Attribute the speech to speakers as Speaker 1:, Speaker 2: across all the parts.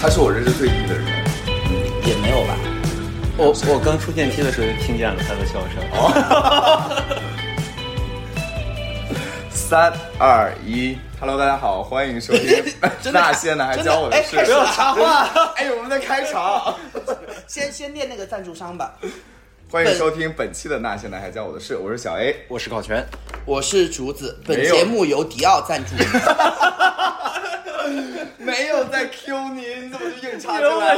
Speaker 1: 他是我认识最低的人。
Speaker 2: 也没有吧。我我刚出电梯的时候就听见了他的笑声。
Speaker 1: 三二一，Hello，大家好，欢迎收听
Speaker 3: 真的
Speaker 1: 那些男孩教我的
Speaker 3: 哎
Speaker 1: 事
Speaker 3: 开。始了插话，
Speaker 1: 哎，我们在开场，
Speaker 3: 先先念那个赞助商吧。
Speaker 1: 欢迎收听本期的那些男孩教我的事，我是小 A。
Speaker 2: 我是考全，
Speaker 3: 我是竹子，本
Speaker 1: 没有
Speaker 3: 节目由迪奥赞助。
Speaker 1: 没有在 Q 你，你怎么就硬
Speaker 2: 哎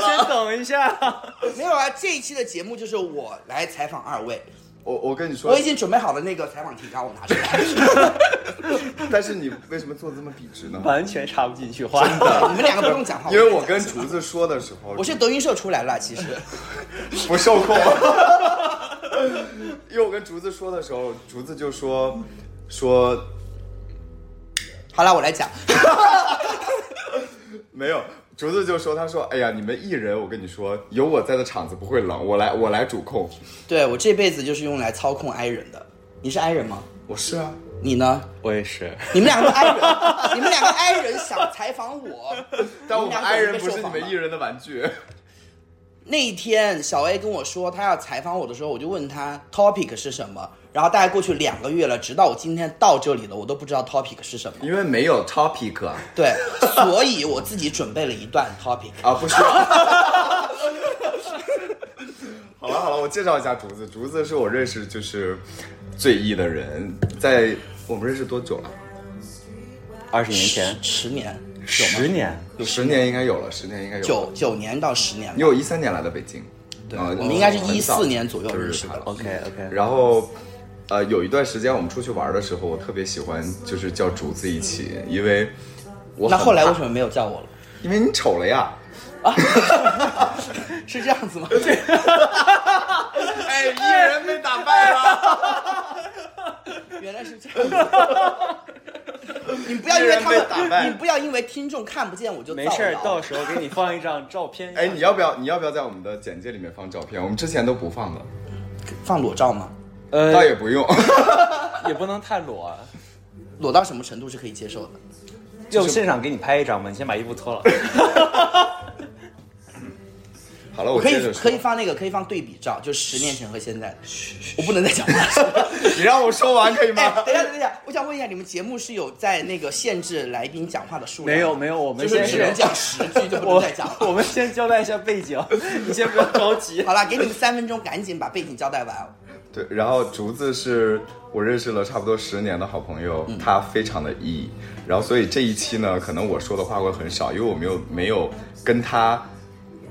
Speaker 1: 插
Speaker 2: 等一下。
Speaker 3: 没有啊，这一期的节目就是我来采访二位，
Speaker 1: 我我跟你说
Speaker 3: 我已，经准备好了那个采访提纲，我拿出来。
Speaker 1: 但是你为什么做这么笔直呢？
Speaker 2: 完全插 不进去话。
Speaker 3: 你们两个不用讲话，
Speaker 1: 因为
Speaker 3: 我
Speaker 1: 我跟竹子说的时候，
Speaker 3: 我是德云社出来了，其实
Speaker 1: 不受控。 因为我跟竹子说的时候，竹子就说说
Speaker 3: 好了，我来讲。
Speaker 1: 没有，竹子就说他说哎呀，你们艺人，我跟你说，有我在的场子不会冷，我来我来主控。
Speaker 3: 对我这辈子就是用来操控 i 人的。你是 i 人吗？
Speaker 1: 我是啊，
Speaker 3: 你呢？
Speaker 2: 我也是，
Speaker 3: 你们两个 i 人，你们两个 i 人想采访我，
Speaker 1: 但我
Speaker 3: 你
Speaker 1: 们
Speaker 3: 们两个
Speaker 1: i
Speaker 3: 有
Speaker 1: 人
Speaker 3: 被
Speaker 1: 不
Speaker 3: 受
Speaker 1: 是你
Speaker 3: 访
Speaker 1: 们
Speaker 3: 吗
Speaker 1: 艺人的玩具。
Speaker 3: 那一天，小 A 跟我说他要采访我的时候，我就问他 topic 是什么。然后大概过去两个月了，直到我今天到这里了，我都不知道 topic 是什么。
Speaker 1: 因为没有 topic 啊，
Speaker 3: 对，所以我自己准备了一段 topic。
Speaker 1: 啊不是。好了好了，我介绍一下竹子，竹子是我认识就是最艺的人，在我们认识多久了？
Speaker 2: 二十年前，
Speaker 3: 十年，
Speaker 2: 十年，
Speaker 1: 有十年应该有了，十年应该有了。
Speaker 3: 九九年到十年
Speaker 1: 你
Speaker 3: 吧。
Speaker 1: 有一三年来的北京，对，
Speaker 3: 我们应该是
Speaker 1: 很早
Speaker 3: 14年左右
Speaker 1: 就
Speaker 3: 认识
Speaker 1: 他
Speaker 3: 的
Speaker 1: 了。
Speaker 2: OK，OK
Speaker 1: 然后，呃，有一段时间我们出去玩的时候，我特别喜欢就是叫竹子一起，因为我
Speaker 3: 那
Speaker 1: 很
Speaker 3: 后来
Speaker 1: 怕
Speaker 3: 为什么没有叫我了？
Speaker 1: 因为你丑了呀。
Speaker 3: 是这样子吗？
Speaker 1: 哎，一人被打败啊了，
Speaker 3: 原来是这样子。 你不要因为他
Speaker 1: 被人被打败
Speaker 3: 们，你不要因为听众看不见我就
Speaker 2: 没事儿，
Speaker 3: 造
Speaker 2: 到
Speaker 3: 谣。
Speaker 2: 时候给你放一张照片。
Speaker 1: 哎，你要不要？你要不要在我们的简介里面放照片？我们之前都不放的，
Speaker 3: 放裸照吗？
Speaker 1: 倒
Speaker 2: 呃
Speaker 1: 也不用。
Speaker 2: 也不能太裸啊，
Speaker 3: 裸到什么程度是可以接受的？
Speaker 2: 要不现场给你拍一张吧，你先把衣服脱了。
Speaker 1: 好了，我
Speaker 3: 可
Speaker 1: 接
Speaker 3: 以
Speaker 1: 着说。
Speaker 3: 可以放那个，可以放对比照，就十年前和现在的。我不能再讲话。
Speaker 1: 你让我说完可以
Speaker 3: 哎，
Speaker 1: 吗？
Speaker 3: 等一下，等一下，我想问一下，你们节目是有在那个限制来宾讲话的数量？
Speaker 2: 没有没有，我们
Speaker 3: 就是
Speaker 2: 先
Speaker 3: 只能讲十句就不能
Speaker 2: 我
Speaker 3: 再讲了。
Speaker 2: 我们先交代一下背 景，你先不要着急。
Speaker 3: 好了，给你们三分钟，赶紧把背景交代完。
Speaker 1: 对，然后竹子是我认识了差不多十年的好朋友，
Speaker 3: 嗯
Speaker 1: 他非常的 E，然后所以这一期呢，可能我说的话会很少，因为我没有没有跟他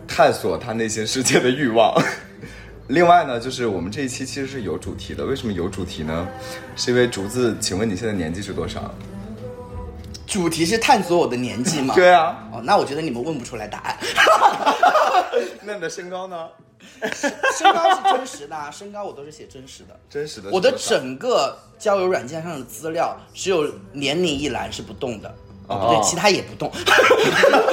Speaker 1: 探索他内心世界的欲望。 另外呢，就是我们这一期其实是有主题的，为什么有主题呢？是因为竹子，请问你现在年纪是多少？
Speaker 3: 主题是探索我的年纪 吗？
Speaker 1: 对。啊，
Speaker 3: 哦，那我觉得你们问不出来答案。
Speaker 1: 那你的身高呢？
Speaker 3: 身高是真实的、啊，身高我都是写真实的。
Speaker 1: 真实的是
Speaker 3: 我的
Speaker 1: 多少
Speaker 3: 整个交友软件上的资料只有年龄一栏是不动的，
Speaker 1: 哦
Speaker 3: 对，其他也不动。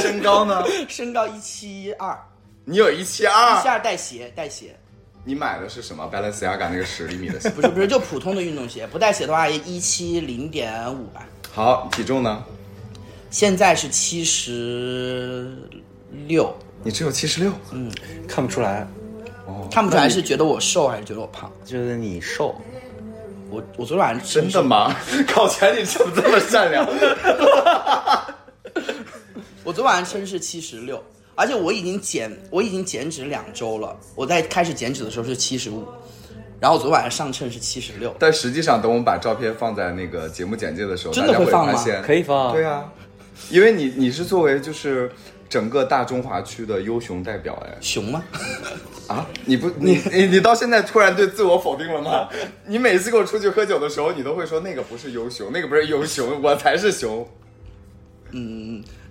Speaker 1: 身高呢？
Speaker 3: 身高一七一二，
Speaker 1: 你有一七
Speaker 3: 一
Speaker 1: 二
Speaker 3: 七，二带鞋，带鞋，
Speaker 1: 你买的是什么？Balenciaga 那个十厘米的鞋。
Speaker 3: 不是不是，就普通的运动鞋，不带鞋的话一七零点五吧。
Speaker 1: 好，体重呢？
Speaker 3: 现在是七十六，
Speaker 1: 你只有七十六，
Speaker 2: 看不出来，
Speaker 1: 哦
Speaker 3: 看不出来是觉得我瘦还是觉得我胖。
Speaker 2: 觉得你瘦。
Speaker 3: 我我昨天晚上吃
Speaker 1: 真的吗？考前你怎么这么善良？
Speaker 3: 我昨晚称是七十六，而且我已经减，我已经减脂两周了。我在开始减脂的时候是七十五，然后我昨晚上上称是七十六。
Speaker 1: 但实际上，等我们把照片放在那个节目简介的时候，
Speaker 3: 真的
Speaker 1: 大家会
Speaker 3: 会放吗
Speaker 1: 发现
Speaker 2: 可以放
Speaker 1: 对啊，因为你你是作为就是整个大中华区的优雄代表，哎
Speaker 3: 熊吗？
Speaker 1: 啊，你不你你你到现在突然对自我否定了吗？ 你每次跟我出去喝酒的时候，你都会说那个不是优雄，那个不是优雄，我才是熊。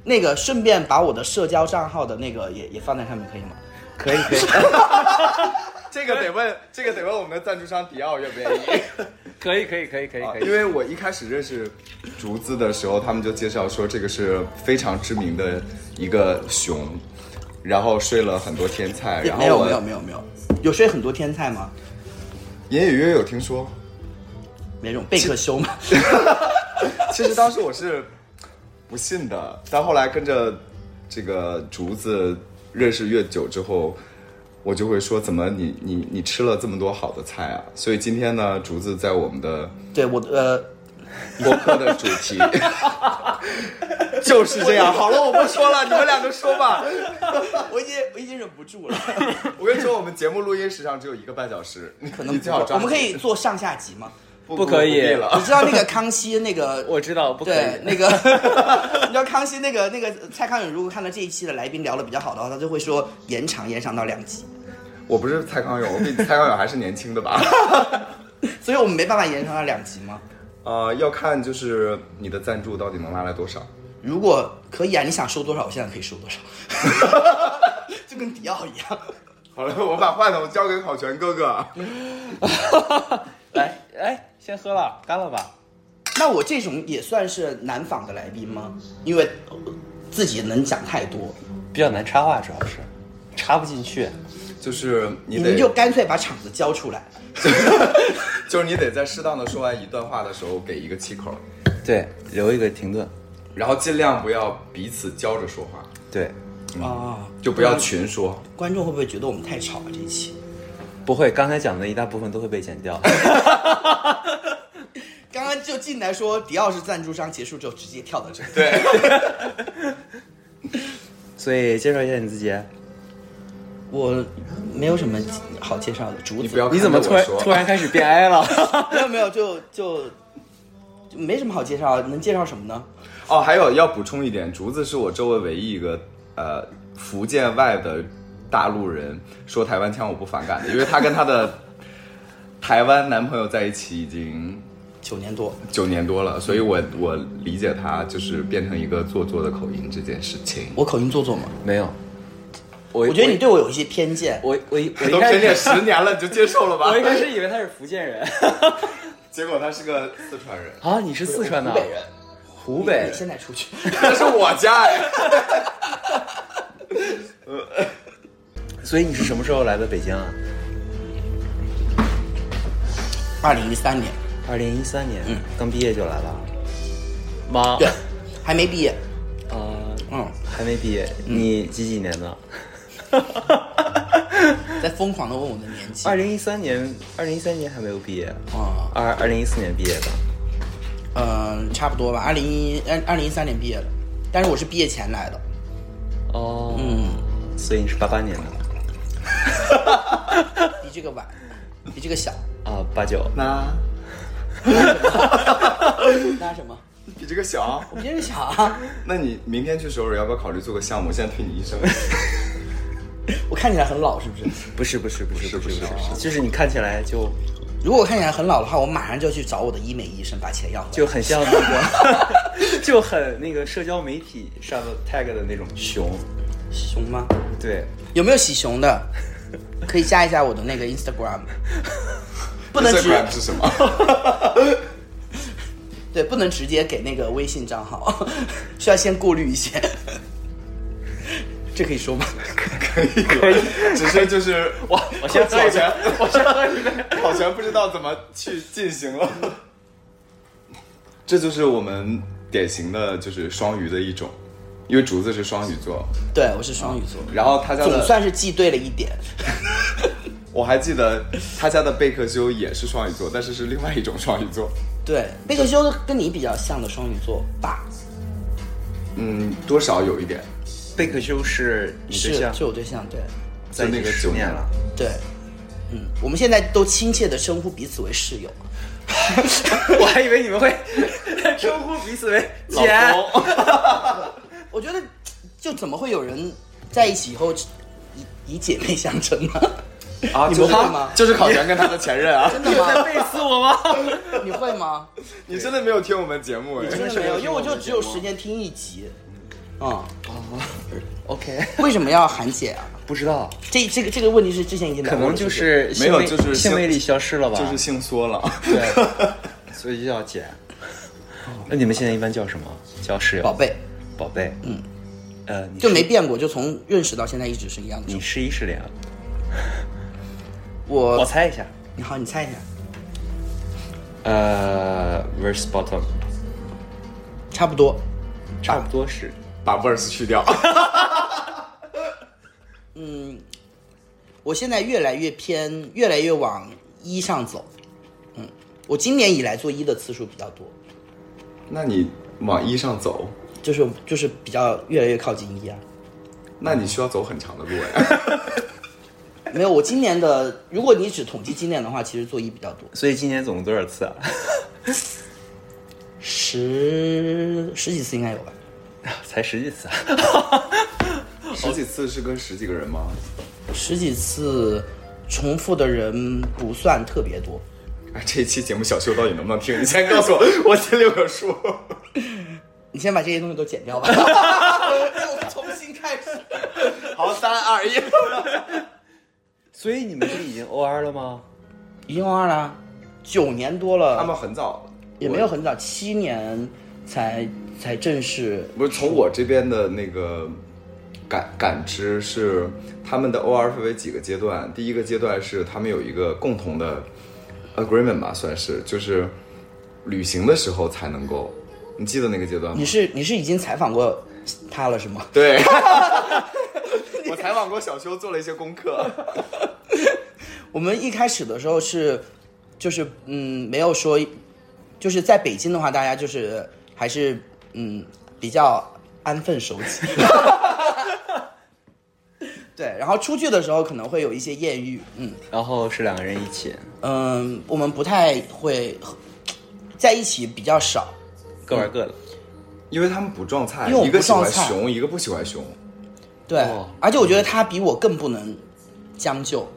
Speaker 3: 那个顺便把我的社交账号的那个也也放在上面可以吗？
Speaker 2: 可以可以
Speaker 1: 这个得问，这个得问我们的赞助商迪奥愿不愿意。
Speaker 2: 可以可以可以可以
Speaker 1: 啊
Speaker 2: 可
Speaker 1: 因
Speaker 2: 以。
Speaker 1: 为我一开始认识竹子的时候，他们就介绍说这个是非常知名的一个熊，然后睡了很多天 菜，然后
Speaker 3: 没有
Speaker 1: 我
Speaker 3: 没有没有没有，有睡很多天菜吗？
Speaker 1: 隐隐约约有听说。
Speaker 3: 那种贝克休吗？
Speaker 1: 其实当时我是不信的，但后来跟着这个竹子认识越久之后，我就会说怎么你你你吃了这么多好的菜啊？所以今天呢，竹子在我们的
Speaker 3: 对我呃，
Speaker 1: 播客的主题 就是这样。好了，我不说了，你们两个说吧。
Speaker 3: 我已经我已经忍不住了，
Speaker 1: 我跟你说，我们节目录音时长只有一个半小时，你
Speaker 3: 可能
Speaker 1: 你最好
Speaker 3: 不够
Speaker 1: 抓
Speaker 3: 我
Speaker 1: 紧。
Speaker 3: 们可以做上下集吗？
Speaker 1: 不
Speaker 2: 不可以。
Speaker 1: 必
Speaker 3: 你
Speaker 1: 了。
Speaker 3: 知道那个康熙那个
Speaker 2: 我知道不可
Speaker 3: 对，
Speaker 2: 以。
Speaker 3: 那个 你知道康熙那个那个蔡康永，如果看到这一期的来宾聊的比较好的话，他就会说延长延长到两集，
Speaker 1: 我不是蔡康永，我比蔡康永还是年轻的吧？
Speaker 3: 所以我们没办法延长到两集吗？
Speaker 1: 呃，要看就是你的赞助到底能拉来多少。
Speaker 3: 如果可以啊，你想收多少，我现在可以收多少， 就跟迪奥一样。
Speaker 1: 好了，我把话筒交给郝全哥哥。
Speaker 2: 来，哎，先喝了，干了吧。
Speaker 3: 那我这种也算是南访的来宾吗？因为呃自己能讲太多，
Speaker 2: 比较难插话，主要是插不进去。
Speaker 1: 就是你
Speaker 3: 你
Speaker 1: 得，
Speaker 3: 们就干脆把场子交出来。
Speaker 1: 就是你得在适当的说完一段话的时候给一个气口，
Speaker 2: 对，留一个停顿。
Speaker 1: 然后尽量不要彼此教着说话，
Speaker 2: 对，
Speaker 3: 啊，
Speaker 1: 就不要群说。
Speaker 3: 观众会不会觉得我们太吵啊？这一期
Speaker 2: 不会，刚才讲的一大部分都会被剪 掉。
Speaker 3: 刚刚就进来说迪奥是赞助商，结束之后直接跳到这里。
Speaker 1: 对，
Speaker 2: 所以介绍一下你自己。啊
Speaker 3: 我没有什么好介绍的，竹子。
Speaker 1: 你不要
Speaker 2: 你怎么突然
Speaker 1: 看着我说
Speaker 2: 突然开始变哀了？
Speaker 3: 没有没有，就就就没什么好介绍，能介绍什么呢？
Speaker 1: 哦，还有要补充一点，竹子是我周围唯一一个呃福建外的大陆人说台湾腔我不反感的，因为她跟她的台湾男朋友在一起已经
Speaker 3: 九年多，
Speaker 1: 九年多了，所以我我理解她就是变成一个做作的口音这件事情。
Speaker 3: 我口音做作吗？
Speaker 2: 没有，我
Speaker 3: 我觉得你对我有一些偏见。
Speaker 2: 我我一我
Speaker 1: 都偏
Speaker 2: 一开
Speaker 1: 见
Speaker 2: 始
Speaker 1: 十年了，你就接受了吧
Speaker 2: 我一？开始以为他是福建人
Speaker 1: 结果他是个四川人，
Speaker 2: 啊，你是四川的
Speaker 3: 湖北人，
Speaker 2: 湖北
Speaker 3: 你现在出去。
Speaker 1: 那是我家哎。
Speaker 2: 所以你是什么时候来的北京啊？
Speaker 3: 二零一三年，
Speaker 2: 二零一三年，刚毕业就来了，妈，
Speaker 3: 对，还没毕业。
Speaker 2: 呃，
Speaker 3: 嗯，
Speaker 2: 还没毕业，你几几年 的？
Speaker 3: 在疯狂的问我的年
Speaker 1: 哎
Speaker 3: 纪。
Speaker 2: 二零一三年，二零一三年还没有毕业，
Speaker 3: 啊，
Speaker 2: 二二零一四年毕业的，
Speaker 3: 嗯，差不多吧。二零一二二零一三年毕业的，但是我是毕业前来的。
Speaker 2: 哦，嗯，所以你是八八年的
Speaker 3: 比这个晚，比这个小。
Speaker 2: 啊，八九，
Speaker 1: 那
Speaker 3: 那什么？
Speaker 1: 比这个小，
Speaker 3: 我比这个小啊！
Speaker 1: 那你明天去首尔要不要考虑做个项目？现在推你一生。
Speaker 3: 我看起来很老是不是？
Speaker 2: 不是不是不
Speaker 1: 不
Speaker 2: 是不
Speaker 1: 是
Speaker 2: 是
Speaker 1: 不
Speaker 2: 不
Speaker 1: 是
Speaker 2: 是，啊就是你看起来就
Speaker 3: 如果我看起来很老的话，我马上就去找我的医美医生把钱要回来。
Speaker 2: 就很像那 个，就很那个社交媒体上的 tag 的那种熊，
Speaker 3: 熊吗？
Speaker 2: 对，
Speaker 3: 有没有洗熊的？可以加一下我的那个 Instagram。不能直
Speaker 1: Instagram 是什么？
Speaker 3: 对，不能直接给那个微信账号，需要先过滤一些。这可以说吗？
Speaker 1: 可以，只是就是
Speaker 2: 我我先喝
Speaker 1: 考
Speaker 2: 一杯
Speaker 1: 全，，
Speaker 2: 我先喝一杯。
Speaker 1: 考全不知道怎么去进行了。这就是我们典型的就是双鱼的一种，因为竹子是双鱼座，
Speaker 3: 对，我是双鱼座，
Speaker 1: 然后他家
Speaker 3: 总
Speaker 1: 的
Speaker 3: 算是记对了一点。
Speaker 1: 我还记得他家的贝克修也是双鱼座，但是是另外一种双鱼座。
Speaker 3: 对，贝克修跟你比较像的双鱼座吧？
Speaker 1: 嗯，多少有一点，
Speaker 2: 贝克修是你对
Speaker 3: 是
Speaker 2: 象，，
Speaker 3: 是我对象，对，
Speaker 2: 在一起
Speaker 1: 就那个
Speaker 2: 十
Speaker 1: 九
Speaker 2: 年
Speaker 1: 年
Speaker 2: 了，
Speaker 3: 对，嗯，我们现在都亲切的称呼彼此为室友。
Speaker 2: 我还以为你 们会称呼彼此为
Speaker 1: 老
Speaker 2: 姐。
Speaker 1: 公。
Speaker 3: 我觉得，就怎么会有人在一起以后以以姐妹相称呢？
Speaker 1: 啊，
Speaker 3: 你
Speaker 1: 就
Speaker 3: 们
Speaker 1: 是
Speaker 3: 会吗？
Speaker 1: 就是考全跟他的前任啊，
Speaker 3: 真的吗？
Speaker 2: 背刺我吗？
Speaker 3: 你会吗？
Speaker 1: 你真的没有听我们节目哎
Speaker 3: 真的
Speaker 2: 是
Speaker 3: 没
Speaker 2: 没有
Speaker 3: 有，因为我
Speaker 2: 听
Speaker 3: 就
Speaker 2: 我们
Speaker 3: 只有
Speaker 2: 节目
Speaker 3: 时间听一集。嗯，
Speaker 2: ？OK，
Speaker 3: 为什么要喊姐啊？
Speaker 2: 不知道，
Speaker 3: 这这个这个问题是之前已经聊
Speaker 2: 可
Speaker 3: 过了
Speaker 2: 能就是
Speaker 1: 没有
Speaker 2: 性魅
Speaker 1: 就是性
Speaker 2: 性魅力消失了吧？
Speaker 1: 就是性缩了。
Speaker 2: 对， 所以就叫姐。哦那你们现在一般叫什么？叫室友、
Speaker 3: 宝贝，
Speaker 2: 宝贝。嗯，呃，你
Speaker 3: 就是没变过，就从认识到现在一直是一样的
Speaker 2: 你
Speaker 3: 状态。
Speaker 2: 失一失恋啊？
Speaker 3: 我
Speaker 2: 我猜一下，
Speaker 3: 你好，你猜一下，
Speaker 2: 呃，verse bottom，
Speaker 3: 差不多。
Speaker 2: 差不多是。
Speaker 1: 把 verse 去掉，
Speaker 3: 嗯，我现在越来越偏，越来越往一上走。嗯，我今年以来做一的次数比较多，
Speaker 1: 那你往一上走，
Speaker 3: 就是就是比较越来越靠近一啊。
Speaker 1: 那你需要走很长的路 哎。
Speaker 3: 没有，我今年的，如果你只统计今年的话，其实做一比较多，
Speaker 2: 所以今年总共多少次啊？
Speaker 3: 十十几次应该有吧。
Speaker 2: 才十几次啊！
Speaker 1: 十几次是跟十几个人吗？
Speaker 3: 十几次重复的人不算特别多，
Speaker 1: 哎，这一期节目小秀到底能不能听？你先告诉我，我心里有个 数。
Speaker 3: 你先把这些东西都剪掉 吧，让哎我们重新开 始。
Speaker 1: 好，三二一。
Speaker 2: 所以你们是已经 OR 了吗？
Speaker 3: 已经玩了九年多了，
Speaker 1: 他们很早，
Speaker 3: 也没有很早，七年才才正式。
Speaker 1: 不是从我这边的那个感感知是，他们的 OR 分为几个阶段。第一个阶段是他们有一个共同的 agreement 吧，算是就是旅行的时候才能够。你记得那个阶段吗
Speaker 3: 你？是你是已经采访过他了是吗？
Speaker 1: 对， 我采访过小修，做了一些功课。
Speaker 3: 我们一开始的时候是，就是嗯，没有说，就是在北京的话，大家就是还是嗯比较安分守己。 对，然后出去的时候可能会有一些艳遇，嗯
Speaker 2: 然后是两个人一起，
Speaker 3: 嗯，我们不太会在一起比较少，
Speaker 2: 各玩各的。
Speaker 1: 因为他们不撞菜，
Speaker 3: 因为我
Speaker 1: 一个
Speaker 3: 不
Speaker 1: 喜欢
Speaker 3: 撞菜
Speaker 1: 熊，一个不喜欢熊。
Speaker 3: 对，
Speaker 2: 哦
Speaker 3: 而且我觉得他比我更不能将就，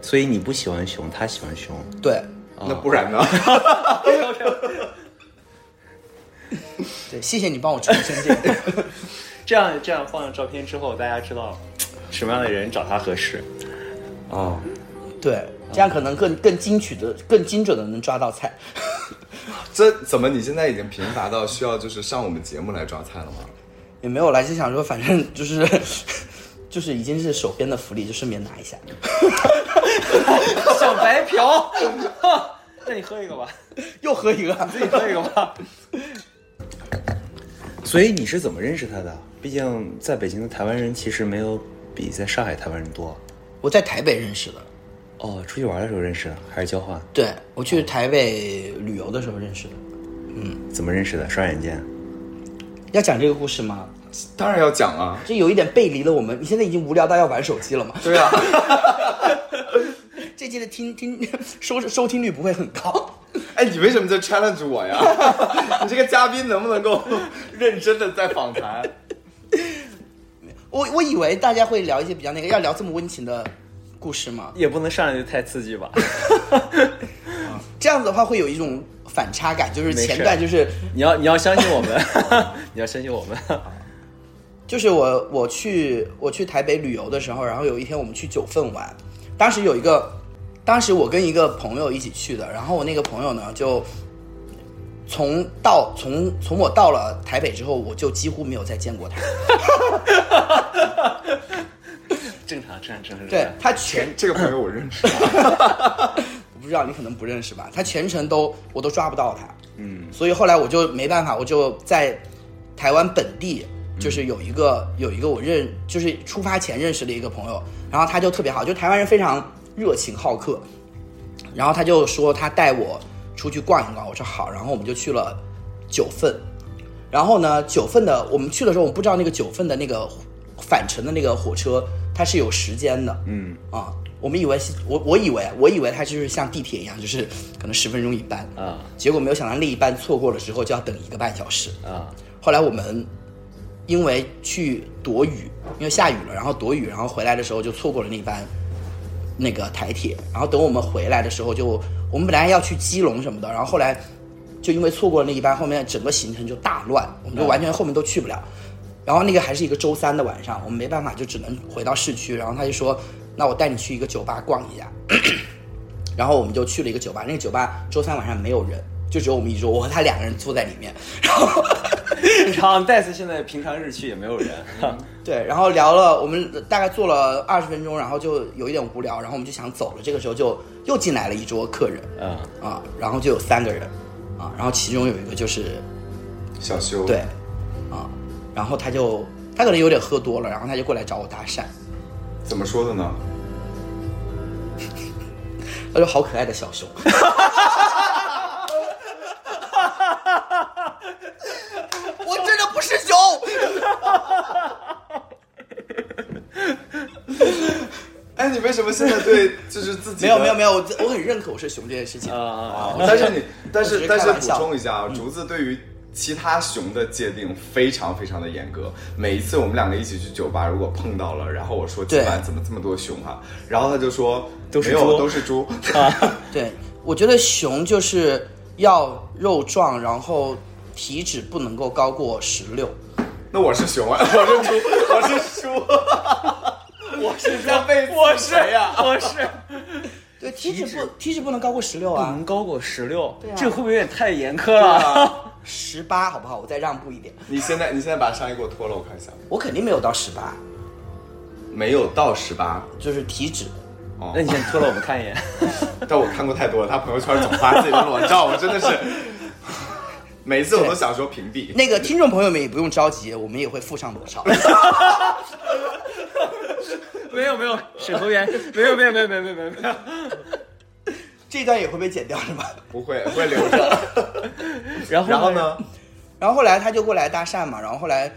Speaker 2: 所以你不喜欢熊，他喜欢熊。
Speaker 3: 对
Speaker 1: 那不然呢？
Speaker 3: 对，谢谢你帮我澄清这个。
Speaker 2: 这样这样放上照片之后，大家知道什么样的人找他合适。
Speaker 1: 哦，
Speaker 3: 对，这样可能更更精取的、更精准的能抓到菜。
Speaker 1: 这怎么你现在已经贫乏到需要就是上我们节目来抓菜了吗？
Speaker 3: 也没有来，就想说，反正 就是就是已经是手边的福利，就顺便拿一下。
Speaker 2: 小白嫖，那你喝一个吧，
Speaker 3: 又喝一个，
Speaker 2: 自己喝一个吧。所以你是怎么认识他的？毕竟在北京的台湾人其实没有比在上海台湾人多。
Speaker 3: 我在台北认识的，
Speaker 2: 哦，出去玩的时候认识的，还是交换？
Speaker 3: 对我去台北旅游的时候认识的。
Speaker 2: 怎么认识的？刷软件？
Speaker 3: 要讲这个故事吗？
Speaker 1: 当然要讲啊。
Speaker 3: 这有一点背离了我们。你现在已经无聊到要玩手机了吗？
Speaker 1: 对啊，
Speaker 3: 这期的听听收收听率不会很高。
Speaker 1: 哎，你为什么在 challenge 我呀？ 你这个嘉宾能不能够认真的在访谈？
Speaker 3: 我我以为大家会聊一些比较那个，要聊这么温情的故事吗？
Speaker 2: 也不能上来就太刺激吧。
Speaker 3: 这样子的话会有一种反差感，就是
Speaker 2: 没事
Speaker 3: 前段就是
Speaker 2: 你要你要相信我们， 你要相信我们。
Speaker 3: 就是我我去我去台北旅游的时候，然后有一天我们去九份玩，当时有一个，当时我跟一个朋友一起去的，然后我那个朋友呢就从到从从我到了台北之后，我就几乎没有再见过他，
Speaker 2: 正常，正常，正常。
Speaker 3: 对他全
Speaker 1: 前这个朋友我认识，
Speaker 3: 我不知道你可能不认识吧，他全程都我都抓不到他，嗯，所以后来我就没办法，我就在台湾本地，就是有一个、有一个我认，就是出发前认识的一个朋友，然后他就特别好，就台湾人非常热情好客，然后他就说他带我出去逛一逛，我说好，然后我们就去了九份，然后呢，九份的我们去的时候，我们不知道那个九份的那个返程的那个火车它是有时间的，嗯啊，我们以为是我我以为啊我以为它就是像地铁一样，就是可能十分钟一班，
Speaker 2: 啊
Speaker 3: 结果没有想到另一班错过了之后就要等一个半小时，
Speaker 2: 啊，
Speaker 3: 后来我们因为去躲雨，因为下雨了，然后躲雨，然后回来的时候就错过了那班那个台铁。然后等我们回来的时候就，我们本来要去基隆什么的，然后后来就因为错过了那一班，后面整个行程就大乱，我们就完全后面都去不了。然后那个还是一个周三的晚上，我们没办法，就只能回到市区。然后他就说：“那我带你去一个酒吧逛一下。” 然后我们就去了一个酒吧，那个酒吧周三晚上没有人，就只有我们一桌，我和他两个人坐在里面。然后
Speaker 2: 正常。戴斯现在平常日去也没有人。
Speaker 3: 对，然后聊了，我们大概坐了二十分钟，然后就有一点无聊，然后我们就想走了。这个时候就又进来了一桌客人
Speaker 2: 嗯，
Speaker 3: 啊，然后就有三个人啊，然后其中有一个就是
Speaker 1: 小修。
Speaker 3: 对啊，然后他就他可能有点喝多了，然后他就过来找我搭讪，
Speaker 1: 怎么说的呢？
Speaker 3: 他说好可爱的小 熊，我真的不是熊。
Speaker 1: 哎，你为什么现在对就是自己
Speaker 3: 没有没有没有，我我很认可我是熊这件事情
Speaker 2: 啊啊
Speaker 1: 有 但是你但
Speaker 3: 我只
Speaker 1: 是
Speaker 3: 是
Speaker 1: 但
Speaker 3: 开
Speaker 1: 是
Speaker 3: 玩
Speaker 1: 补
Speaker 3: 笑
Speaker 1: 充一下啊，竹子对于。其他熊的界定非常非常的严格。每一次我们两个一起去酒吧，如果碰到了，然后我说今
Speaker 3: 对
Speaker 1: 晚怎么这么多熊啊？然后他就说
Speaker 2: 都是
Speaker 1: 没有
Speaker 2: 猪
Speaker 1: 都是猪。
Speaker 3: 对，我觉得熊就是要肉壮，然后体脂不能够高过十六。
Speaker 1: 那我是熊啊，我是猪，我是猪，我 是在被啊
Speaker 2: 我是 呀，我是
Speaker 3: 对，体脂不体脂不能高过十六
Speaker 2: 不
Speaker 3: 啊，
Speaker 2: 能高过十六
Speaker 3: 对啊，
Speaker 2: 这会不会有点太严苛了？
Speaker 3: 十八好不好？我再让步一点，
Speaker 1: 你现在你现在把上衣给我脱了，我看一下。
Speaker 3: 我肯定没有到十八，
Speaker 1: 没有到十八
Speaker 3: 就是体脂。
Speaker 1: 哦
Speaker 2: 那你先脱了我们看一眼。
Speaker 1: 但我看过太多了，他朋友圈总发自己的裸照，我真的是， 每一次我都想说屏蔽。
Speaker 3: 那个听众朋友们也不用着急，我们也会附上裸 照。
Speaker 2: 没有没有，沈宏 源，没有没有没有没有没有没有没有。
Speaker 3: 这段也会被剪掉是吧？
Speaker 1: 不会，会留着。
Speaker 2: 然后
Speaker 1: 然后？呢？
Speaker 3: 然后后来他就过来搭讪嘛，然后后来，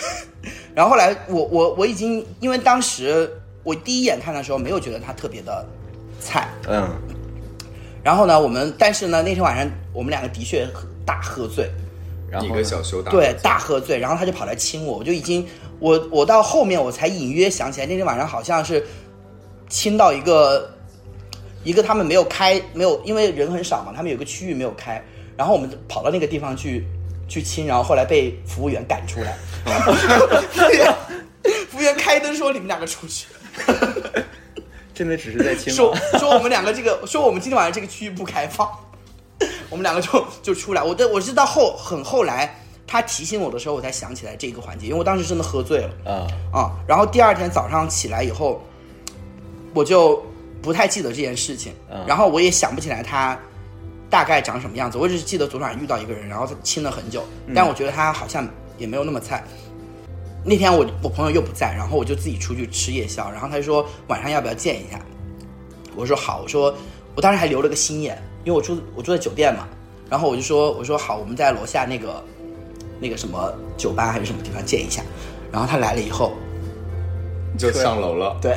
Speaker 3: 然后后来我我我已经因为当时我第一眼看的时候没有觉得他特别的菜，
Speaker 2: 嗯，
Speaker 3: 然后呢，我们但是呢那天晚上我们两个的确喝大喝醉，
Speaker 2: 然后
Speaker 1: 你
Speaker 2: 呢
Speaker 1: 跟小修打
Speaker 3: 对，大喝醉，然后他就跑来亲我，我就已经我我到后面我才隐约想起来那天晚上好像是亲到一个一个他们没有开没有因为人很少嘛，他们有个区域没有开，然后我们跑到那个地方去去亲，然后后来被服务员赶出 来，服务员服务员开灯说你们两个出去，
Speaker 2: 真的只是在亲
Speaker 3: 说
Speaker 2: 吗？
Speaker 3: 说我们两个这个， 说我们今天晚上这个区域不开放， 我们两个就就出来。我的我是到后很后来，他提醒我的时候，我才想起来这个环节，因为我当时真的喝醉了
Speaker 2: 啊，
Speaker 3: 啊、然后第二天早上起来以后，我就不太记得这件事情，
Speaker 2: 嗯
Speaker 3: 然后我也想不起来他大概长什么样子，我只是记得昨天晚上遇到一个人，然后他亲了很久，但我觉得他好像也没有那么菜。那天我我朋友又不在，然后我就自己出去吃夜宵，然后他就说晚上要不要见一下，我说好，我说我当时还留了个心眼，因为我住我住在酒店嘛，然后我就说我说好，我们在楼下那个那个什么酒吧还是什么地方见一下，然后他来了以后，
Speaker 1: 你就上楼了。
Speaker 3: 对，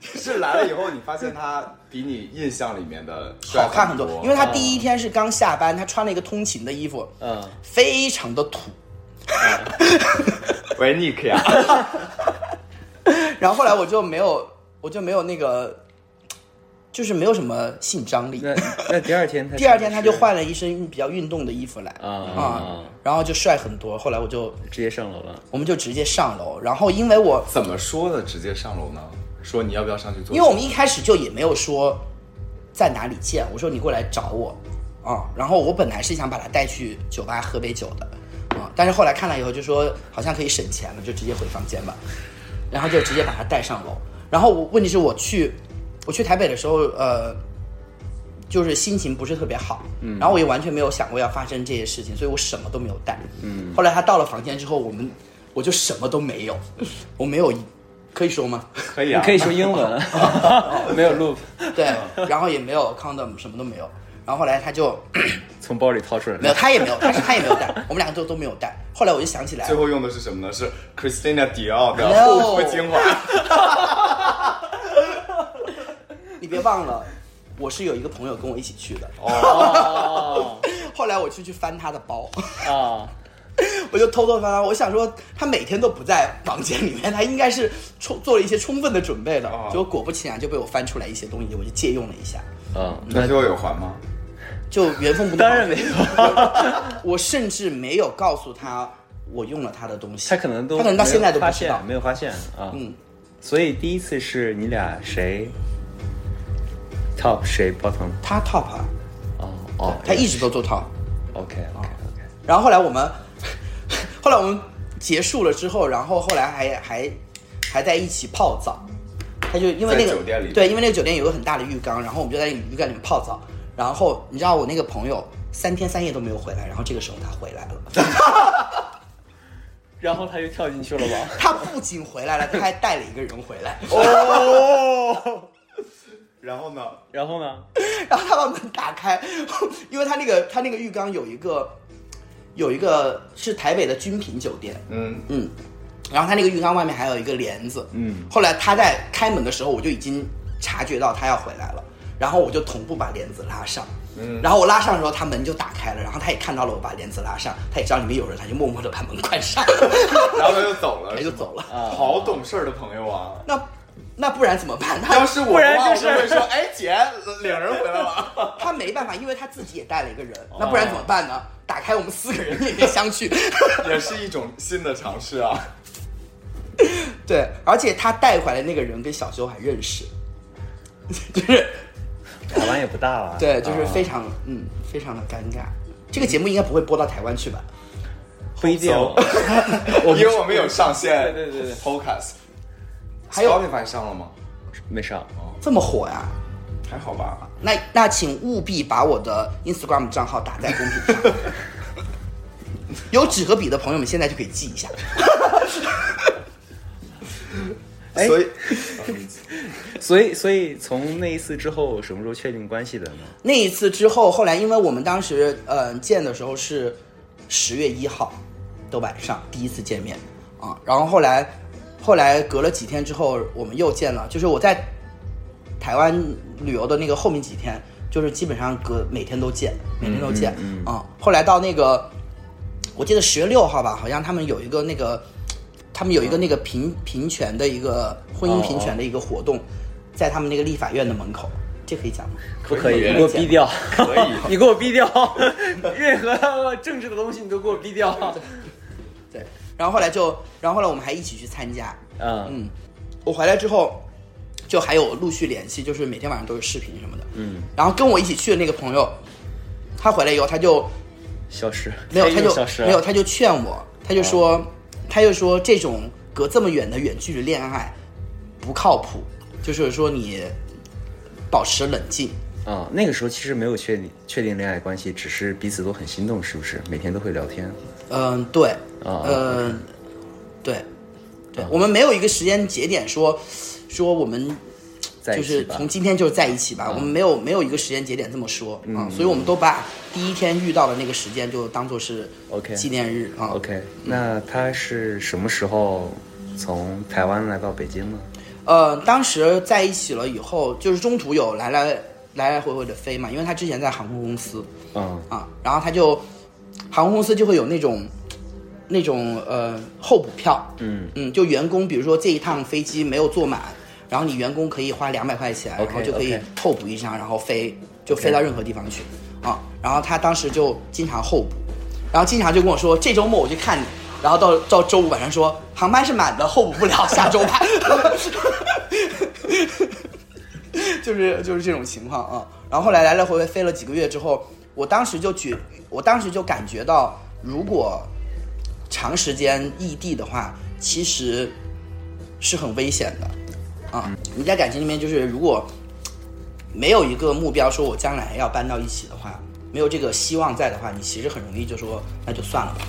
Speaker 1: 是来了以后，你发现他比你印象里面的帅
Speaker 3: 好看啊很
Speaker 1: 多
Speaker 3: 多，，因为他第一天是刚下班，他穿了一个通勤的衣服，
Speaker 2: 嗯，
Speaker 3: 非常的土。
Speaker 1: 维尼克呀，
Speaker 3: 然后后来我就没有，我就没有那个，就是没有什么性张力。
Speaker 2: 那那第二天他
Speaker 3: 第二天他就换了一身比较运动的衣服来
Speaker 2: 啊啊
Speaker 3: 啊
Speaker 2: 啊，
Speaker 3: 然后就帅很多。后来我就
Speaker 2: 直接上楼了。
Speaker 3: 我们就直接上楼，然后因为我
Speaker 1: 怎么说的？直接上楼呢？说你要不要上去做？
Speaker 3: 因为我们一开始就也没有说在哪里见，我说你过来找我啊、然后我本来是想把他带去酒吧喝杯酒的啊、但是后来看了以后就说好像可以省钱了，就直接回房间吧，然后就直接把他带上楼。然后我问题是我去我去台北的时候，呃，就是心情不是特别好，嗯，然后我也完全没有想过要发生这些事情，所以我什么都没有带，嗯。后来他到了房间之后，我们我就什么都没有，我没有，可以说吗？
Speaker 1: 可以
Speaker 2: 你
Speaker 1: 啊，
Speaker 2: 可以说英文，啊没有 loop，
Speaker 3: 对，
Speaker 2: 嗯
Speaker 3: 然后也没有 condom，什么都没有。然后后来他就
Speaker 2: 从包里掏出来
Speaker 3: 没有，他也没有，他是他也没有 带，我们两个都都没有带。后来我就想起来
Speaker 1: 最，后用的是什么呢？是 Christina Dior 的
Speaker 3: No
Speaker 1: 护肤精华。
Speaker 3: 你别忘了，我是有一个朋友跟我一起去的。
Speaker 2: 哦
Speaker 3: 后来我就去翻他的包，
Speaker 2: 啊，
Speaker 3: 我就偷偷翻他。我想说，他每天都不在房间里面，他应该是充做了一些充分的准备的
Speaker 1: 哦。
Speaker 3: 结果果不其然就被我翻出来一些东西，我就借用了一下。
Speaker 2: 嗯，
Speaker 1: 那 最后有还吗？
Speaker 3: 就原封不动。
Speaker 2: 当然没有，
Speaker 3: 我甚至没有告诉他我用了他的东西。
Speaker 2: 他可能都
Speaker 3: 他可能到现在都不
Speaker 2: 没有发
Speaker 3: 知道
Speaker 2: 现，。没有发现啊。
Speaker 3: 嗯，
Speaker 2: 所以第一次是你俩谁 top 谁 bottom
Speaker 3: 他 top 啊，
Speaker 2: 哦哦，
Speaker 3: 他一直都做 top。
Speaker 2: OK OK OK，
Speaker 3: 然后后来我们，后来我们结束了之后，然后后来还还还在一起泡澡。他就因为那个
Speaker 1: 在酒店里
Speaker 3: 对，因为那个酒店有个很大的浴缸，然后我们就在浴缸里面泡澡。然后你知道我那个朋友三天三夜都没有回来，然后这个时候他回来了。
Speaker 2: 然后他就跳进去了吧？
Speaker 3: 他不仅回来了，他还带了一个人回来，
Speaker 1: 哦，然后呢？
Speaker 2: 然后呢？
Speaker 3: 然后他把门打开，因为他那个他那个浴缸有一个有一个是台北的君品酒店，
Speaker 1: 嗯
Speaker 3: 嗯，然后他那个浴缸外面还有一个帘子，
Speaker 1: 嗯，
Speaker 3: 后来他在开门的时候，我就已经察觉到他要回来了，然后我就同步把帘子拉上，
Speaker 1: 嗯
Speaker 3: 然后我拉上的时候，他门就打开了，然后他也看到了我把帘子拉上，他也知道里面有人，他就默默的把门 关上，
Speaker 1: 然后他就走了，
Speaker 3: 他就走了。
Speaker 2: 啊，
Speaker 1: 好懂事儿的朋友啊！
Speaker 3: 那那不然怎么办？
Speaker 1: 要
Speaker 3: 他
Speaker 1: 是我
Speaker 2: 不
Speaker 1: 的
Speaker 2: 然
Speaker 1: 话，
Speaker 2: 就
Speaker 1: 我
Speaker 2: 是
Speaker 1: 就会说，哎，姐，领人回来了。
Speaker 3: 他没办法，因为他自己也带了一个人，
Speaker 1: 哦
Speaker 3: 那不然怎么办呢？打开我们四个人面面 相觑。
Speaker 1: 也是一种新的尝试啊。
Speaker 3: 对，而且他带回来那个人跟小修还认识， 就是
Speaker 2: 台湾也不大了。啊
Speaker 3: 对，就是非常、嗯，非常的尴尬。这个节目应该不会播到台湾去吧？
Speaker 2: 不一定。
Speaker 1: 走
Speaker 2: 我
Speaker 1: 因为我们有上线，
Speaker 2: 对对对对
Speaker 1: ，Podcast，
Speaker 3: 还有
Speaker 1: Spotify 上了吗？
Speaker 2: 没啊上，
Speaker 3: 这么火呀？
Speaker 1: 还好吧。
Speaker 3: 那那请务必把我的 Instagram 账号打在公屏上。 有纸和笔的朋友们，现在就可以记一下。
Speaker 2: 哎
Speaker 1: 所以，
Speaker 2: 所以所以从那一次之后，什么时候确定关系的呢？
Speaker 3: 那一次之后，后来因为我们当时嗯、呃见的时候是十月一号的晚上第一次见面啊，然后后来后来隔了几天之后，我们又见了，就是我在台湾旅游的那个后面几天，就是基本上隔每天都见，每天都见、啊。后来到那个我记得十月六号吧，好像他们有一个那个，他们有一个那个平平权的一个婚姻平权的一个活动，在他们那个立法院的门口，这可以讲吗？
Speaker 2: 不
Speaker 1: 可
Speaker 2: 可
Speaker 1: 以
Speaker 2: 以，你给我逼掉，可
Speaker 1: 以，
Speaker 2: 你给我逼掉， 任何政治的东西你都给我逼掉。
Speaker 3: 对，然后后来就，然后后来我们还一起去参加。
Speaker 2: 嗯，
Speaker 3: 嗯，我回来之后，就还有陆续联系，就是每天晚上都有视频什么的。嗯，然后跟我一起去的那个朋友，他回来以后，他就
Speaker 2: 消失，
Speaker 3: 没有，
Speaker 2: 哎
Speaker 3: 他
Speaker 2: 又
Speaker 3: 就
Speaker 2: 消失了，哦
Speaker 3: 没有，他就劝我，他就说，他就说这种隔这么远的远距离恋爱不靠谱，就是说你保持冷静。
Speaker 2: 啊、那个时候其实没有确定确定恋爱关系，只是彼此都很心动，是不是？每天都会聊天。
Speaker 3: 嗯，对，
Speaker 2: 啊嗯
Speaker 3: 嗯，对，对，我们没有一个时间节点说说我们
Speaker 2: 在一
Speaker 3: 就
Speaker 2: 起
Speaker 3: 是
Speaker 2: 吧嗯
Speaker 3: 从今天就是在一起吧，我们没有没有一个时间节点这么说啊，所以我们都把第一天遇到的那个时间就当做是
Speaker 2: OK
Speaker 3: 纪念日啊。
Speaker 2: OK，那他是什么时候从台湾来到北京呢？
Speaker 3: 呃，当时在一起了以后，就是中途有来来来来回回的飞嘛，因为他之前在航空公司
Speaker 2: 嗯，
Speaker 3: 啊，然后他就航空公司就会有那种那种呃候补票，
Speaker 2: 嗯
Speaker 3: 嗯，就员工比如说这一趟飞机没有坐满，然后你员工可以花两百块钱
Speaker 2: OK，
Speaker 3: 然后就可以
Speaker 2: OK
Speaker 3: 候补一张，然后飞就飞到任何地方去啊。然后他当时就经常候补，然后经常就跟我说这周末我去看你，然后到到周五晚上说航班是满的，候补不了，下周 吧。 就是就是这种情况啊。然后后来来来回回飞了几个月之后，我当时就觉，我当时就感觉到，如果长时间异地的话，其实是很危险的啊。你在感情里面，就是如果没有一个目标，说我将来要搬到一起的话，没有这个希望在的话，你其实很容易就说那就算了吧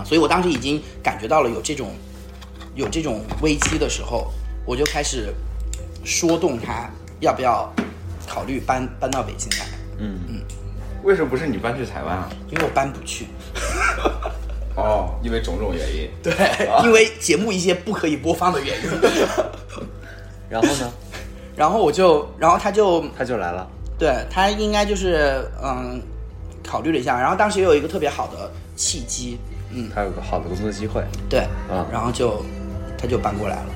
Speaker 3: 啊。所以我当时已经感觉到了有这种有这种危机的时候，我就开始说动他要不要考虑搬搬到北京来，
Speaker 1: 为什么不是你搬去台湾啊？
Speaker 3: 因为我搬不去。
Speaker 1: 哦，因为种种原因。
Speaker 3: 对，因为节目一些不可以播放的原 因。
Speaker 2: 然后呢，
Speaker 3: 然后我就，然后他就，
Speaker 2: 他就来了。
Speaker 3: 对他应该就是嗯，考虑了一下，然后当时也有一个特别好的契机，嗯，
Speaker 2: 他有个好的工作机会，
Speaker 3: 对，
Speaker 2: 啊
Speaker 3: 然后就他就搬过来了。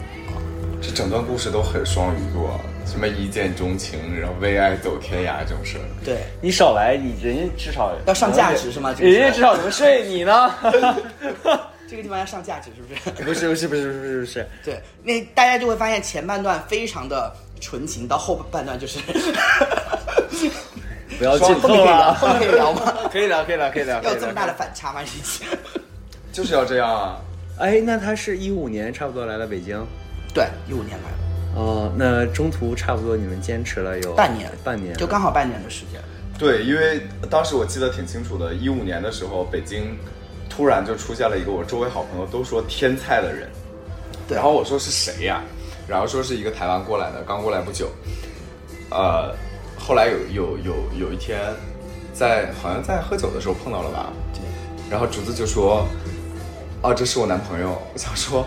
Speaker 1: 这整段故事都很双鱼座，什么一见钟情，然后为爱走天涯这种事儿。
Speaker 3: 对，
Speaker 2: 你少来，你人家至少
Speaker 3: 要上价值是吗？这个
Speaker 2: 人家
Speaker 3: 地
Speaker 2: 至
Speaker 3: 方
Speaker 2: 少能睡 你呢。
Speaker 3: 这个地方要上价值是不 是？
Speaker 2: 不是不是不是不是不是，
Speaker 3: 对，那大家就会发现前半段非常的纯情，到后半段 就是，
Speaker 2: 不要剧
Speaker 3: 后面可
Speaker 2: 透
Speaker 3: 以聊，
Speaker 2: 了。
Speaker 3: 后 面可以聊 吗？
Speaker 2: 可以聊，可以聊，可以聊。
Speaker 3: 要有这么大的反差吗？这一期？
Speaker 1: 就是要这样啊！
Speaker 2: 哎，那他是一五年差不多来了北京，
Speaker 3: 对，一五年来了，
Speaker 2: 哦，那中途差不多你们坚持了有
Speaker 3: 半年，
Speaker 2: 半年
Speaker 3: 就刚好半年的时间。
Speaker 1: 对，因为当时我记得挺清楚的，一五年的时候，北京突然就出现了一个我周围好朋友都说天菜的人，
Speaker 3: 对
Speaker 1: 然后我说是谁呀、然后说是一个台湾过来的，刚过来不久，呃，后来有有有有一天在好像在喝酒的时候碰到了吧，
Speaker 3: 对，
Speaker 1: 然后竹子就说，啊，这是我男朋友，我想说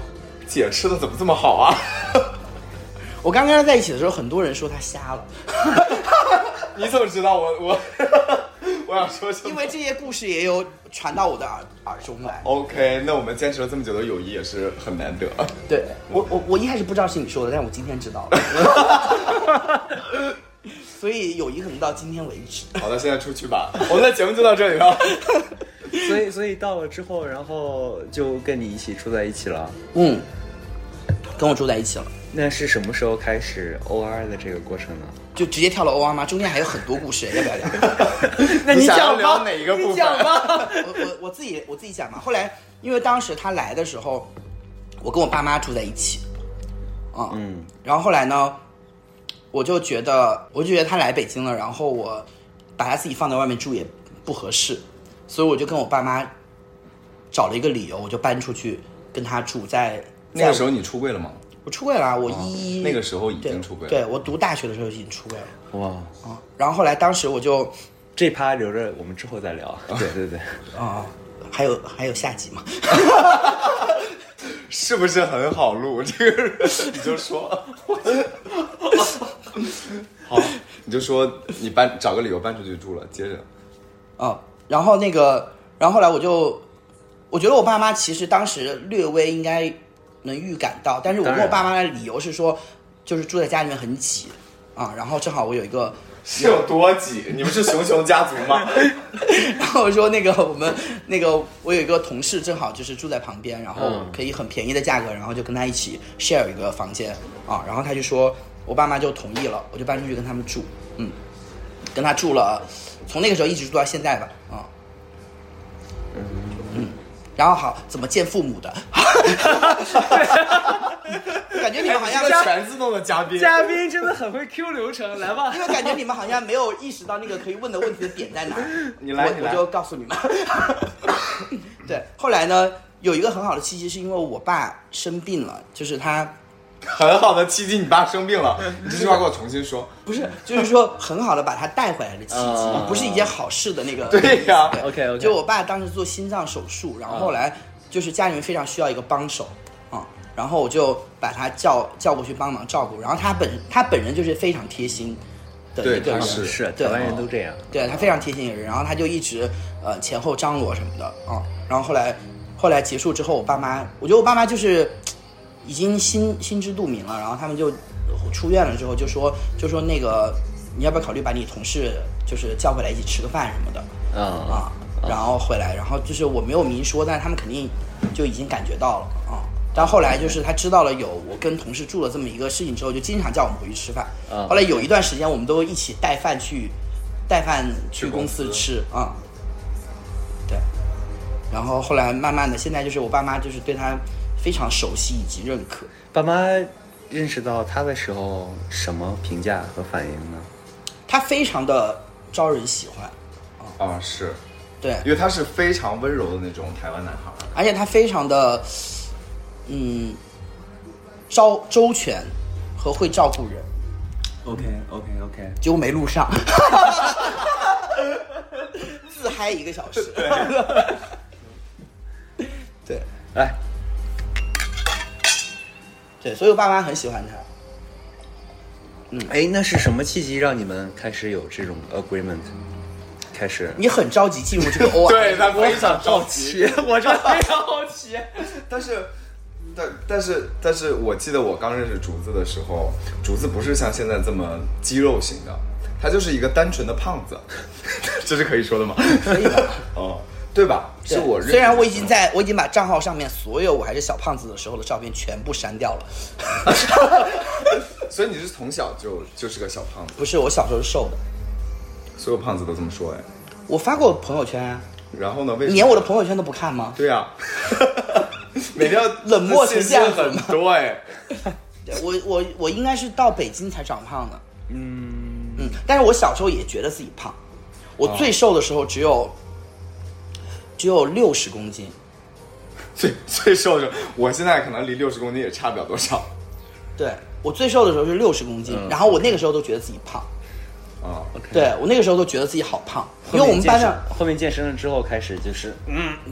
Speaker 1: 姐吃的怎么这么好啊？
Speaker 3: 我刚跟他在一起的时候，很多人说他瞎了，
Speaker 1: 你怎么知道我我 我想说什么
Speaker 3: 因？为这些故事也有传到我的耳耳中来。
Speaker 1: OK，那我们坚持了这么久的友谊也是很难得。
Speaker 3: 对我我我一开始不知道是你说的，但我今天知道了。 所以友谊可能到今天为止。
Speaker 1: 好的，现在出去吧，我们的节目就到这里了。
Speaker 2: 所以所以到了之后，然后就跟你一起住在一起了。
Speaker 3: 嗯，跟我住在一起了，
Speaker 2: 那是什么时候开始 OR 的这个过程呢？
Speaker 3: 就直接跳了 OR 吗？中间还有很多故事，要不 要聊？
Speaker 1: 那哎你想要聊哪一个部分？
Speaker 3: 我我我自己我自己讲嘛。后来因为当时他来的时候，我跟我爸妈住在一起，嗯，
Speaker 2: 嗯
Speaker 3: 然后后来呢，我就觉得我就觉得他来北京了，然后我把他自己放在外面住也不合适，所以我就跟我爸妈找了一个理由，我就搬出去跟他住在。
Speaker 1: 那个
Speaker 3: 在
Speaker 1: 时候你出柜了吗？
Speaker 3: 我出柜了啊，我
Speaker 1: 哦
Speaker 3: 一、
Speaker 1: 那个时候已
Speaker 3: 对
Speaker 1: 经出柜了
Speaker 3: 对我读大学的时候已经出柜了
Speaker 2: 哇，
Speaker 3: 啊、然后后来当时我就
Speaker 2: 嗯这趴留着我们之后再聊。 对对对，
Speaker 3: 啊、还有还有下集嘛，
Speaker 1: 是不是很好录？这个人你就说， 好，你就说你搬找个理由搬出去住了。接着，
Speaker 3: 嗯，然后那个，然后后来我就，我觉得我爸妈其实当时略微应该能预感到，但是我
Speaker 2: 当
Speaker 3: 跟
Speaker 2: 然
Speaker 3: 我爸妈的理由是说，就是住在家里面很挤啊，然后正好我有一个，
Speaker 1: 是有多挤？你们是熊熊家族 吗？
Speaker 3: 然后我说那个我们那个我有一个同事正好就是住在旁边，然后
Speaker 2: 嗯
Speaker 3: 可以很便宜的价格，然后就跟他一起 share 一个房间啊，然后他就说我爸妈就同意了，我就搬出去跟他们住，嗯，跟他住了，从那个时候一直住到现在吧，啊。嗯然后好，怎么见父母的？ 感觉你们好像
Speaker 1: 是个全自动的嘉宾，
Speaker 2: 嘉宾真的很会 Q 流程，来吧
Speaker 3: 因。为感觉你们好像没有意识到那个可以问的问题的点在哪儿。
Speaker 1: 你来
Speaker 3: 我
Speaker 1: 你来
Speaker 3: 我就告诉你们。对，后来呢，有一个很好的契机，是因为我爸生病了，就是他
Speaker 1: 很好的契机。你爸生病 了，你这句话给我重新说。
Speaker 3: 不是，就是说很好的把他带回来的契机
Speaker 2: 嗯，
Speaker 3: 不是一件好事的那个。
Speaker 1: 哦对呀
Speaker 2: OK，OK
Speaker 3: 就我爸当时做心脏手术，然后后来就是家里面非常需要一个帮手啊、然后我就把他叫叫过去帮忙照顾，然后他本他本人就是非常贴心的
Speaker 1: 对
Speaker 3: 一个人，
Speaker 1: 他是
Speaker 2: 是
Speaker 3: 对哦
Speaker 2: 台湾人都这样。
Speaker 3: 对他非常贴心一个人，然后他就一直呃前后张罗什么的啊、然后后来后来结束之后，我爸妈，我觉得我爸妈就是嘖已经心心知肚明了，然后他们就呃出院了之后就说就说那个你要不要考虑把你同事就是叫回来一起吃个饭什么的
Speaker 2: 嗯，
Speaker 3: 啊，然后回来，然后就是我没有明说，但是他们肯定就已经感觉到了啊。但后来就是他知道了有我跟同事住了这么一个事情之后，就经常叫我们回去吃饭。
Speaker 2: 嗯
Speaker 3: 后来有一段时间，我们都一起带饭去，带饭去
Speaker 1: 去公
Speaker 3: 公司
Speaker 1: 司
Speaker 3: 吃啊、对，然后后来慢慢的，现在就是我爸妈就是对他非常熟悉以及认可。
Speaker 2: 爸妈认识到他的时候，什么评价和反应呢？
Speaker 3: 他非常的招人喜欢，
Speaker 1: 啊，是
Speaker 3: 对，
Speaker 1: 因为他是非常温柔的那种台湾男孩。
Speaker 3: 而且他非常的，嗯，周周全和会照顾人，
Speaker 2: OK OK OK，
Speaker 3: 结果没录上， 自嗨一个小时。对
Speaker 2: 来，
Speaker 3: 对，所以我爸妈很喜欢他。嗯
Speaker 2: 哎，那是什么契机让你们开始有这种 agreement？开始，
Speaker 3: 你很着急进入 这个 O
Speaker 1: 对他非常着急，
Speaker 2: 奇， 我这非常好奇。
Speaker 1: 但是，但但是但是我记得我刚认识竹子的时候，竹子不是像现在这么肌肉型的，他就是一个单纯的胖子， 这是可以说的吗？
Speaker 3: 可以吧？
Speaker 1: 哦，对吧？是我认
Speaker 3: 虽然我已经在我已经把账号上面所有我还是小胖子的时候的照片全部删掉了，
Speaker 1: 所以你是从小就就是个小胖子，
Speaker 3: 不是我小时候是瘦的，
Speaker 1: 所有胖子都这么说哎。
Speaker 3: 我发过朋友圈啊，
Speaker 1: 然后呢？为什
Speaker 3: 你
Speaker 1: 么？
Speaker 3: 连我的朋友圈都不看吗？
Speaker 1: 对呀、 每天
Speaker 3: 冷漠成
Speaker 1: 信
Speaker 3: 这
Speaker 1: 息
Speaker 3: 样子
Speaker 1: 很多哎。
Speaker 3: 对我我我应该是到北京才长胖的。嗯嗯，但是我小时候也觉得自己胖，我最瘦的时候只有，只有六十公斤，
Speaker 1: 最最瘦的时候，我现在可能离六十公斤也差不了多少
Speaker 3: 对我最瘦的时候是六十公斤，然后我那个时候都觉得自己胖，
Speaker 1: 啊、
Speaker 2: OK
Speaker 3: 对我那个时候都觉得自己好胖，因
Speaker 2: 嗯后面健
Speaker 3: 为我
Speaker 2: 身，
Speaker 3: 们班上
Speaker 2: 后面健身了之后开始就是，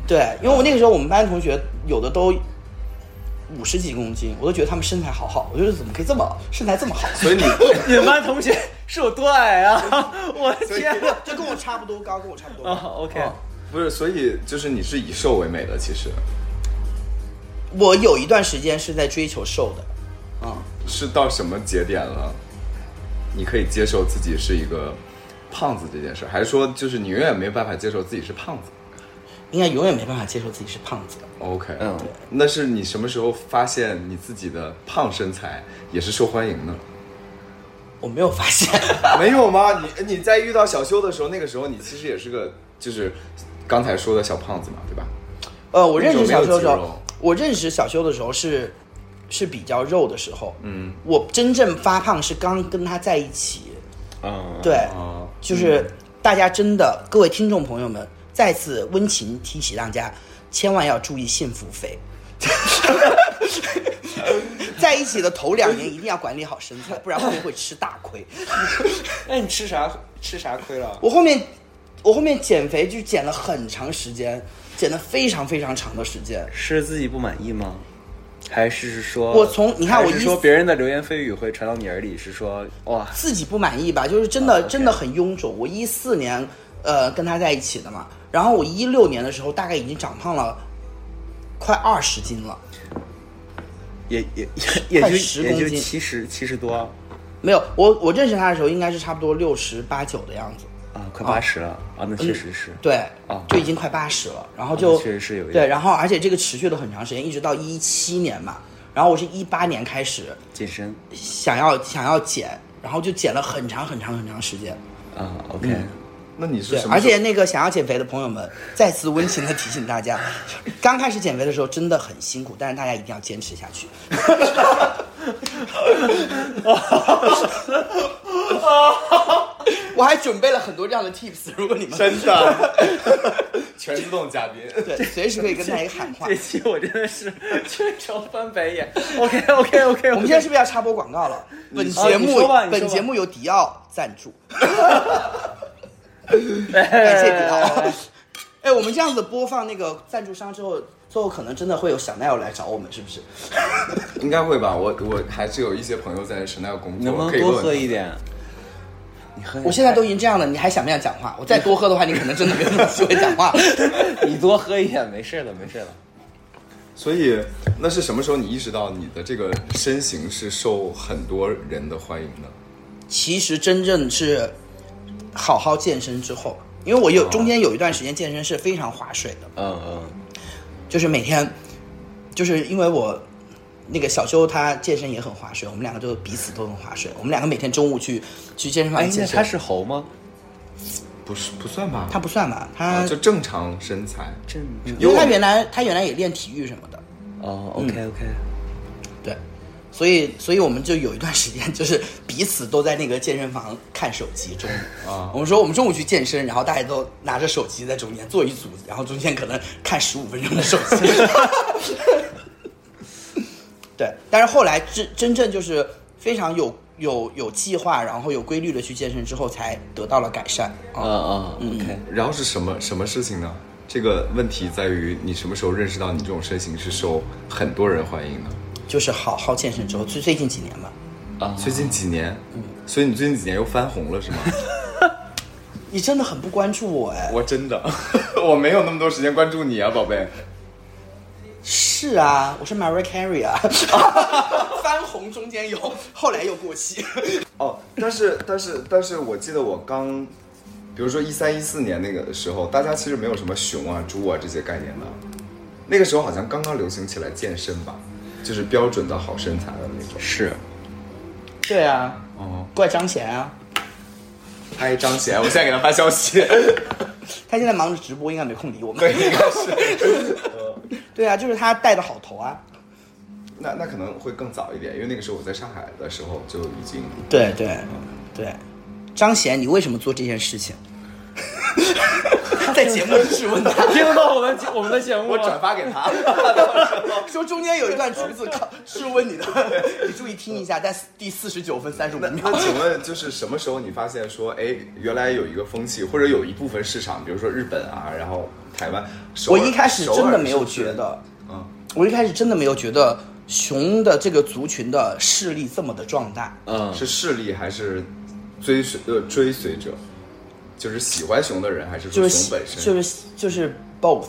Speaker 3: 对，因为我那个时候我们班同学有的都五十几公斤，我都觉得他们身材好好，我觉得怎么可以这么身材这么好？
Speaker 1: 所 以你
Speaker 2: 你们班同学是有多矮啊？ 我的
Speaker 1: 所以
Speaker 2: 天
Speaker 3: 就跟我差不多高，跟我差不多
Speaker 2: 啊
Speaker 3: 高。
Speaker 2: ！OK，
Speaker 3: 哦
Speaker 1: 不是，所以就是你是以瘦为美的，其实
Speaker 3: 我有一段时间是在追求瘦的，
Speaker 1: 是到什么节点了，你可以接受自己是一个胖子这件事儿，还是说就是你永远没办法接受自己是胖子
Speaker 3: 应该永远没办法接受自己是胖子的。
Speaker 1: ？OK，
Speaker 2: 嗯
Speaker 1: 那是你什么时候发现你自己的胖身材也是受欢迎呢？
Speaker 3: 我没有发 现，
Speaker 1: 没有吗？你你在遇到小修的时候，那个时候你其实也是个就是刚才说的小胖子嘛，对吧？
Speaker 3: 呃，我认识小修的
Speaker 1: 那种没有
Speaker 3: 时
Speaker 1: 肌
Speaker 3: 候
Speaker 1: 肉，
Speaker 3: 我认识小修的时候是是比较肉的时候，
Speaker 1: 嗯，
Speaker 3: 我真正发胖是刚跟他在一起，
Speaker 2: 嗯，
Speaker 3: 对，
Speaker 1: 啊，
Speaker 3: 就是大家真的，各位听众朋友们，再次温情提醒大家，千万要注意幸福肥。 在一起的头两年一定要管理好身材，不然后面会吃大亏。哎
Speaker 2: 那你吃啥吃啥亏了？
Speaker 3: 我后面，我后面减肥就减了很长时间，减了非常非常长的时间。
Speaker 2: 是自己不满意吗？还是说
Speaker 3: 我从你看我
Speaker 2: 还是
Speaker 3: 一
Speaker 2: 说别人的流言蜚语会传到你耳里，是说哇，
Speaker 3: 自己不满意吧，就是真的、
Speaker 2: 啊 OK
Speaker 3: 真的很臃肿。我一四年呃跟他在一起的嘛，然后我一六年的时候大概已经长胖了快二十斤了，
Speaker 2: 也也也也
Speaker 3: 快
Speaker 2: 就
Speaker 3: 10
Speaker 2: 也就
Speaker 3: 公斤
Speaker 2: 七十七十多
Speaker 3: 没有我我认识他的时候应该是差不多六十八九的样子，
Speaker 2: 啊，快八十了啊，
Speaker 3: 嗯
Speaker 2: 那确实是。
Speaker 3: 对，
Speaker 2: 哦
Speaker 3: 就已经快八十了，然后就、
Speaker 2: 啊那确实是有一点
Speaker 3: 对，然后而且这个持续了很长时间，一直到一七年嘛，然后我是一八年开始
Speaker 2: 健身
Speaker 3: 想要想要减，然后就减了很长很长很长时间。
Speaker 2: 啊，OK，、
Speaker 3: 嗯
Speaker 1: 那你是
Speaker 3: 对
Speaker 1: 什，么
Speaker 3: 而
Speaker 1: 时候？
Speaker 3: 且那个想要减肥的朋友们，再次温情的提醒大家， 刚开始减肥的时候真的很辛苦，但是大家一定要坚持下去。 我还准备了很多这样的 tips，如果你们
Speaker 1: 真的 全自动嘉宾。
Speaker 3: 对随时可以跟大家喊话
Speaker 2: 这。期我真的是全程翻 白眼。OK OK OK，
Speaker 3: 我们现在是不是要插播广告了？本节
Speaker 2: 你
Speaker 3: 目
Speaker 2: 说吧你说吧
Speaker 3: 本节目由迪奥赞助，
Speaker 2: 在
Speaker 3: 感谢迪奥。 哎，我们这样子播放那个赞助商之后，最后可能真的会有小奈友来找我们，是不是？
Speaker 1: 应该会吧，我我还是有一些朋友在神奈工作，
Speaker 2: 能不
Speaker 1: 可
Speaker 2: 能
Speaker 1: 以
Speaker 2: 多
Speaker 1: 问
Speaker 2: 喝一点？你喝，
Speaker 3: 我现在都已经这样了，你还想不想讲话？我再多喝的话，你可能真的没有机会讲话。
Speaker 2: 你多喝一点，没事了，没事了。
Speaker 1: 所以那是什么时候你意识到你的这个身形是受很多人的欢迎的？
Speaker 3: 其实真正是好好健身之后，因为我有
Speaker 1: 哦
Speaker 3: 中间有一段时间健身是非常划水的，
Speaker 2: 嗯嗯，
Speaker 3: 就是每天，就是因为我那个小修他健身也很划水，我们两个就彼此都很划水，我们两个每天中午去去健身房
Speaker 2: 哎，那
Speaker 3: 健身。
Speaker 2: 他是猴吗？
Speaker 1: 不是不算吧？
Speaker 3: 他不算吧？他
Speaker 1: 啊，就正常身材。
Speaker 2: 正
Speaker 3: 因为他原来他原来也练体育什么的，
Speaker 2: 哦，OK OK，
Speaker 3: 对，所以所以我们就有一段时间就是彼此都在那个健身房看手机中午
Speaker 1: 啊
Speaker 3: 我们说我们中午去健身，然后大家都拿着手机在中间坐一组，然后中间可能看十五分钟的手机。 对，但是后来真真正就是非常有有有计划，然后有规律的去健身之后，才得到了改善。啊
Speaker 2: 嗯嗯，OK，
Speaker 1: 然后是什么什么事情呢？这个问题在于你什么时候认识到你这种身形是受很多人欢迎的？
Speaker 3: 就是好好健身之后，最最近几年吧，
Speaker 2: 啊，
Speaker 1: 最近几年，所以你最近几年又翻红了是吗？
Speaker 3: 你真的很不关注我哎。
Speaker 1: 我真的， 我没有那么多时间关注你啊，宝贝。
Speaker 3: 是啊，我是 Mariah Carey 啊， 翻红中间有，后来又过期。
Speaker 1: 哦，但是但是但是我记得我刚，比如说一三一四年那个时候，大家其实没有什么熊啊、猪啊这些概念的，那个时候好像刚刚流行起来健身吧，就是标准的好身材的那种。
Speaker 2: 是
Speaker 3: 对啊，
Speaker 1: 哦，
Speaker 3: 怪张贤啊，
Speaker 1: 嗨，张贤，我现在给他发消息。
Speaker 3: 他现在忙着直播，应该没空理我们。
Speaker 1: 对，应该是。
Speaker 3: 对啊，就是他带的好头啊。
Speaker 1: 那那可能会更早一点，因为那个时候我在上海的时候就已经，
Speaker 3: 对对对，张贤，你为什么做这件事情？ 在节目里质问他，
Speaker 4: 听得到我们我们的节目吗？
Speaker 1: 我转发给他。
Speaker 3: 说中间有一段竹子靠质问你的，你注意听一下，在第四十九分三十 五秒
Speaker 1: 那。请问，就是什么时候你发现说，哎，原来有一个风气，或者有一部分市场，比如说日本啊，然后台湾，首
Speaker 3: 我
Speaker 1: 尔
Speaker 3: 一开始真的没有，
Speaker 1: 首尔
Speaker 3: 觉
Speaker 1: 是不是
Speaker 3: 得，
Speaker 1: 嗯，
Speaker 3: 我一开始真的没有觉得熊的这个族群的势力这么的壮大。
Speaker 2: 嗯，
Speaker 1: 是势力还是追随呃追随者，就是喜欢熊的人，还是
Speaker 3: 就
Speaker 1: 说
Speaker 3: 是
Speaker 1: 熊本身？
Speaker 3: 就是就是 both，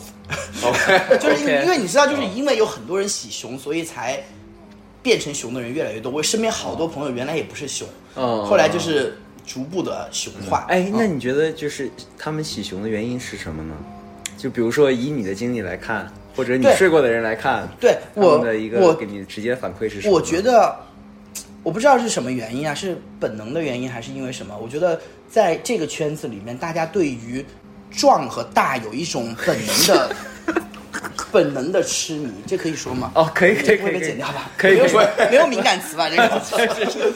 Speaker 1: OK，
Speaker 3: 就是因为
Speaker 2: OK
Speaker 3: 因为你知道，就是因为有很多人喜熊，所以才变成熊的人越来越多。我身边好多朋友原来也不是熊，
Speaker 2: 嗯
Speaker 3: 后来就是逐步的熊化。
Speaker 2: 哎，那你觉得就是他们喜熊的原因是什么呢？就比如说以你的经历来看，或者你
Speaker 3: 对
Speaker 2: 睡过的人来看，
Speaker 3: 对
Speaker 2: 他们
Speaker 3: 我
Speaker 2: 的一
Speaker 3: 我
Speaker 2: 个给你直接反馈是什么呢？
Speaker 3: 我觉得，我不知道是什么原因啊，是本能的原因还是因为什么？我觉得在这个圈子里面，大家对于壮和大有一种本能 的本能的痴迷，这可以说吗？
Speaker 2: 哦，可以可以
Speaker 3: 这不
Speaker 2: 可
Speaker 3: 会被
Speaker 2: 以，可以
Speaker 3: 剪掉吧？
Speaker 2: 可以
Speaker 3: 没有
Speaker 2: 可
Speaker 3: 什么
Speaker 2: 以，
Speaker 3: 没有敏感词吧？这 个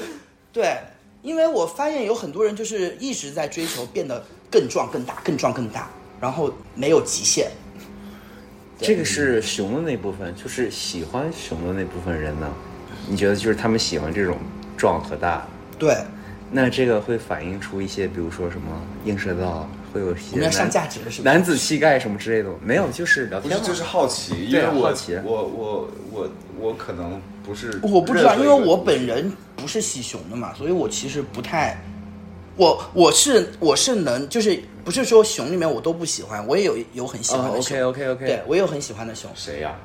Speaker 3: 对，因为我发现有很多人就是一直在追求变得更壮、更大、更壮、更大，然后没有极限。
Speaker 2: 这个是熊的那部分，就是喜欢熊的那部分人呢，你觉得就是他们喜欢这种壮和大，
Speaker 3: 对，
Speaker 2: 那这个会反映出一些，比如说什么映射到，会有一些
Speaker 3: 我们要
Speaker 2: 男
Speaker 3: 上价值了是吧
Speaker 2: 男子气概什么之类的，没有，就是聊
Speaker 1: 不
Speaker 2: 天
Speaker 1: 是
Speaker 2: 嘛，哦
Speaker 1: 就是啊好奇，因
Speaker 2: 对
Speaker 1: 为我
Speaker 2: 好奇
Speaker 1: 我我我我可能不是
Speaker 3: 我不知道，
Speaker 1: 任何
Speaker 3: 因
Speaker 1: 一
Speaker 3: 为
Speaker 1: 个
Speaker 3: 我本人不是喜熊的嘛，所以我其实不太，我我是我是能，就是不是说熊里面我都不喜欢，我也有有很喜欢
Speaker 2: 哦
Speaker 3: 的熊。
Speaker 2: ，OK OK OK，
Speaker 3: 对，我也有很喜欢的熊，
Speaker 1: 谁呀、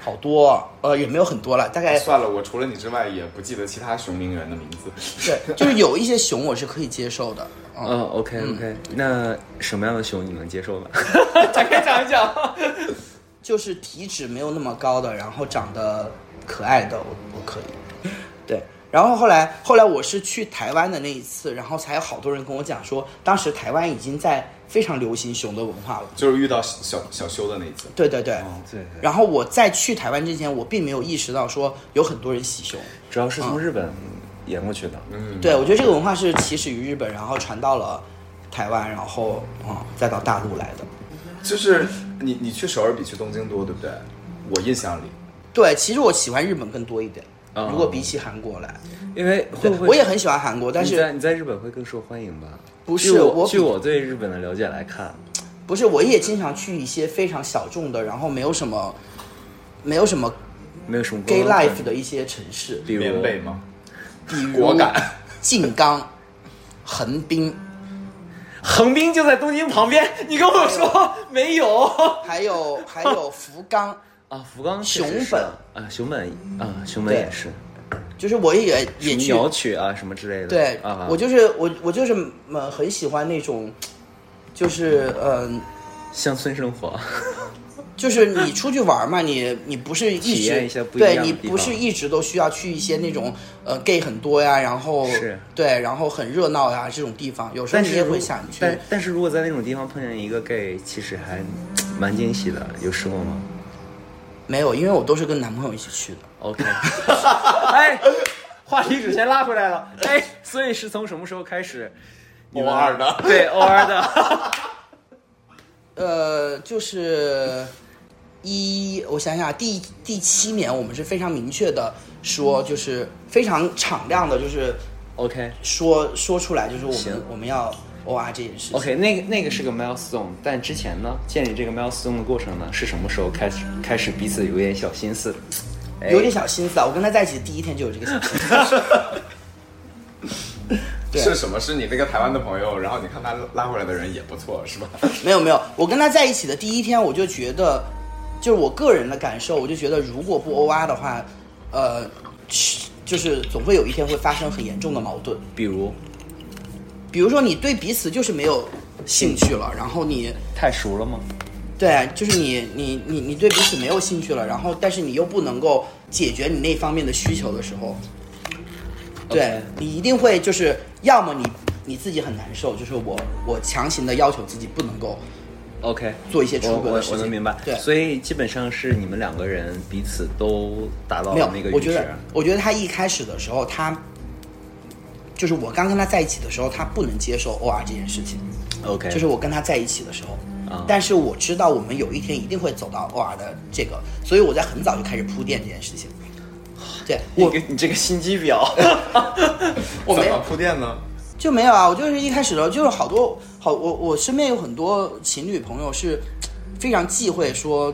Speaker 3: 好多哦，呃，也没有很多了，大概
Speaker 1: 算了，我除了你之外也不记得其他熊鸣人的名字。
Speaker 3: 对，就是有一些熊我是可以接受的。嗯，
Speaker 2: 嗯，OK OK，那什么样的熊你能接受 呢？
Speaker 4: 展开讲一讲。
Speaker 3: 就是体脂没有那么高的，然后长得可爱的，我我可以。对，然后后来后来我是去台湾的那一次，然后才有好多人跟我讲说，当时台湾已经在非常流行熊的文化了。
Speaker 1: 就是遇到小小修的那一次，
Speaker 3: 对对对。
Speaker 2: 对，
Speaker 3: 然后我在去台湾之前，我并没有意识到说有很多人喜熊。
Speaker 2: 主要是
Speaker 3: 嗯
Speaker 2: 从日本演过去的，
Speaker 1: 嗯，
Speaker 3: 对，我觉得这个文化是起始于日本，然后传到了台湾，然后嗯，再到大陆来的。
Speaker 1: 就是你你去首尔比去东京多，对不对？我印象里，
Speaker 3: 对，其实我喜欢日本更多一点。
Speaker 2: 哦
Speaker 3: 如果比起韩国来，
Speaker 2: 因为会
Speaker 3: 对
Speaker 2: 不会
Speaker 3: 我也很喜欢韩国，但
Speaker 2: 你
Speaker 3: 是
Speaker 2: 在你在日本会更受欢迎吧？
Speaker 3: 不
Speaker 2: 据
Speaker 3: 是
Speaker 2: 我
Speaker 3: 我
Speaker 2: 据
Speaker 3: 比
Speaker 2: 我对日本的了解来看，
Speaker 3: 不是我也经常去一些非常小众的，然后没有什么没有什么
Speaker 2: 没有什么
Speaker 3: gay
Speaker 2: 公共
Speaker 3: life 的一些城市，
Speaker 2: 比
Speaker 1: 棉
Speaker 2: 如
Speaker 1: 被 吗？
Speaker 3: 比如
Speaker 1: 果敢
Speaker 3: 静冈、横滨，
Speaker 4: 横滨就在东京旁边，你跟我说没有？
Speaker 3: 还有还有福冈。
Speaker 2: 啊，福冈确实
Speaker 3: 熊
Speaker 2: 是啊，熊本啊，熊本
Speaker 3: 对
Speaker 2: 也是，
Speaker 3: 就是我也也
Speaker 2: 什么
Speaker 3: 去，
Speaker 2: 鸟曲啊什么之类的，
Speaker 3: 对，
Speaker 2: 啊，
Speaker 3: 我就是我我就是嗯很喜欢那种，就是嗯、
Speaker 2: 乡村生活，
Speaker 3: 就是你出去玩嘛，你你不是一直
Speaker 2: 体验一下不一样的
Speaker 3: 对你
Speaker 2: 地
Speaker 3: 不是
Speaker 2: 方嗯
Speaker 3: 一直都需要去一些那种呃 gay 很多呀，然后
Speaker 2: 是
Speaker 3: 对，然后很热闹呀这种地方，有时候
Speaker 2: 但
Speaker 3: 你
Speaker 2: 是
Speaker 3: 也
Speaker 2: 如
Speaker 3: 会想去。
Speaker 2: 但但是如果在那种地方碰见一个 gay，其实还蛮惊喜的，有试过吗
Speaker 3: 没有，因为我都是跟男朋友一起去的。
Speaker 2: ？OK，
Speaker 4: 哎，
Speaker 2: 话题纸先拉回来了，哎，所以是从什么时候开始？你们
Speaker 1: 偶尔的
Speaker 2: 对，偶尔的，
Speaker 3: 呃，就是一，我想想，第第七年我们是非常明确的说，就是非常敞亮的，就是
Speaker 2: OK
Speaker 3: 说说出来，就是我
Speaker 2: 行
Speaker 3: 们我们要 O R 这件事情。
Speaker 2: OK，那个那个是个 milestone，但之前呢，建立这个 milestone 的过程呢，是什么时候开始开始彼此有点小心思？哎
Speaker 3: 有点小心思啊，我跟他在一起的第一天就有这个 小心思。对
Speaker 1: 是什么？是你那个台湾的朋友，然后你看他拉回来的人也不错，是吧？
Speaker 3: 没有没有，我跟他在一起的第一天，我就觉得，就是我个人的感受，我就觉得如果
Speaker 2: 嗯
Speaker 3: 不 O R 的话，呃，是就是总会有一天会发生很严重的矛盾。
Speaker 2: 比如
Speaker 3: 比如说你对彼此就是没有兴趣了，然后你
Speaker 2: 太熟了吗？
Speaker 3: 对，就是你你你你对彼此没有兴趣了，然后但是你又不能够解决你那方面的需求的时候，对
Speaker 2: OK
Speaker 3: 你一定会就是要么你你自己很难受，就是我我强行的要求自己不能够
Speaker 2: OK，
Speaker 3: 做一些出格
Speaker 2: 我
Speaker 3: 的
Speaker 2: 我
Speaker 3: 事情
Speaker 2: 我能明白。
Speaker 3: 对
Speaker 2: 所以基本上是你们两个人彼此都达到
Speaker 3: 没有
Speaker 2: 哦了那个
Speaker 3: 我
Speaker 2: 阈
Speaker 3: 觉
Speaker 2: 值
Speaker 3: 得。我觉得他一开始的时候，他就是我刚跟他在一起的时候，他不能接受 OR 这件事情，
Speaker 2: OK，啊
Speaker 3: 就是我跟他在一起的时候，但是我知道我们有一天一定会走到 OR 的这个，所以我在很早就开始铺垫这件事情。对
Speaker 4: 你
Speaker 3: 我
Speaker 4: 个你这个心机婊，
Speaker 3: 我
Speaker 1: 怎
Speaker 3: 没
Speaker 1: 么
Speaker 3: 有
Speaker 1: 铺垫呢？
Speaker 3: 就没有啊，我就是一开始的时候就是好多好，我我身边有很多情侣朋友是非常忌讳说，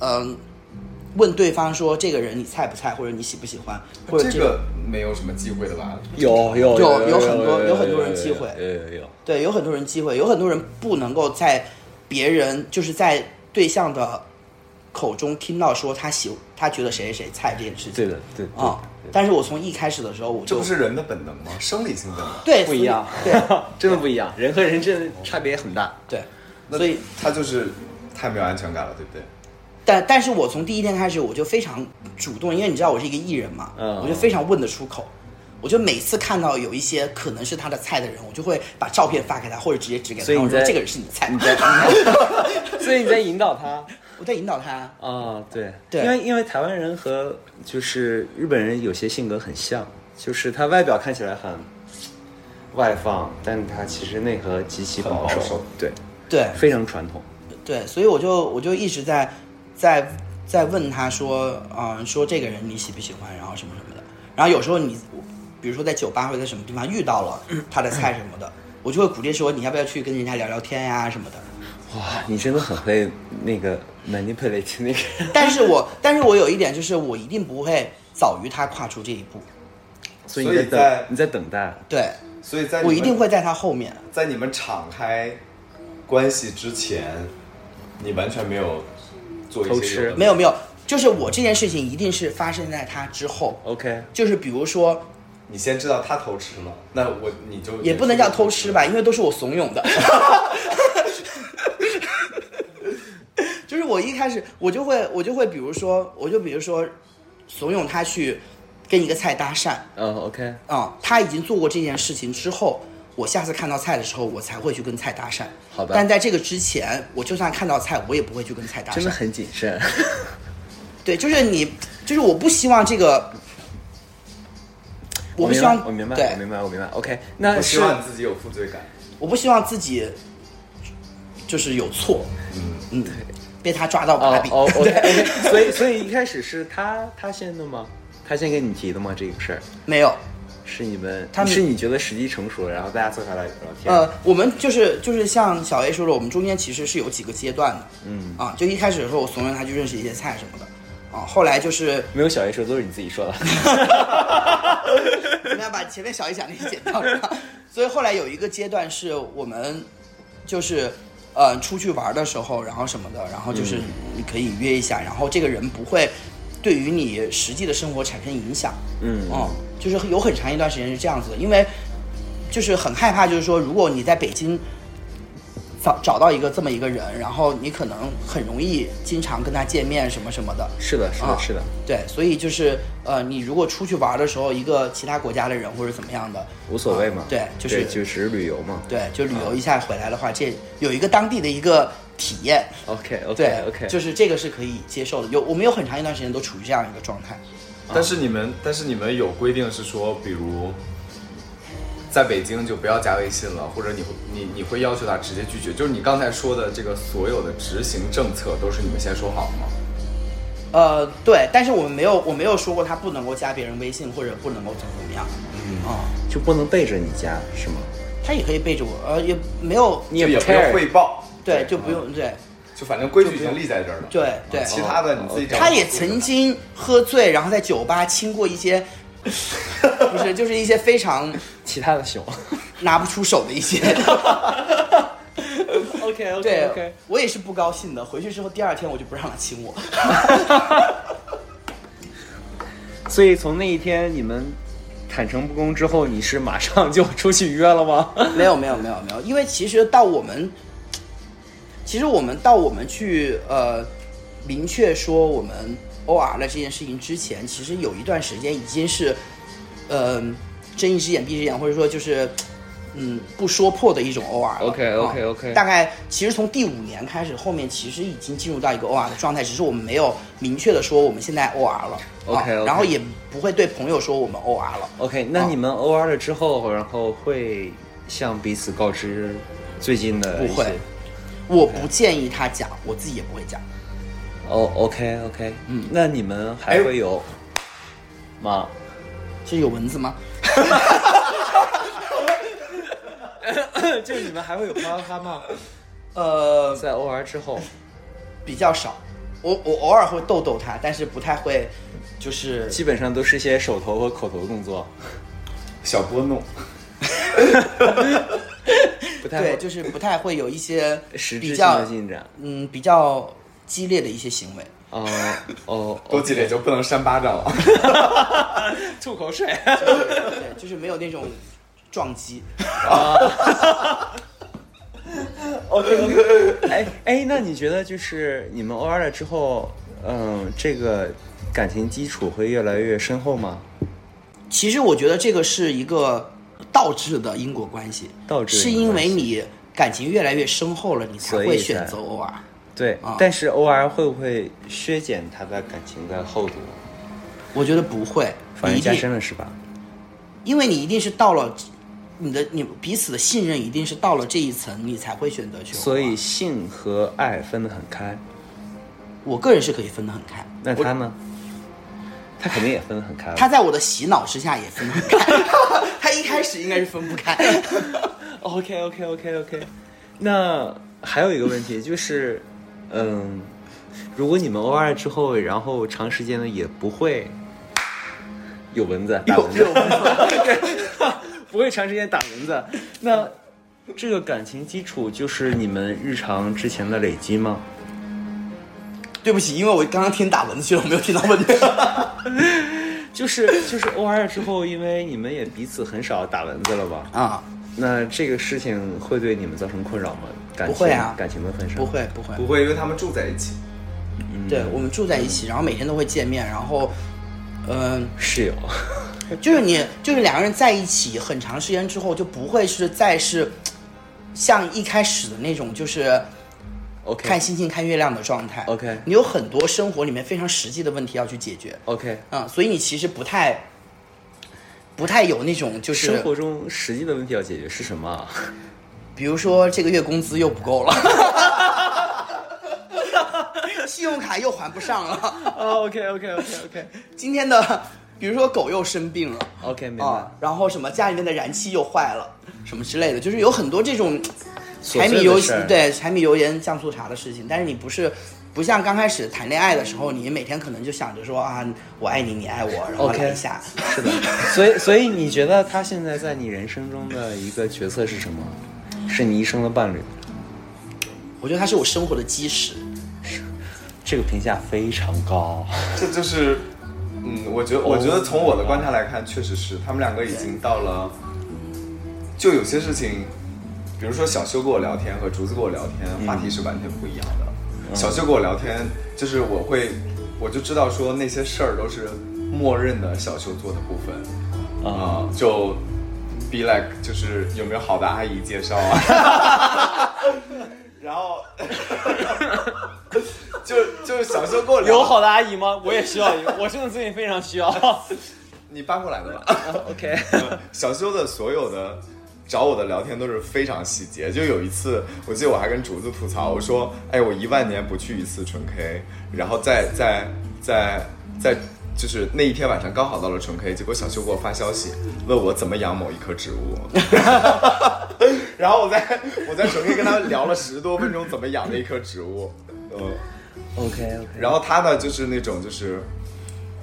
Speaker 3: 嗯、问对方说这个人你菜不菜，或者你喜不喜欢，或者
Speaker 1: 这个没有什么忌讳的吧？
Speaker 2: 有 有
Speaker 3: 有有很多有很多人忌讳
Speaker 2: 有有有，
Speaker 3: 对，有很多人忌讳，有很多人不能够在别人就是在对象的口中听到说他喜他觉得谁谁谁菜这件事情。
Speaker 2: 对的对对
Speaker 3: 啊、但是我从一开始的时候我
Speaker 1: 这
Speaker 3: 就
Speaker 1: 不是人的本能吗？生理性本能。
Speaker 3: 对
Speaker 4: 不一样，
Speaker 3: 所以对
Speaker 2: 真的不一样，人和人真的差别很 大。
Speaker 3: 对，
Speaker 1: 那
Speaker 3: 所以
Speaker 1: 他就是太没有安全感了，对不对？
Speaker 3: 但但是我从第一天开始，我就非常主动，因为你知道我是一个艺人嘛，
Speaker 2: 嗯
Speaker 3: 我就非常问得出口。我就每次看到有一些可能是他的菜的人，我就会把照片发给他，或者直接指给他，
Speaker 2: 所以你
Speaker 3: 我说
Speaker 2: 在
Speaker 3: 这个人是你的菜。
Speaker 2: 你在，所以你在引导他。
Speaker 3: 我在引导他，
Speaker 2: 啊，对，
Speaker 3: 对
Speaker 2: 因为因为台湾人和就是日本人有些性格很像，就是他外表看起来很外放，但他其实内核极其
Speaker 1: 很
Speaker 2: 保
Speaker 1: 保守
Speaker 2: 对，
Speaker 3: 对，
Speaker 2: 非常传统。
Speaker 3: 对，所以我就我就一直在在在问他说，嗯、说这个人你喜不喜欢，然后什么什么的。然后有时候你，比如说在酒吧或者在什么地方遇到了他的菜什么的，我就会鼓励说你要不要去跟人家聊聊天呀、什么的。
Speaker 2: 哇，你真的很会那个 manipulate 那个 人，
Speaker 3: 但是我但是我有一点就是我一定不会早于他跨出这一步，
Speaker 2: 所以
Speaker 1: 所
Speaker 2: 你
Speaker 1: 以
Speaker 2: 在等
Speaker 1: 在
Speaker 2: 你在等待。
Speaker 3: 对
Speaker 1: 所以在你
Speaker 3: 我
Speaker 1: 们
Speaker 3: 一定会在他后面。
Speaker 1: 在你们敞开关系之前，你完全没有做一
Speaker 2: 偷
Speaker 1: 些
Speaker 2: 吃
Speaker 1: 有的
Speaker 3: 没有没有，就是我这件事情一定是发生在他之后，
Speaker 2: OK，
Speaker 3: 就是比如说
Speaker 1: 你先知道他偷吃了，那我你就
Speaker 3: 也不能叫偷吃吧，因为都是我怂恿的。 就是我一开始我就会我就会比如说我就比如说怂恿他去跟一个菜搭讪啊、
Speaker 2: 嗯、o k
Speaker 3: 他已经做过这件事情之后，我下次看到菜的时候，我才会去跟菜搭讪。
Speaker 2: 好吧
Speaker 3: 但在这个之前，我就算看到菜，我也不会去跟菜搭
Speaker 2: 真的
Speaker 3: 讪。
Speaker 2: 很谨 慎。
Speaker 3: 对，就是你，就是我不希望这个，我不希
Speaker 2: 明
Speaker 3: 望
Speaker 2: 白，我明白，
Speaker 3: 对
Speaker 2: 我明白，我明白。OK，那
Speaker 1: 我
Speaker 2: 是
Speaker 1: 希望你自己有负罪感。
Speaker 3: 我不希望自己就是有错，嗯嗯，被他抓到把
Speaker 2: 哦
Speaker 3: 柄。
Speaker 2: 哦，OK，OK，所以所以一开始是他他先的吗？他先跟你提的吗？这个事儿？
Speaker 3: 没有，
Speaker 2: 是你们，
Speaker 3: 他们
Speaker 2: 是你觉得时机成熟，然后大家坐下来聊天。
Speaker 3: 呃，我们就是就是像小 A 说的，我们中间其实是有几个阶段的，嗯啊，就一开始的时候我怂恿他去认识一些菜什么的，啊，后来就是
Speaker 2: 没有小 A 说，都是你自己说的。
Speaker 3: 怎么样把前面小 A 讲的也剪掉是吧？所以后来有一个阶段是我们就是。呃，出去玩的时候，然后什么的，然后就是你可以约一下，然后这个人不会对于你实际的生活产生影响，
Speaker 2: 嗯
Speaker 3: 嗯，就是有很长一段时间是这样子的，因为就是很害怕，就是说，如果你在北京找找到一个这么一个人，然后你可能很容易经常跟他见面什么什么的，
Speaker 2: 是的，是的，
Speaker 3: 啊
Speaker 2: 是的。
Speaker 3: 对，所以就是呃，你如果出去玩的时候，一个其他国家的人或者怎么样的，
Speaker 2: 无所谓嘛
Speaker 3: 啊对，就是
Speaker 2: 就只是旅游嘛。
Speaker 3: 对，就旅游一下回来的话，这有一个当地的一个体验，
Speaker 2: OK
Speaker 3: 对
Speaker 2: OK OK，
Speaker 3: 就是这个是可以接受的。有我们有很长一段时间都处于这样一个状态，
Speaker 1: 但是你们，但是你们有规定是说，比如在北京就不要加微信了，或者你会你你会要求他直接拒绝，就是你刚才说的这个所有的执行政策都是你们先说好的吗？
Speaker 3: 呃，对，但是我们没有，我没有说过他不能够加别人微信或者不能够怎么怎么样，
Speaker 2: 嗯
Speaker 3: 啊、
Speaker 2: 就不能背着你家是吗？
Speaker 3: 他也可以背着我，呃，也没有，
Speaker 2: 你
Speaker 1: 就也
Speaker 2: 不
Speaker 1: 不用
Speaker 2: care
Speaker 1: 汇报，
Speaker 3: 对，就不用，对，
Speaker 1: 就反正规矩已经立在这儿了。
Speaker 3: 对对
Speaker 2: 哦
Speaker 1: 其他的你自己找。
Speaker 3: 他也曾经喝醉，然后在酒吧亲过一些， 不是，就是一些非常
Speaker 2: 其他的 熊。
Speaker 3: 拿不出手的一些，
Speaker 4: OK
Speaker 3: 对
Speaker 4: OK OK，
Speaker 3: 我也是不高兴的。回去之后，第二天我就不让他亲我，
Speaker 2: 所以从那一天你们坦诚不公之后，你是马上就出去约 了吗？
Speaker 3: 没有没有没有没有，因为其实到我们，其实我们到我们去呃明确说我们 OR 的这件事情之前，其实有一段时间已经是，呃，睁一只眼闭一只眼，或者说就是。嗯，不说破的一种 OR 了。
Speaker 2: OK，OK，
Speaker 3: 啊
Speaker 2: OK
Speaker 3: 大概其实从第五年开始，后面其实已经进入到一个 OR 的状态，只是我们没有明确的说我们现在 OR 了。啊
Speaker 2: OK，OK
Speaker 3: 然后也不会对朋友说我们 OR 了。
Speaker 2: OK，那你们 OR 了之后，然后会向彼此告知最近的
Speaker 3: 不
Speaker 2: 一些
Speaker 3: 会我不建议他讲，我自己也不会讲。
Speaker 2: 哦，OK OK，嗯，那你们还会有吗？
Speaker 3: 这有蚊子吗？
Speaker 2: 就是你们还会有啪啪啪吗？
Speaker 3: 呃，
Speaker 2: 在 OR 之后，
Speaker 3: 比较少。我我偶尔会逗逗他，但是不太会，就是
Speaker 2: 基本上都是一些手头和口头动作，
Speaker 1: 小拨弄，
Speaker 2: 不太
Speaker 3: 对，
Speaker 2: 会
Speaker 3: 就是不太会有一些
Speaker 2: 实质
Speaker 3: 比
Speaker 2: 性
Speaker 3: 较
Speaker 2: 的进展。
Speaker 3: 嗯比较激烈的一些行为。
Speaker 2: 哦哦，
Speaker 1: 多积累就不能扇巴掌了。
Speaker 2: 吐口水。
Speaker 3: 对，就是没有那种撞击。
Speaker 2: 哎哎，那你觉得就是你们 OR 了之后，嗯，这个感情基础会越来越深厚吗？
Speaker 3: 其实我觉得这个是一个倒置的因果关系，
Speaker 2: 倒置的
Speaker 3: 是
Speaker 2: 因
Speaker 3: 因
Speaker 2: 果关
Speaker 3: 为
Speaker 2: 系
Speaker 3: 你感情越来越深厚了，你才
Speaker 2: 所以
Speaker 3: 会
Speaker 2: 才
Speaker 3: 选择 OR。
Speaker 2: 对，
Speaker 3: 啊
Speaker 2: 但是 OR 会不会削减他的感情的厚度呢？
Speaker 3: 我觉得不会，
Speaker 2: 反
Speaker 3: 你
Speaker 2: 而
Speaker 3: 一
Speaker 2: 加
Speaker 3: 定
Speaker 2: 深了是吧？
Speaker 3: 因为你一定是到了你的你彼此的信任，一定是到了这一层，你才会选择去。
Speaker 2: 所以，性和爱分得很开，
Speaker 3: 我个人是可以分得很开。
Speaker 2: 那他呢？他肯定也分得很开了。
Speaker 3: 他在我的洗脑之下也分得很开， 他一开始应该是分不开。
Speaker 2: OK OK OK OK，那还有一个问题就是，嗯，如果你们 OR 之后，然后长时间的也不会有蚊子打蚊子， 不会长时间打蚊子，那这个感情基础就是你们日常之前的累积吗？
Speaker 3: 对不起，因为我刚刚听打蚊子去 了，我没有听到蚊子。
Speaker 2: 就是就是 OR 之后，因为你们也彼此很少打蚊子了吧？
Speaker 3: 啊、
Speaker 2: 那这个事情会对你们造成困扰吗？感情
Speaker 3: 不会啊
Speaker 2: 感情的分手
Speaker 3: 不会不会，
Speaker 1: 不会，因为他们住在一起。
Speaker 3: 对我们住在一起，然后每天都会见面，然后，嗯、
Speaker 2: 室友。
Speaker 3: 就是你就是两个人在一起很长时间之后，就不会是再是像一开始的那种就是
Speaker 2: OK，
Speaker 3: 看星星看月亮的状态。
Speaker 2: OK
Speaker 3: 你有很多生活里面非常实际的问题要去解决，
Speaker 2: OK，
Speaker 3: 嗯，所以你其实不太不太有那种就是
Speaker 2: 生活中实际的问题要解决是什么啊？
Speaker 3: 比如说这个月工资又不够了， 信用卡又还不上了，
Speaker 2: 啊，OK
Speaker 4: 哦
Speaker 2: OK OK OK
Speaker 3: 今天的比如说狗又生病了。
Speaker 2: OK，明白
Speaker 4: 哦
Speaker 3: 啊。，然后什么家里面的燃气又坏了，什么之类的，就是有很多这种
Speaker 2: 琐碎
Speaker 3: 柴
Speaker 2: 的
Speaker 3: 米油
Speaker 2: 事儿
Speaker 3: 对柴米油盐酱醋茶的事情。但是你不是不像刚开始谈恋爱的时候，你每天可能就想着说啊，我爱你，你爱我，然后
Speaker 2: OK
Speaker 3: 来一下。
Speaker 2: 是的，所以所以你觉得他现在在你人生中的一个角色是什么？是你一生的伴侣？
Speaker 3: 我觉得它是我生活的基石。
Speaker 2: 这个评价非常高。
Speaker 1: 这就是，嗯，我觉得，我觉得从我的观察来看，确实是他们两个已经到了，就有些事情，比如说小修跟我聊天和竹子跟我聊
Speaker 4: 嗯
Speaker 1: 天，话题是完全不一样的。小修跟我聊天，就是我会，我就知道说那些事儿都是默认的小修做的部分，啊、就 be like 就是有没有好的阿姨介绍啊。 然后， 就就是小修跟我聊
Speaker 4: 有好的阿姨吗？我也需要一个，我真的最近非常需要。
Speaker 1: 你搬过来的吧？
Speaker 2: OK，
Speaker 1: 小修的所有的找我的聊天都是非常细节。就有一次，我记得我还跟竹子吐槽，我说：“哎，我一万年不去一次纯 K，然后在在在在就是那一天晚上刚好到了纯 K，结果小修给我发消息问我怎么养某一棵植物。 然后我在我在纯 K 跟他聊了十多分钟怎么养那一棵植物，嗯。
Speaker 2: OK OK，
Speaker 1: 然后他呢就是那种就是。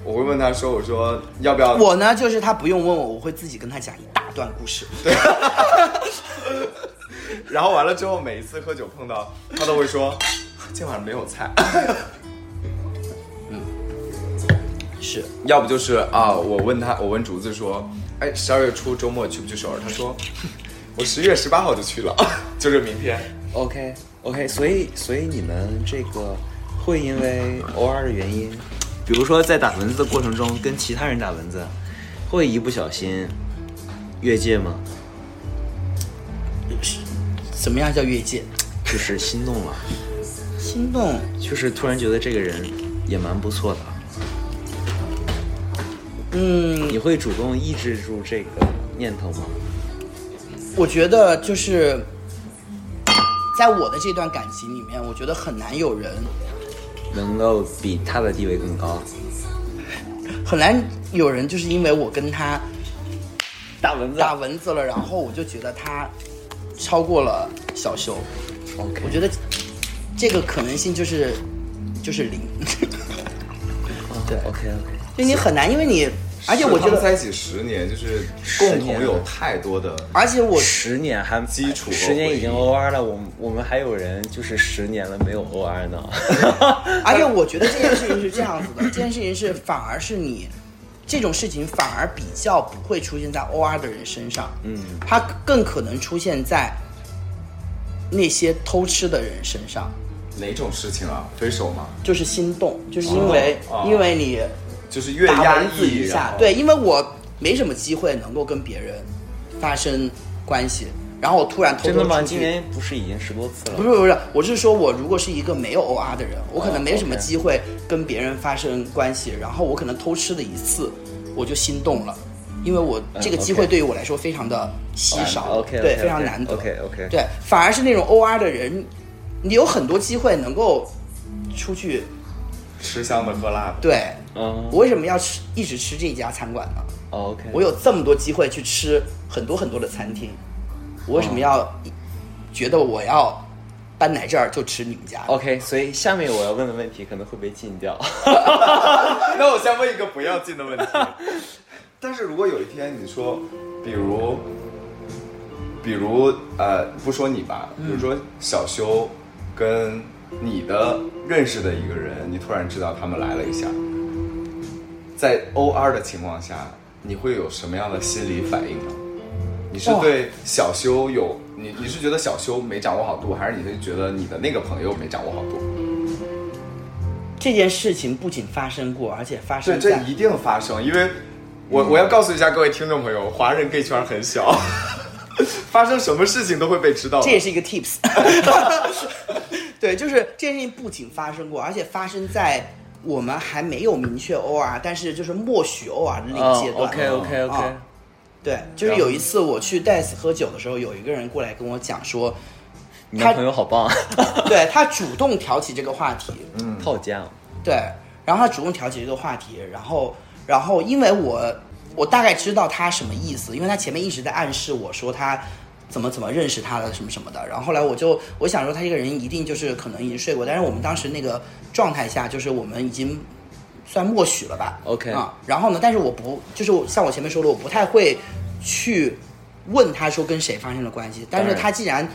Speaker 1: 我会问他说：“我说要不要
Speaker 3: 我呢，就是他不用问我，我会自己跟他讲一大段故事。
Speaker 1: 然后完了之后，每一次喝酒碰到他都会说，今晚上没有菜，
Speaker 3: 是，
Speaker 1: 要不就是啊，我问他，我问竹子说，哎，十二月初周末去不去首尔？他说， 我十月十八号就去了， 就是明天。
Speaker 2: OK OK，所以所以你们这个会因为 OR 的原因，比如说在打蚊子的过程中跟其他人打蚊子，会一不小心越界吗？
Speaker 3: 怎么样叫越界？
Speaker 2: 就是心动了。
Speaker 3: 心动
Speaker 2: 就是突然觉得这个人也蛮不错的。嗯，你会主动抑制住这个念头吗？
Speaker 3: 我觉得就是在我的这段感情里面，我觉得很难有人，
Speaker 2: 能够比他的地位更高。
Speaker 3: 很难有人就是因为我跟他
Speaker 2: 大蚊子
Speaker 3: 打蚊子了，然后我就觉得他超过了小修。
Speaker 2: ，OK，
Speaker 3: 我觉得这个可能性就是就是零，
Speaker 2: 对，OK OK，
Speaker 3: 就你很难，因为你，而且我觉
Speaker 1: 他们在
Speaker 3: 得，
Speaker 1: 一起十年，就是
Speaker 2: 十
Speaker 1: 共
Speaker 2: 年
Speaker 1: 同有太多的
Speaker 3: 而且我
Speaker 2: 十年还
Speaker 1: 基础和
Speaker 2: 哎十年已经
Speaker 1: 回忆
Speaker 2: OR 了，我们我们还有人就是十年了没有 OR 呢。
Speaker 3: 而且我觉得这件事情是这样 子的，这件事情是反而是你这种事情反而比较不会出现在 OR 的人身上，嗯，它更可能出现在那些偷吃的人身上，
Speaker 1: 哪种事情啊？分手吗？
Speaker 3: 就是心动，就是因为、
Speaker 1: 哦
Speaker 3: 因为你
Speaker 1: 就是越
Speaker 3: 打
Speaker 1: 压
Speaker 3: 蚊子
Speaker 1: 抑，
Speaker 3: 一
Speaker 1: 然
Speaker 3: 下
Speaker 1: 后，
Speaker 3: 对，因为我没什么机会能够跟别人发生关系，然后我突然偷
Speaker 2: 真的
Speaker 3: 偷
Speaker 2: 吗？
Speaker 3: 出
Speaker 2: 今
Speaker 3: 去。
Speaker 2: 年不是已经十多次了？
Speaker 3: 不是不是，我是说，我如果是一个没有 OR 的人，我可能没什么
Speaker 2: OK
Speaker 3: 机会跟别人发生关系，然后我可能偷吃了一次，我就心动了，因为我这个机会
Speaker 2: OK
Speaker 3: 对于我来说非常的稀少
Speaker 2: OK，OK，
Speaker 3: 对
Speaker 2: OK，
Speaker 3: 非常难得
Speaker 2: OK，OK
Speaker 3: 对，反而是那种 OR 的人，你有很多机会能够出去，
Speaker 1: 吃香的喝辣的。
Speaker 3: 对，
Speaker 1: 哦
Speaker 2: 嗯
Speaker 3: 我为什么要吃一直吃这家餐馆呢？
Speaker 2: 哦，OK，
Speaker 1: 嗯
Speaker 3: 我有这么多机会去吃很多很多的餐厅，我为什么要觉得我要办奶证儿就吃你们家？
Speaker 1: 哦
Speaker 2: OK，所以下面我要问的问题可能会被禁 掉。哦
Speaker 1: 那我先问一个不要进的问题。 但是如果有一天你说，比如，比如呃，不说你吧，比如说小修跟你的认识的一个人，你突然知道他们来了一下，在 OR 的情况下，你会有什么样的心理反应呢？你是
Speaker 3: 哇
Speaker 1: 对小修有你你是觉得小修没掌握好度，还是你是觉得你的那个朋友没掌握好度？
Speaker 3: 这件事情不仅发生过，而且发
Speaker 1: 这
Speaker 3: 生
Speaker 1: 这
Speaker 3: 在
Speaker 1: 一定发生，因为我我要告诉一下各位听众朋友，华人 gay 圈很小， 发生什么事情都会被知道的。
Speaker 3: 这也是一个 tips。对，就是这件事情不仅发生过，而且发生在我们还没有明确 OR，但是就是默许 OR 的那个阶
Speaker 1: 哦
Speaker 3: 段。
Speaker 2: OK OK OK，、
Speaker 3: 啊对，就是有一次我去 Dice 喝酒的时候，有一个人过来跟我讲说，
Speaker 2: 你
Speaker 3: 他
Speaker 2: 男朋友好棒，啊
Speaker 3: 对他主动挑起这个话题，
Speaker 2: 套家哦。
Speaker 3: 对，然后他主动挑起这个话题，然后，然后因为我我大概知道他什么意思，因为他前面一直在暗示我说他怎么怎么认识他的什么什么的，然后后来我就我想说他这个人一定就是可能已经睡过，但是我们当时那个状态下就是我们已经算默许了吧
Speaker 2: OK
Speaker 3: 啊、然后呢，但是我不就是我像我前面说的，我不太会去问他说跟谁发生了关系，但是
Speaker 2: 当然
Speaker 3: 他既然。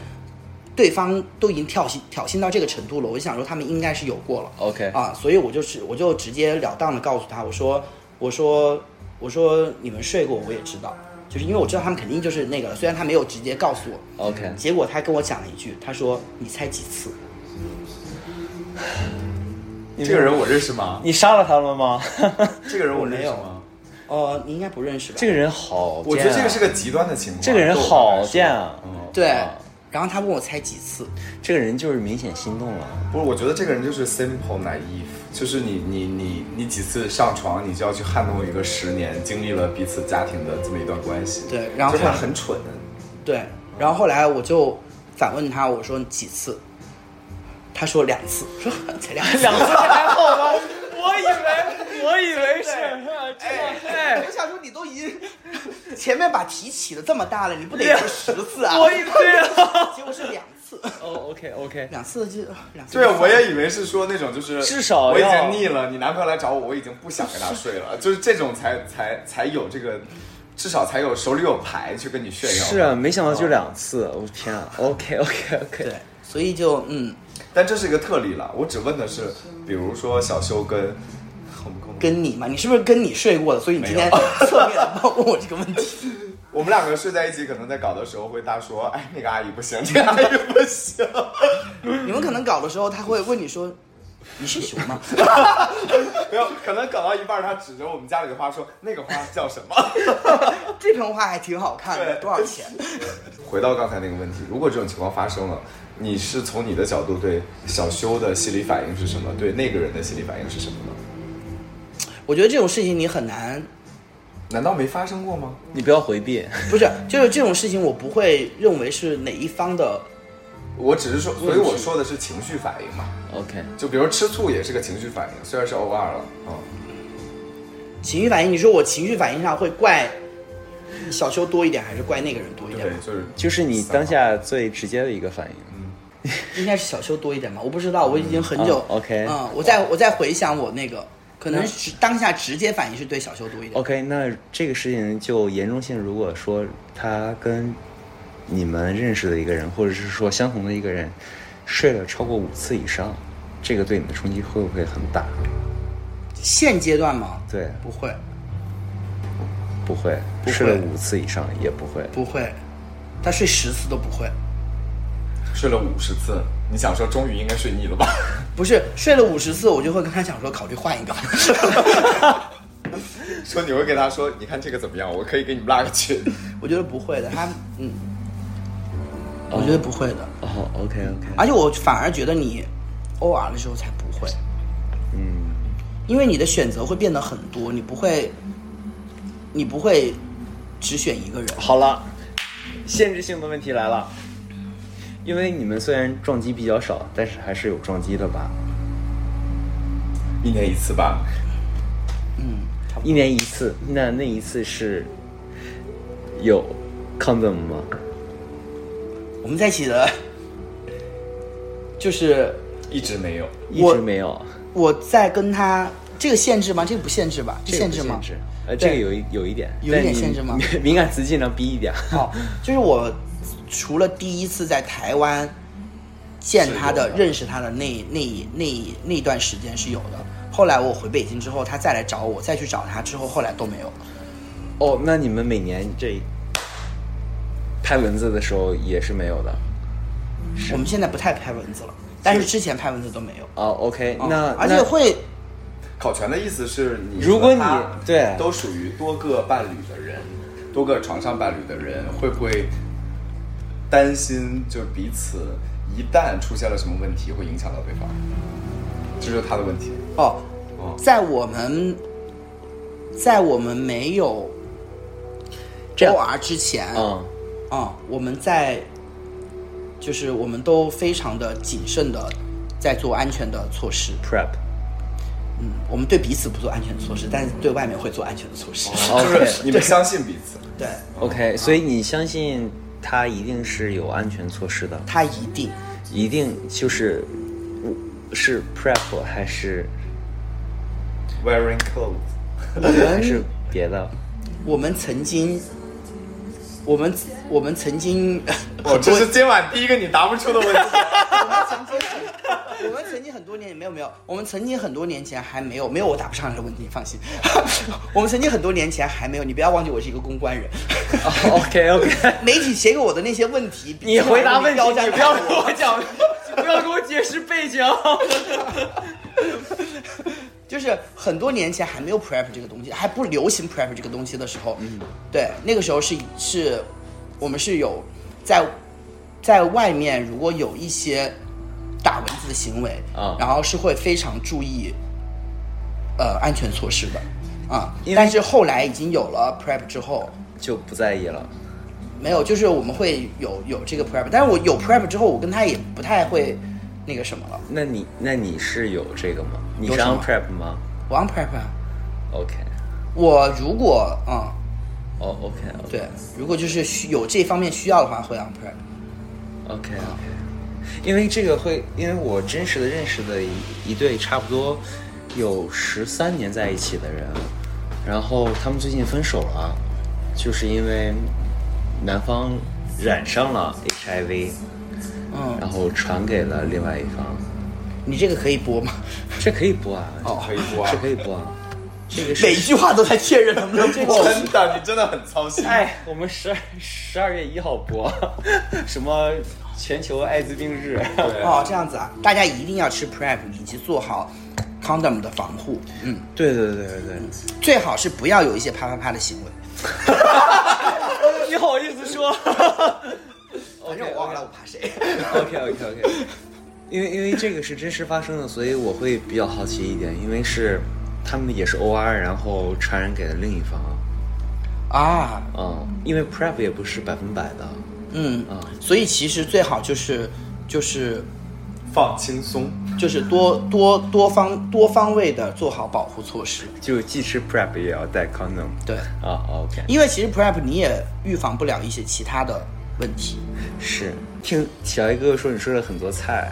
Speaker 3: 对方都已经挑衅挑衅到这个程度了，我就想说他们应该是有过了。
Speaker 2: OK，
Speaker 3: 啊，所以我就是我就直截了当的告诉他，我说我说我说你们睡过，我也知道，就是因为我知道他们肯定就是那个了，虽然他没有直接告诉我，
Speaker 2: 哦 OK，
Speaker 3: 结果他跟我讲了一句，他说你猜几次？
Speaker 1: 这个人我认识吗？
Speaker 2: 你杀了他们吗？
Speaker 1: 这个人我认识吗？
Speaker 3: 呃，你应该不认识吧？
Speaker 2: 这个人好贱啊、
Speaker 1: 我觉得这个是个极端的情况。
Speaker 2: 这个人
Speaker 1: 对我来
Speaker 2: 好
Speaker 1: 说
Speaker 2: 贱啊！
Speaker 1: 嗯，
Speaker 3: 对
Speaker 2: 啊，
Speaker 3: 然后他问我猜几次，
Speaker 2: 这个人就是明显心动了。
Speaker 1: 不是，我觉得这个人就是 simple naive，就是你你你你几次上床，你就要去撼动一个十年经历了彼此家庭的这么一段关系。
Speaker 3: 对然后
Speaker 1: 就是他很蠢。
Speaker 3: 对，然后后来我就反问他，我说你几次？他说两次， 我说才两次，
Speaker 2: 两次还好吧？ 我以为我以为是，哎，
Speaker 3: 我想说你都已经前面把题起的这么大了，你不得说十次啊？
Speaker 2: 我以为啊。
Speaker 3: 结果是两次，
Speaker 2: 哦，OK OK，
Speaker 3: 两次就两次。
Speaker 1: 对，我也以为是说那种就是
Speaker 2: 至少
Speaker 1: 我已
Speaker 2: 要
Speaker 1: 经腻了，你男朋友来找我，我已经不想跟他睡了，就是这种才才才有这个，至少才有手里有牌去跟你炫耀。
Speaker 2: 是啊，，没想到就两次，我、天啊！OK OK OK，
Speaker 3: 对，所以就嗯，
Speaker 1: 但这是一个特例了。我只问的是，比如说小修跟我们跟
Speaker 3: 跟你嘛，你是不是跟你睡过的？所以你今天 侧面来问我这个问题。
Speaker 1: 我们两个睡在一起，可能在搞的时候会大说，哎，那个阿姨不行，那个阿姨不行。
Speaker 3: 你们可能搞的时候，他会问你说：“你是熊吗
Speaker 1: 没有，可能搞到一半，他指着我们家里的花说，那个花叫什么？？”
Speaker 3: 这盆花还挺好看的，
Speaker 1: 对
Speaker 3: 多少钱？
Speaker 1: 回到刚才那个问题，如果这种情况发生了，你是从你的角度对小修的心理反应是什么？对那个人的心理反应是什么呢？
Speaker 3: 我觉得这种事情你很难，
Speaker 1: 难道没发生过吗？
Speaker 2: 你不要回避。
Speaker 3: 不是，就是这种事情我不会认为是哪一方的
Speaker 1: 我只是说，所以我说的是情绪反应嘛。
Speaker 2: OK，
Speaker 1: 就比如吃醋也是个情绪反应，虽然是偶尔了，嗯，
Speaker 3: 情绪反应，你说我情绪反应上会怪小秋多一点，还是怪那个人多一点
Speaker 1: 对
Speaker 3: 吧？，
Speaker 1: 就是
Speaker 2: 就是你当下最直接的一个反应。
Speaker 3: 应该是小秋多一点吧，我不知道，我已经很久。
Speaker 2: 嗯，OK
Speaker 3: 嗯，我再我再回想我那个，可能是当下直接反应是对小秋多一点。
Speaker 2: OK，那这个事情就严重性，如果说他跟你们认识的一个人，或者是说相同的一个人，睡了超过五次以上，这个对你的冲击会不会很大？
Speaker 3: 现阶段吗？
Speaker 2: 对，
Speaker 3: 不会，
Speaker 2: 不会，
Speaker 3: 不会
Speaker 2: 睡了五次以上也不会。
Speaker 3: 不会，他睡十次都不会，
Speaker 1: 睡了五十次，你想说终于应该睡腻了吧？
Speaker 3: 不是睡了五十次，我就会跟他讲说考虑换一个。
Speaker 1: 说你会给他说，你看这个怎么样？我可以给你们拉个群。
Speaker 3: 我觉得不会的，他嗯，我觉得不会的，
Speaker 2: 哦，OK OK，
Speaker 3: 而且我反而觉得你 OR 的时候才不会，
Speaker 2: 嗯，
Speaker 3: 因为你的选择会变得很多，你不会，你不会只选一个人。
Speaker 2: 好了，限制性的问题来了，因为你们虽然撞击比较少，但是还是有撞击的吧？
Speaker 1: 一年一次吧，
Speaker 3: 嗯，差不
Speaker 2: 一
Speaker 3: 多。
Speaker 2: 年一次，那那一次是有 condom 吗？
Speaker 3: 我们在一起的，就是
Speaker 1: 一直没有。
Speaker 2: 一直没有，
Speaker 3: 我在跟他这个限制吗？这个不限制吧？这
Speaker 2: 这
Speaker 3: 限
Speaker 2: 个不
Speaker 3: 制吗？
Speaker 2: 限制？呃，
Speaker 3: 对
Speaker 2: 这个有一有一点，
Speaker 3: 有一点
Speaker 2: 但你
Speaker 3: 限制吗
Speaker 2: 敏敏感词尽量逼一点。
Speaker 3: 好，就是我除了第一次在台湾见他的、认识他的那那那那一段时间是有的，后来我回北京之后，他再来找我，再去找他之后，后来都没有了。
Speaker 2: 哦，那你们每年这拍蚊子的时候也是没有的。
Speaker 3: 我们现在不太拍蚊子了，但是之前拍蚊子都没有。
Speaker 2: 哦，OK，、
Speaker 3: 嗯
Speaker 2: 那
Speaker 3: 而且
Speaker 2: 那
Speaker 3: 会
Speaker 1: 考全的意思是你和他，
Speaker 2: 如果你对
Speaker 1: 都属于多个伴侣的人，多个床上伴侣的人，会不会担心就彼此一旦出现了什么问题，会影响到对方？这就是他的问题。
Speaker 3: 哦，
Speaker 1: 哦，
Speaker 3: 在我们在我们没有
Speaker 2: 这样
Speaker 3: OR 之前，
Speaker 2: 嗯，
Speaker 3: 啊、我们在就是我们都非常的谨慎的在做安全的措施。
Speaker 2: prep。
Speaker 3: 嗯，我们对彼此不做安全的措施，但是对外面会做安全的措施。
Speaker 2: 嗯哦
Speaker 1: 就
Speaker 2: OK
Speaker 1: 是你们相信彼此，
Speaker 3: 对，哦
Speaker 2: OK，所以你相信他一定是有安全措施的，
Speaker 3: 他一定
Speaker 2: 一定就是我是 prep 还是
Speaker 1: wearing clothes，
Speaker 2: 还是别的？
Speaker 3: 我们曾经，我们我们曾 经
Speaker 1: 哦，
Speaker 3: 很
Speaker 1: 这
Speaker 3: 多，
Speaker 1: 是今晚第一个你答不出的问题。
Speaker 3: 我们曾经很多年没有没有，我们曾经很多年前还没有没有我答不上来的问题，你放心。 我们曾经很多年前还没有，你不要忘记我是一个公关人。
Speaker 2: 哦 OK OK，
Speaker 3: 媒体写给我的那些问题，
Speaker 2: 你回答问题，
Speaker 3: 标
Speaker 2: 你
Speaker 3: 站
Speaker 2: 不要
Speaker 3: 给
Speaker 2: 跟
Speaker 3: 我
Speaker 2: 我讲，不要跟我解释背景。
Speaker 3: 就是很多年前还没有 prep 这个东西，还不流行 prep 这个东西的时候，对，那个时候是是，我们是有在在外面如果有一些打蚊子的行为，
Speaker 2: 啊
Speaker 3: 然后是会非常注意呃安全措施的啊、
Speaker 2: 因为
Speaker 3: 但是后来已经有了 prep 之后，
Speaker 2: 就不在意了。
Speaker 3: 没有，就是我们会有有这个 prep，但是我有 prep 之后，我跟他也不太会那个什么了，
Speaker 2: 那你那你是有这个吗？你
Speaker 3: 有
Speaker 2: 是
Speaker 3: 什么
Speaker 2: on prep 吗
Speaker 3: 我按 prep 啊，
Speaker 2: ？OK，
Speaker 3: 我如果嗯。
Speaker 2: 哦 OK OK
Speaker 3: 对，如果就是需有这方面需要的话，会 on prep。
Speaker 2: OK OK，因为这个会，因为我真实的认识的一一对差不多有十三年在一起的人，然后他们最近分手了，就是因为男方染上了 HIV，
Speaker 3: 嗯，
Speaker 2: 然后传给了另外一方。
Speaker 3: 你这个可以播吗？
Speaker 2: 这可以播啊，
Speaker 3: 哦
Speaker 1: 可以播啊
Speaker 2: 这可以播啊。这个
Speaker 3: 每
Speaker 2: 是
Speaker 3: 句话都在确认能不能播。
Speaker 1: 真的，你真的很操心。
Speaker 2: 哎，我们十二十二月一号播， 什么全球艾滋病日。
Speaker 1: 对，
Speaker 3: 哦，这样子啊，大家一定要吃 prep，以及做好 condom 的防护。嗯，
Speaker 2: 对对对对对，
Speaker 3: 最好是不要有一些啪啪啪的行为。
Speaker 2: 呃你好意思说？
Speaker 3: 反正我忘了我怕谁。
Speaker 2: OK OK OK，因为因为这个是真实发生的，所以我会比较好奇一点，因为是他们也是 OR，然后传染给了另一方，
Speaker 3: 啊，
Speaker 2: 嗯，因为 PrEP 也不是百分百的，
Speaker 3: 嗯
Speaker 2: 啊，
Speaker 3: 所以其实最好就是就是
Speaker 1: 放轻松，
Speaker 3: 就是多多多方多方位的做好保护措施。
Speaker 2: 就既吃 prep 也要带 condom
Speaker 3: 对，
Speaker 2: 啊，OK，
Speaker 3: 因为其实 prep 你也预防不了一些其他的问题。
Speaker 2: 是听小一哥哥说你说了很多菜，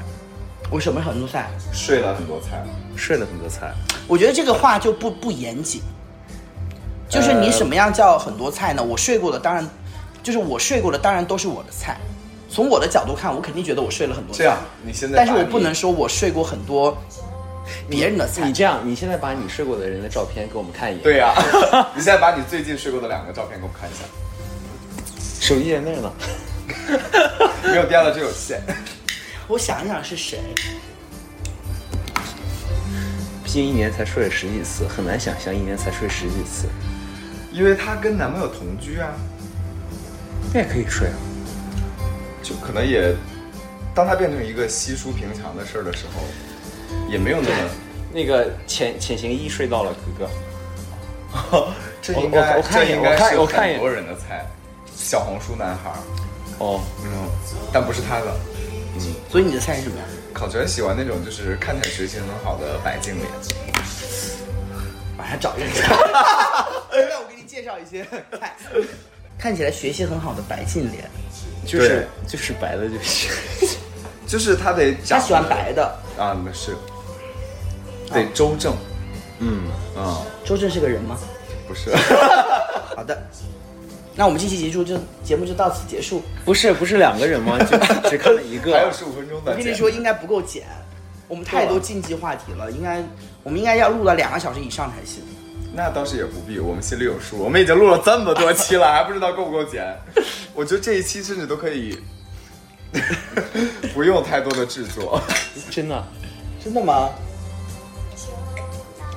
Speaker 3: 我什么程度赛？
Speaker 1: 睡了很多菜。
Speaker 2: 睡了很多菜，
Speaker 3: 我觉得这个话就不不严谨，就是你什么样叫很多菜呢？我睡过的当然，就是我睡过的当然都是我的菜。从我的角度看，我肯定觉得我睡了很多菜。
Speaker 1: 这样，你现在把
Speaker 3: 但
Speaker 1: 你，
Speaker 3: 是我不能说我睡过很多别人的菜
Speaker 2: 你。这样，你现在把你睡过的人的照片给我们看一眼。，
Speaker 1: 对呀、你现在把你最近睡过的两个照片给我们看一下，
Speaker 2: 手机在那儿呢。
Speaker 1: 没有第二个只有线。
Speaker 3: 我想一想是谁，
Speaker 2: 毕竟一年才睡了十几次，很难想象一年才睡十几次。
Speaker 1: 因为她跟男朋友同居啊，
Speaker 2: 那也可以睡啊。
Speaker 1: 就可能也，当她变成一个稀疏平常的事儿的时候，也没有那么。
Speaker 2: 那个潜潜行一睡到了，哥哥。
Speaker 1: 这
Speaker 2: 我
Speaker 1: 应该
Speaker 2: 我我看
Speaker 1: 这
Speaker 2: 一眼
Speaker 1: 应该
Speaker 2: 我看
Speaker 1: 是
Speaker 2: 我看一
Speaker 1: 很
Speaker 2: 眼
Speaker 1: 多人的菜，小红书男孩儿，
Speaker 2: 哦，
Speaker 1: 嗯，但不是他的。
Speaker 3: 所以你的菜是什么呀？
Speaker 1: 考全喜欢那种就是看起来学习很好的白净脸，
Speaker 3: 马上找一个。让我给你介绍一 些菜。看起来学习很好的白净莲，
Speaker 2: 就是就是白的就行。
Speaker 1: 就是他得
Speaker 3: 他
Speaker 1: 长得
Speaker 3: 喜欢白的。
Speaker 1: 啊，那是得
Speaker 2: 啊
Speaker 1: 周正，
Speaker 2: 嗯，
Speaker 1: 嗯，
Speaker 3: 周正是个人吗？
Speaker 1: 不 是，
Speaker 3: 好的，那我们这期结束就节目就到此结束。
Speaker 2: 不是不是两个人吗？ 就只看了一
Speaker 1: 还
Speaker 2: 个
Speaker 1: 有。十五分钟
Speaker 3: 我
Speaker 1: 的。
Speaker 3: 跟你说，应该不够剪，我们太多禁忌话题了，应该我们应该要录到两个小时以上才行。
Speaker 1: 那倒是也不必，我们心里有数，我们已经录了这么多期了，还不知道够不够剪。我觉得这一期甚至都可以 不用太多的制作。
Speaker 2: 真的，
Speaker 3: 真的吗？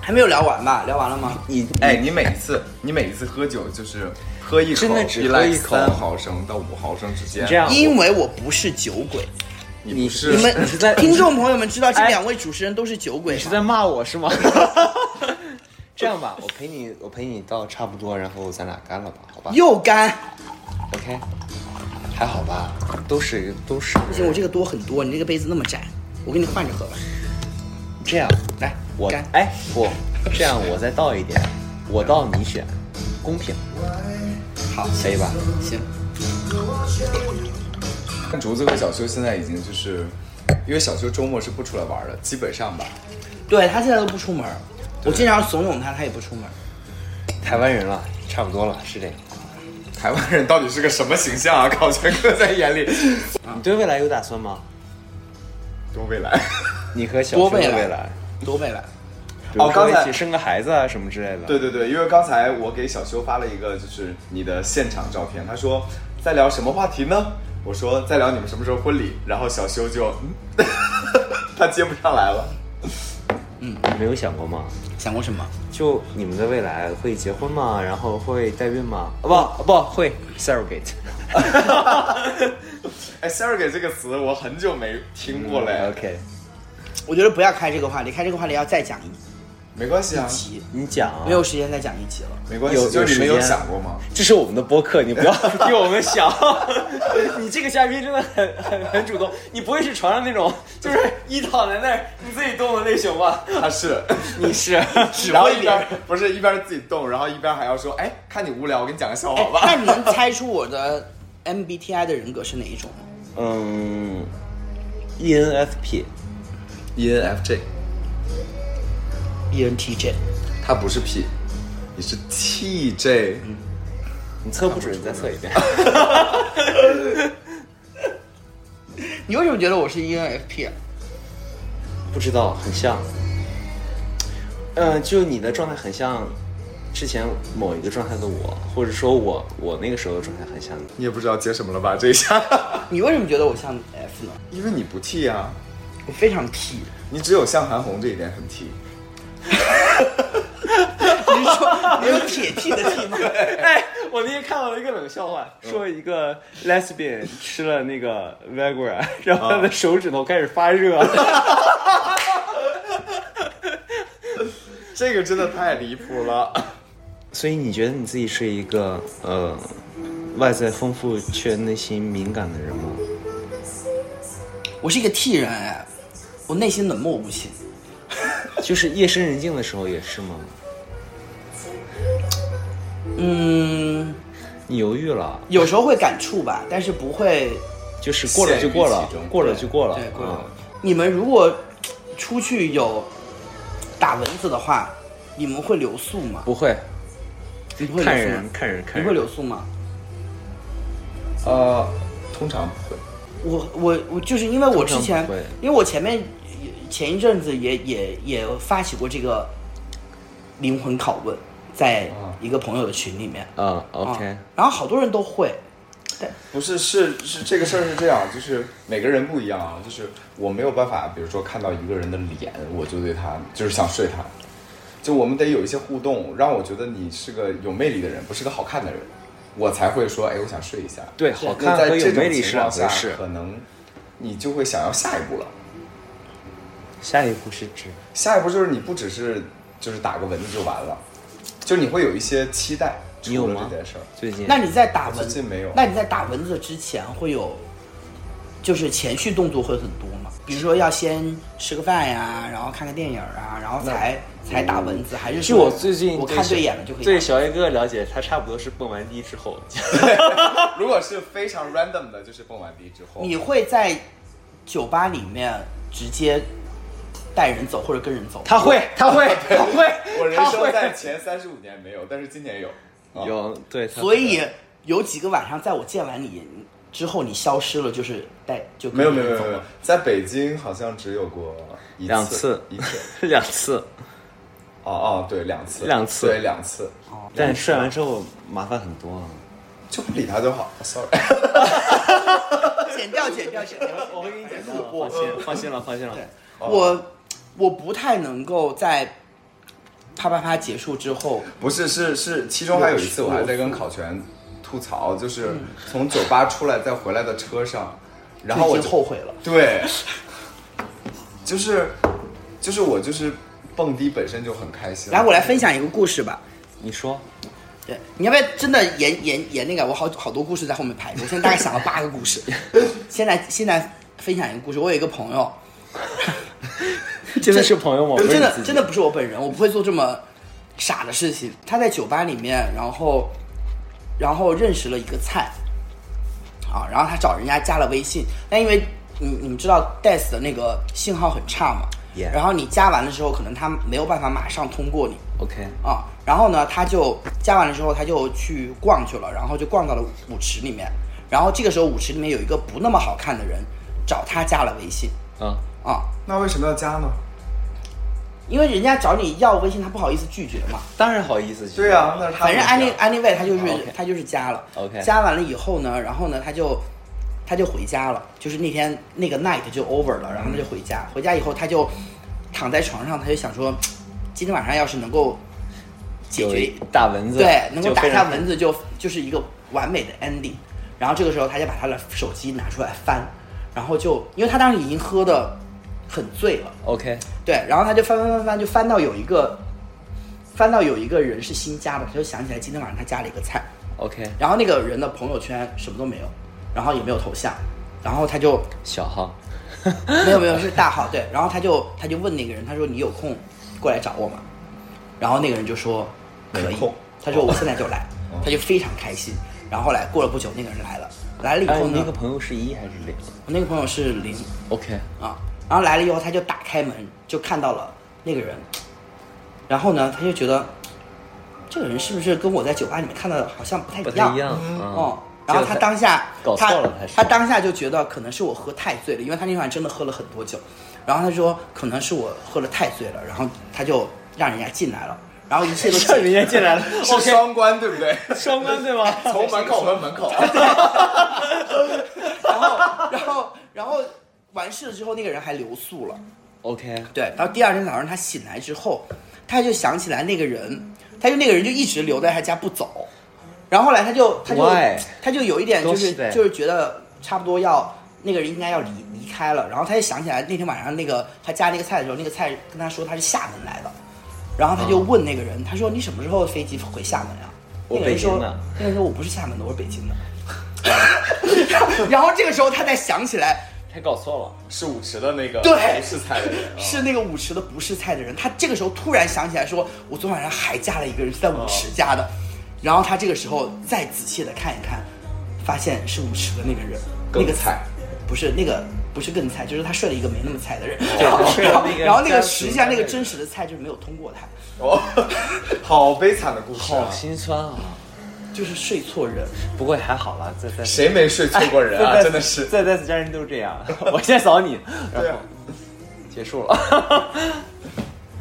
Speaker 3: 还没有聊完吧？聊完了吗？
Speaker 2: 你
Speaker 1: 哎，你每一次你每一次喝酒就是喝一口，
Speaker 2: 真的只喝
Speaker 1: 来
Speaker 2: 一口
Speaker 1: 三毫升到五毫升之间。
Speaker 2: 这样
Speaker 3: 因为我不是酒 鬼，
Speaker 1: 你不
Speaker 2: 你
Speaker 1: 是
Speaker 3: 你们
Speaker 2: 你是在
Speaker 3: 听众朋友们知道这
Speaker 2: 哎
Speaker 3: 两位主持人都是酒鬼
Speaker 2: 你
Speaker 3: 吗
Speaker 2: 是在骂我是 吗？这样吧，我陪你，我陪你到差不多，然后咱俩干了吧，好吧
Speaker 3: 又干，
Speaker 2: ？OK，还好吧，都是都是
Speaker 3: 不行，我这个多很多，你这个杯子那么窄，我给你换着喝吧。
Speaker 2: 这样，
Speaker 3: 来，
Speaker 2: 我
Speaker 3: 干，
Speaker 2: 哎不，这样我再倒一点，我倒你选，公平，
Speaker 3: 好，
Speaker 2: 可以吧？
Speaker 3: 行，
Speaker 1: 但竹子和小修现在已经就是，因为小修周末是不出来玩的，基本上吧。
Speaker 3: 对他现在都不出门儿，我经常怂恿他，他也不出门儿。
Speaker 2: 台湾人了，差不多了，是这个。
Speaker 1: 台湾人到底是个什么形象啊？考全哥在眼里，
Speaker 2: 你对未来有打算吗？
Speaker 1: 多未来。
Speaker 2: 你和小
Speaker 3: 多
Speaker 2: 叔的
Speaker 3: 未来
Speaker 2: 未来，
Speaker 3: 多未来，
Speaker 2: 比如
Speaker 1: 哦刚
Speaker 2: 说一
Speaker 1: 才
Speaker 2: 起生个孩子啊什么之类的。
Speaker 1: 对对对，因为刚才我给小修发了一个就是你的现场照片，他说在聊什么话题呢？我说在聊你们什么时候婚礼，然后小修就，嗯、 他接不上来了。
Speaker 2: 你没有想过吗？
Speaker 3: 想过什么？
Speaker 2: 就你们的未来会结婚吗？然后会代孕吗？啊不不会 surrogate。
Speaker 1: 哎 s u r r o g a t 这个词我很久没听过嘞、
Speaker 2: 嗯 OK，
Speaker 3: 我觉得不要开这个话题，开这个话题要再讲一
Speaker 1: 没关系啊，
Speaker 3: 集，
Speaker 2: 你讲啊
Speaker 3: 没有时间再讲一集了。
Speaker 1: 没关系，
Speaker 2: 有
Speaker 1: 就是你们
Speaker 2: 有
Speaker 1: 有
Speaker 2: 时间
Speaker 1: 想过吗？
Speaker 2: 这是我们的播客，你不要 替我们想。你这个嘉宾真的很很很主动，你不会是床上那种 就是一躺在那儿你自己动的类型吧？
Speaker 1: 他是。
Speaker 2: 你 是
Speaker 1: 然后一边不是一边自己动，然后一边还要说，哎，看你无聊，我给你讲个笑话
Speaker 2: 哎
Speaker 1: 吧。
Speaker 3: 哎那你能猜出我的 MBTI 的人格是哪一种吗？
Speaker 2: 嗯，ENFP，E
Speaker 1: ENFJ，
Speaker 3: ENTJ，
Speaker 1: 他不是 P，你是 TJ，
Speaker 2: 嗯你测不准，你再测一遍。
Speaker 3: 你为什么觉得我是 ENFP 啊？
Speaker 2: 不知道，很像。嗯、就你的状态很像之前某一个状态的我，或者说我我那个时候的状态很像你。
Speaker 1: 你也不知道接什么了吧？这一下，
Speaker 3: 你为什么觉得我像 F 呢？
Speaker 1: 因为你不 T 啊，
Speaker 3: 我非常 T。
Speaker 1: 你只有像韩红这一点很 T。
Speaker 3: 你是说你有铁 T 的 T 吗？
Speaker 2: 哎，我那天看到了一个冷笑话，说一个 lesbian 吃了那个 Viagra，然后他的手指头开始发热。
Speaker 1: 这个真的太离谱 了，
Speaker 2: 所以你觉得你自己是一个呃外在丰富却内心敏感的人吗？
Speaker 3: 我是一个 T 人哎，我内心冷漠无情。
Speaker 2: 就是夜深人静的时候也是吗？
Speaker 3: 嗯，
Speaker 2: 你犹豫了，
Speaker 3: 有时候会感触吧，但是不会
Speaker 2: 就是过了就过
Speaker 1: 陷于
Speaker 2: 了
Speaker 1: 其中，
Speaker 2: 过了就过了，
Speaker 3: 对，过
Speaker 2: 啊
Speaker 3: 了。你们如果出去有打蚊子的话，你们会留宿吗？
Speaker 2: 不会，
Speaker 3: 你不会
Speaker 2: 看
Speaker 3: 留宿
Speaker 2: 人
Speaker 3: 吗？
Speaker 2: 看人看
Speaker 3: 你
Speaker 2: 人。
Speaker 3: 会留宿吗？
Speaker 1: 呃，通常不会。
Speaker 3: 我我我就是因为我之前
Speaker 2: 通常不会，
Speaker 3: 因为我前面前一阵子也也也发起过这个灵魂拷问，在
Speaker 1: 啊
Speaker 3: 一个朋友的群里面。
Speaker 2: 嗯，OK
Speaker 3: 啊。然后好多人都会，
Speaker 1: 不是，是是这个事儿是这样，就是每个人不一样啊，就是我没有办法，比如说看到一个人的脸，我就对他就是想睡他，就我们得有一些互动，让我觉得你是个有魅力的人，不是个好看的人，我才会说，哎，我想睡一下。
Speaker 2: 对，好
Speaker 1: 那
Speaker 2: 看
Speaker 1: 在
Speaker 2: 和
Speaker 1: 这
Speaker 2: 有
Speaker 1: 种
Speaker 2: 魅力
Speaker 1: 情
Speaker 2: 是两
Speaker 1: 况
Speaker 2: 回
Speaker 1: 下
Speaker 2: 事，。
Speaker 1: 可能你就会想要下一步了。
Speaker 2: 下一步是指
Speaker 1: 下一步就是你不只是就是打个蚊子就完了，就你会有一些期待。
Speaker 2: 你有
Speaker 1: 除了
Speaker 2: 吗
Speaker 1: 这件事儿，
Speaker 2: 最近
Speaker 3: 那你在
Speaker 1: 我
Speaker 3: 打蚊
Speaker 1: 最
Speaker 3: 子
Speaker 1: 近没有
Speaker 3: 那你在打蚊子之前会有，就是前序动作会很多吗？比如说要先吃个饭呀、然后看个电影啊，然后才才打蚊子，还是
Speaker 2: 嗯据
Speaker 3: 说
Speaker 2: 我最近
Speaker 3: 我看对眼了就可以打
Speaker 2: 对小一哥了解，他差不多是蹦完迪之后，
Speaker 1: 如果是非常 random 的，就是蹦完迪之后，
Speaker 3: 你会在酒吧里面直接带人走或者跟人走？
Speaker 2: 他会，他会，他
Speaker 1: 我
Speaker 2: 会，
Speaker 1: 人
Speaker 2: 他
Speaker 1: 生在
Speaker 2: 会，
Speaker 1: 前三十五年没有，但是今年有。啊，
Speaker 2: 有对，他
Speaker 3: 所以有几个晚上在我见完你之后，你消失了，就是带就跟
Speaker 1: 没有没有
Speaker 3: 人
Speaker 1: 没有
Speaker 3: 走
Speaker 1: 没有
Speaker 3: 了，
Speaker 1: 在北京好像只有过一
Speaker 2: 两
Speaker 1: 次
Speaker 2: 次，
Speaker 1: 一次。
Speaker 2: 两次，
Speaker 1: 哦哦，对，两次，
Speaker 2: 两次
Speaker 1: 对，两次，
Speaker 2: 但睡完之后麻烦很多啊。
Speaker 1: 就不理他就好。Sorry，
Speaker 3: 哦剪掉剪掉剪掉，我会给你剪掉。
Speaker 2: 呃放心，放心了，放心了。
Speaker 3: 对，我我不太能够在啪啪啪结束之后，
Speaker 1: 不是是是，其中还有一次我还在跟考全吐槽，就是
Speaker 2: 嗯
Speaker 1: 从酒吧出来再回来的车上，然后
Speaker 3: 就
Speaker 1: 我
Speaker 3: 已
Speaker 1: 就
Speaker 3: 经后悔了。
Speaker 1: 对，就是就是我就是蹦迪本身就很开心。
Speaker 3: 来，我来分享一个故事吧。
Speaker 2: 你说，
Speaker 3: 对，你要不要真的延延延那个？我好好多故事在后面排着，我现在大概想了八个故事。 现在现在分享一个故事，我有一个朋友，
Speaker 2: 真的是朋友吗？
Speaker 3: 真的真的
Speaker 2: 不
Speaker 3: 不是我本人，我不会做这么傻的事情。他在酒吧里面，然后然后认识了一个菜，啊，然后他找人家加了微信，但因为你你们知道 Death 的那个信号很差嘛
Speaker 2: Yeah
Speaker 3: 然后你加完了之后，可能他没有办法马上通过你，
Speaker 2: 是 OK。
Speaker 3: 啊，然后呢，他就加完了之后，他就去逛去了，然后就逛到了舞池里面，然后这个时候舞池里面有一个不那么好看的人找他加了微信
Speaker 2: 嗯，
Speaker 3: 啊，
Speaker 1: 那为什么要加呢？
Speaker 3: 因为人家找你要微信，他不好意思拒绝嘛。
Speaker 2: 当然好意思去。
Speaker 1: 对啊，那是他
Speaker 3: 反
Speaker 1: 们
Speaker 3: 正
Speaker 1: 家。
Speaker 3: anyway anyway，他就是、
Speaker 2: 啊，OK
Speaker 3: 他就是加了
Speaker 2: OK
Speaker 3: 加完了以后呢，然后呢，他就他就回家了，就是那天那个 night 就 over 了，然后他就回
Speaker 2: 嗯
Speaker 3: 家，回家以后他就躺在床上，他就想说，今天晚上要是能够解
Speaker 2: 有
Speaker 3: 决
Speaker 2: 一大蚊子，
Speaker 3: 对，能够打
Speaker 2: 非
Speaker 3: 下
Speaker 2: 常
Speaker 3: 蚊子就就是一个完美的 ending。然后这个时候他就把他的手机拿出来翻，然后就因为他当时已经喝的很醉了，
Speaker 2: OK。
Speaker 3: 对，然后他就翻翻翻翻，就翻到有一个翻到有一个人是新加的，他就想起来今天晚上他加了一个菜，
Speaker 2: OK，
Speaker 3: 然后那个人的朋友圈什么都没有，然后也没有头像，然后他 就
Speaker 2: 小号，
Speaker 3: 没有没有是大号对，然后他就他就问那个人，他说你有空过来找我吗？然后那个人就说可以
Speaker 1: 没空，
Speaker 3: 他说我现在就来，
Speaker 2: 哦
Speaker 3: 他就非常开心。然后后来过了不久，那个人来了，来了以
Speaker 2: 哎，
Speaker 3: 后
Speaker 2: 你那
Speaker 3: 呢
Speaker 2: 个，朋友是一还是零
Speaker 3: 我那个朋友是零
Speaker 2: ？OK，
Speaker 3: 啊，然后来了以后他就打开门就看到了那个人，然后呢他就觉得这个人是不是跟我在酒吧里面看到的好像不太
Speaker 2: 不
Speaker 3: 一
Speaker 2: 太
Speaker 3: 样？
Speaker 2: 一样。嗯
Speaker 3: 哦，然后他当下
Speaker 2: 搞
Speaker 3: 他
Speaker 2: 错了还是
Speaker 3: 他当下就觉得可能是我喝太醉了，因为他那晚真的喝了很多酒，然后他说可能是我喝了太醉了，然后他就让人家进来了，然后一 切都
Speaker 2: 这人家进来了
Speaker 1: 是
Speaker 2: ，OK，
Speaker 1: 双关，对不对？
Speaker 2: 双关对 吗？
Speaker 1: 从门口问门口，
Speaker 3: 然后然后然后完事了之后，那个人还留宿了，
Speaker 2: OK，
Speaker 3: 对，然后第二天早上他醒来之后，他就想起来那个人，他就那个人就一直留在他家不走，然后后来他就他就
Speaker 2: Why？
Speaker 3: 他就有一点就
Speaker 2: 都
Speaker 3: 是
Speaker 2: 是的
Speaker 3: 就是觉得差不多要那个人应该要离离开了，然后他就想起来那天晚上那个他加那个菜的时候，那个菜跟他说他是厦门来的，然后他就问那个人，他说你什么时候飞机回厦门呀、
Speaker 2: 嗯我
Speaker 3: 那个人说
Speaker 2: 北京的
Speaker 3: 那个人说我不是厦门的，我是北京的。然后这个时候他才想起来，
Speaker 4: 他搞错了，
Speaker 1: 是舞池的那个
Speaker 3: 对
Speaker 1: 不是菜的人啊，
Speaker 3: 是那个舞池的不是菜的人，他这个时候突然想起来说，我昨晚上还嫁了一个人是在舞池嫁的，然后他这个时候再仔细的看一看，发现是舞池的那个人，那
Speaker 1: 更
Speaker 3: 个
Speaker 1: 菜
Speaker 3: 不是那个不是更菜，就是他睡了一个没那么菜的人，
Speaker 4: 对
Speaker 3: 然后
Speaker 4: 他睡了
Speaker 3: 然后
Speaker 4: 那个
Speaker 3: 然后那个
Speaker 4: 三十
Speaker 3: 实际上那个
Speaker 4: 的人
Speaker 3: 真实的菜就是没有通过他，
Speaker 1: 哦， 好悲惨的故事啊
Speaker 4: 好！心酸啊。
Speaker 3: 就是睡错人，
Speaker 4: 不过也还好啦，在在
Speaker 1: 谁没睡错过人
Speaker 2: 哎
Speaker 1: 啊？
Speaker 4: 在
Speaker 1: 真的是，
Speaker 4: 在在家人都是这样。我先扫你，然
Speaker 1: 对
Speaker 4: 后
Speaker 1: 啊，
Speaker 4: 结束 了。